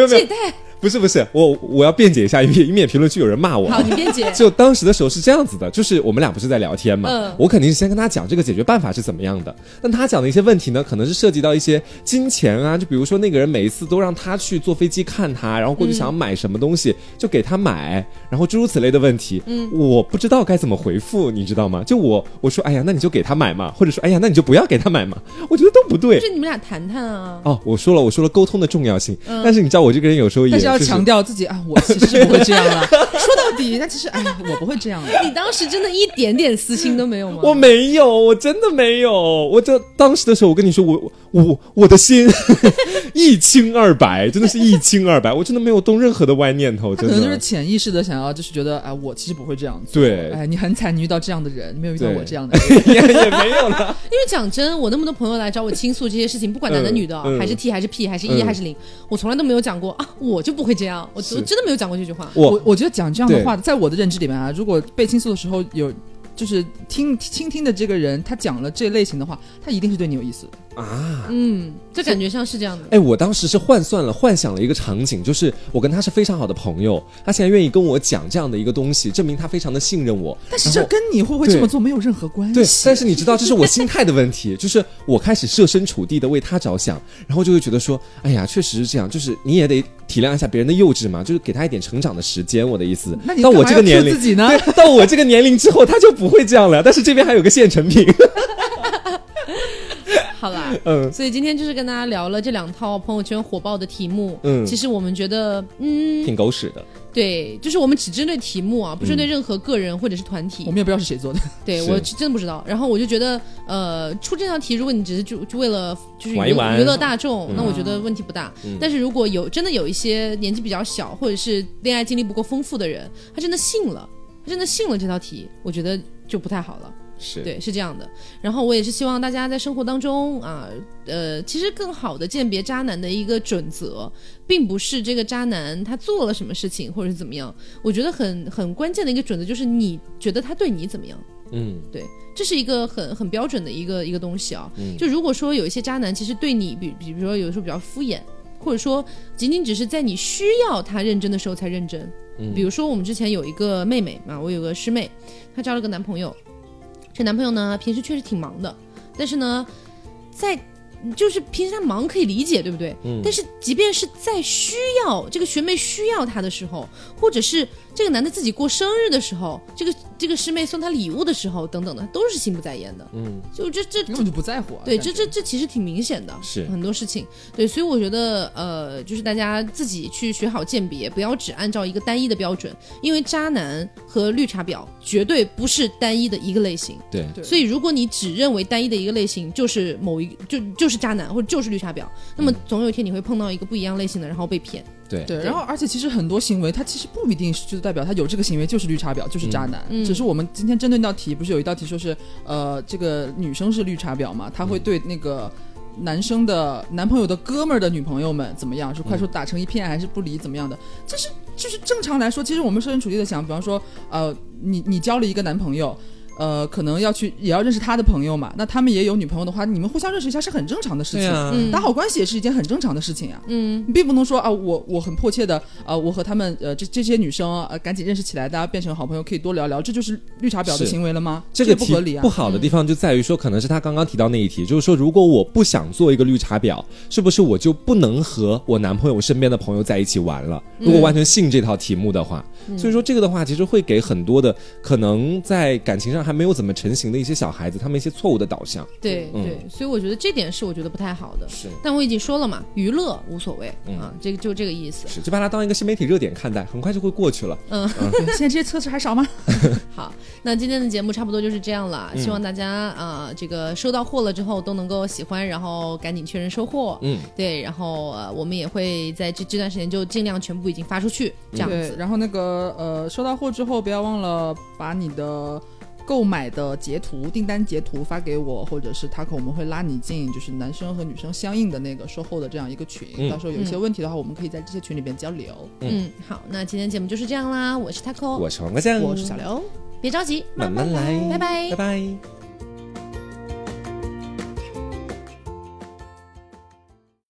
[SPEAKER 2] 有没
[SPEAKER 1] 这也
[SPEAKER 2] 有，
[SPEAKER 1] 太
[SPEAKER 2] 不是不是，我我要辩解一下，以免以免评论区有人骂我。
[SPEAKER 1] 好，你 辩解。
[SPEAKER 2] 就当时的时候是这样子的，就是我们俩不是在聊天嘛，
[SPEAKER 1] 嗯
[SPEAKER 2] 我肯定是先跟他讲这个解决办法是怎么样的。但他讲的一些问题呢，可能是涉及到一些金钱啊，就比如说那个人每一次都让他去坐飞机看他，然后过去想要买什么东西、就给他买，然后诸如此类的问题。嗯，我不知道该怎么回复，你知道吗？就我我说哎呀，那你就给他买嘛，或者说哎呀，那你就不要给他买嘛，我觉得都不对
[SPEAKER 1] 就。是你们俩谈谈啊。
[SPEAKER 2] 哦，我说了，我说了沟通的重要性，但是你知道我这个人有时候也
[SPEAKER 3] 但是要
[SPEAKER 2] 就是
[SPEAKER 3] 强调自己啊，我其实是不会这 样的。说到底，那其实哎，我不会这样的。
[SPEAKER 1] 你当时真的一点点私心都没有吗？
[SPEAKER 2] 我没有，我真的没有。我这当时的时候，我跟你说，我我我的心 一清二白，真的是一清二白，我真的没有动任何的歪念头，
[SPEAKER 3] 他
[SPEAKER 2] 真
[SPEAKER 3] 可能就是
[SPEAKER 2] 的。
[SPEAKER 3] 潜意识的想要，就是觉得啊，我其实不会这样做。
[SPEAKER 2] 对
[SPEAKER 3] 哎，你很惨，你遇到这样的人，没有遇到
[SPEAKER 2] 对
[SPEAKER 3] 我这样的人。
[SPEAKER 2] 也 也没有了，
[SPEAKER 1] 因为讲真，我那么多朋友来找我倾诉这些事情，不管男的
[SPEAKER 2] 嗯
[SPEAKER 1] 女的，
[SPEAKER 2] 嗯
[SPEAKER 1] 还是 T 还是 P 还是 E
[SPEAKER 2] 嗯
[SPEAKER 1] 还是零，我从来都没有讲过啊，我就不会这样，我
[SPEAKER 2] 是
[SPEAKER 1] 我真的没有讲过这句 话。
[SPEAKER 3] 我
[SPEAKER 2] 我
[SPEAKER 3] 我觉得讲这样的
[SPEAKER 2] 对
[SPEAKER 3] 话，在我的认知里面啊，如果被倾诉的时候有，就是听倾听的这个人，他讲了这类型的话，他一定是对你有意思的。
[SPEAKER 2] 啊。
[SPEAKER 1] 嗯，这感觉像是这样的。
[SPEAKER 2] 哎，我当时是换算了，幻想了一个场景，就是我跟他是非常好的朋友，他现在愿意跟我讲这样的一个东西，证明他非常的信任我。
[SPEAKER 3] 但是
[SPEAKER 2] 然
[SPEAKER 3] 这
[SPEAKER 2] 后
[SPEAKER 3] 跟你会不会
[SPEAKER 2] 对
[SPEAKER 3] 这么做没有任何关系。
[SPEAKER 2] 对，但是你知道，这是我心态的问 题，就是我开始设身处地的为他着想，然后就会觉得说，哎呀，确实是这样，就是你也得体谅一下别人的幼稚嘛，就是给他一点成长的时间。我的意思
[SPEAKER 3] 那，你
[SPEAKER 2] 到
[SPEAKER 3] 干
[SPEAKER 2] 我
[SPEAKER 3] 嘛
[SPEAKER 2] 这个
[SPEAKER 3] 要 cue
[SPEAKER 2] 年龄
[SPEAKER 3] 自，己呢？
[SPEAKER 2] 对， 到我这个年龄之后，他就不会这样了。但是这边还有个现成品，
[SPEAKER 1] 好啦，
[SPEAKER 2] 嗯
[SPEAKER 1] 所以今天就是跟大家聊了这两套朋友圈火爆的题目。
[SPEAKER 2] 嗯
[SPEAKER 1] 其实我们觉得，嗯，
[SPEAKER 2] 挺狗屎的。
[SPEAKER 1] 对，就是我们只针对题目啊，不针对任何个人或者是团体。
[SPEAKER 3] 我们也不知道是谁做的。
[SPEAKER 1] 对
[SPEAKER 2] 是
[SPEAKER 1] 我是真的不知道。然后我就觉得，呃，出这道题，如果你只是就就为了就是娱
[SPEAKER 2] 玩一玩
[SPEAKER 1] 娱乐大众，那
[SPEAKER 2] 嗯
[SPEAKER 1] 我觉得问题不大。但是如果有真的有一些年纪比较小，或者是恋爱经历不够丰富的人，他真的信了，他真的信了这道题，我觉得就不太好了。
[SPEAKER 2] 是，
[SPEAKER 1] 对，是这样的。然后我也是希望大家在生活当中啊，呃，其实更好的鉴别渣男的一个准则，并不是这个渣男他做了什么事情或者是怎么样。我觉得很很关键的一个准则就是你觉得他对你怎么样，
[SPEAKER 2] 嗯
[SPEAKER 1] 这是一个很很标准的一个一个东西啊。
[SPEAKER 2] 嗯，
[SPEAKER 1] 就如果说有一些渣男其实对你，比比比如说有的时候比较敷衍，或者说仅仅只是在你需要他认真的时候才认真。
[SPEAKER 2] 嗯
[SPEAKER 1] 比如说我们之前有一个妹妹嘛，我有个师妹，她交了个男朋友，这男朋友呢平时确实挺忙的，但是呢，在就是平时他忙可以理解，对不对？
[SPEAKER 2] 嗯
[SPEAKER 1] 但是即便是在需要这个学妹需要他的时候，或者是这个男的自己过生日的时候，这个这个师妹送他礼物的时候等等的，都是心不在焉的。
[SPEAKER 2] 嗯
[SPEAKER 1] 就这这
[SPEAKER 3] 根本就不在乎、啊。
[SPEAKER 1] 对，
[SPEAKER 3] 感
[SPEAKER 1] 这
[SPEAKER 3] 觉
[SPEAKER 1] 这这其实挺明显的，
[SPEAKER 2] 是
[SPEAKER 1] 很多事情。对，所以我觉得，呃，就是大家自己去学好鉴别，不要只按照一个单一的标准，因为渣男和绿茶婊绝对不是单一的一个类型。
[SPEAKER 2] 对，
[SPEAKER 3] 对
[SPEAKER 1] 所以，如果你只认为单一的一个类型就是某一就就是渣男或者就是绿茶婊，那
[SPEAKER 2] 嗯
[SPEAKER 1] 么总有一天你会碰到一个不一样类型的，然后被骗。
[SPEAKER 2] 对，
[SPEAKER 3] 对，
[SPEAKER 1] 对
[SPEAKER 3] 然后而且其实很多行为，它其实不一定是就代表他有这个行为就是绿茶婊，就是渣男。
[SPEAKER 1] 嗯嗯
[SPEAKER 3] 只是我们今天针对那道题，不是有一道题说是呃，这个女生是绿茶婊嘛？她会对那个。男生的男朋友的哥们儿的女朋友们怎么样？是快手打成一片，还是不理？怎么样的？这是就是正常来说，其实我们设身处地的想，比方说，呃，你你交了一个男朋友，呃，可能要去也要认识他的朋友嘛。那他们也有女朋友的话，你们互相认识一下是很正常的事
[SPEAKER 2] 对
[SPEAKER 3] 情，
[SPEAKER 2] 啊，
[SPEAKER 1] 嗯
[SPEAKER 3] 打好关系也是一件很正常的事情呀、
[SPEAKER 1] 嗯，
[SPEAKER 3] 你并不能说啊，我我很迫切的啊，我和他们呃这这些女生呃赶紧认识起来，大家变成好朋友，可以多聊聊，这就是绿茶婊的
[SPEAKER 2] 是
[SPEAKER 3] 行为了吗？
[SPEAKER 2] 这
[SPEAKER 3] 也
[SPEAKER 2] 个
[SPEAKER 3] 不
[SPEAKER 2] 题
[SPEAKER 3] 合理啊
[SPEAKER 2] 不。好的地方就在于说，可能是他刚刚提到那一题，就是说，如果我不想做一个绿茶婊，是不是我就不能和我男朋友身边的朋友在一起玩了？如果完全信这套题目的话，所以说这个的话，其实会给很多的可能在感情上还没有怎么成型的一些小孩子，他们一些错误的导向。
[SPEAKER 1] 对
[SPEAKER 2] 嗯
[SPEAKER 1] 对，所以我觉得这点是我觉得不太好的。
[SPEAKER 2] 是
[SPEAKER 1] 但我已经说了嘛，娱乐无所谓、
[SPEAKER 2] 嗯
[SPEAKER 1] 啊，这个就这个意思。
[SPEAKER 2] 是，就把它当一个新媒体热点看待，很快就会过去了。
[SPEAKER 3] 对现在这些测试还少吗？
[SPEAKER 1] 好，那今天的节目差不多就是这样了，
[SPEAKER 2] 嗯
[SPEAKER 1] 希望大家啊、呃这个收到货了之后都能够喜欢，然后赶紧确认收货。
[SPEAKER 2] 嗯，
[SPEAKER 1] 对，然后呃，我们也会在这这段时间就尽量全部已经发出去，
[SPEAKER 2] 嗯
[SPEAKER 1] 这样
[SPEAKER 3] 对
[SPEAKER 1] 子。，
[SPEAKER 3] 然后那个呃，收到货之后不要忘了把你的。购买的截图、订单截图发给我，或者是 Taco，我们会拉你进，就是男生和女生相应的那个售后的这样一个群。
[SPEAKER 2] 嗯
[SPEAKER 3] 到时候有一些问题的话，我们可以在这些群里边交流。
[SPEAKER 1] 嗯，好，那今天节目哦
[SPEAKER 2] 嗯
[SPEAKER 1] 就是这样啦，我是 Taco，
[SPEAKER 2] 我是王哥酱，
[SPEAKER 3] 我是小刘。
[SPEAKER 1] 别着急，
[SPEAKER 2] 慢慢来，
[SPEAKER 1] 拜拜
[SPEAKER 2] 拜拜。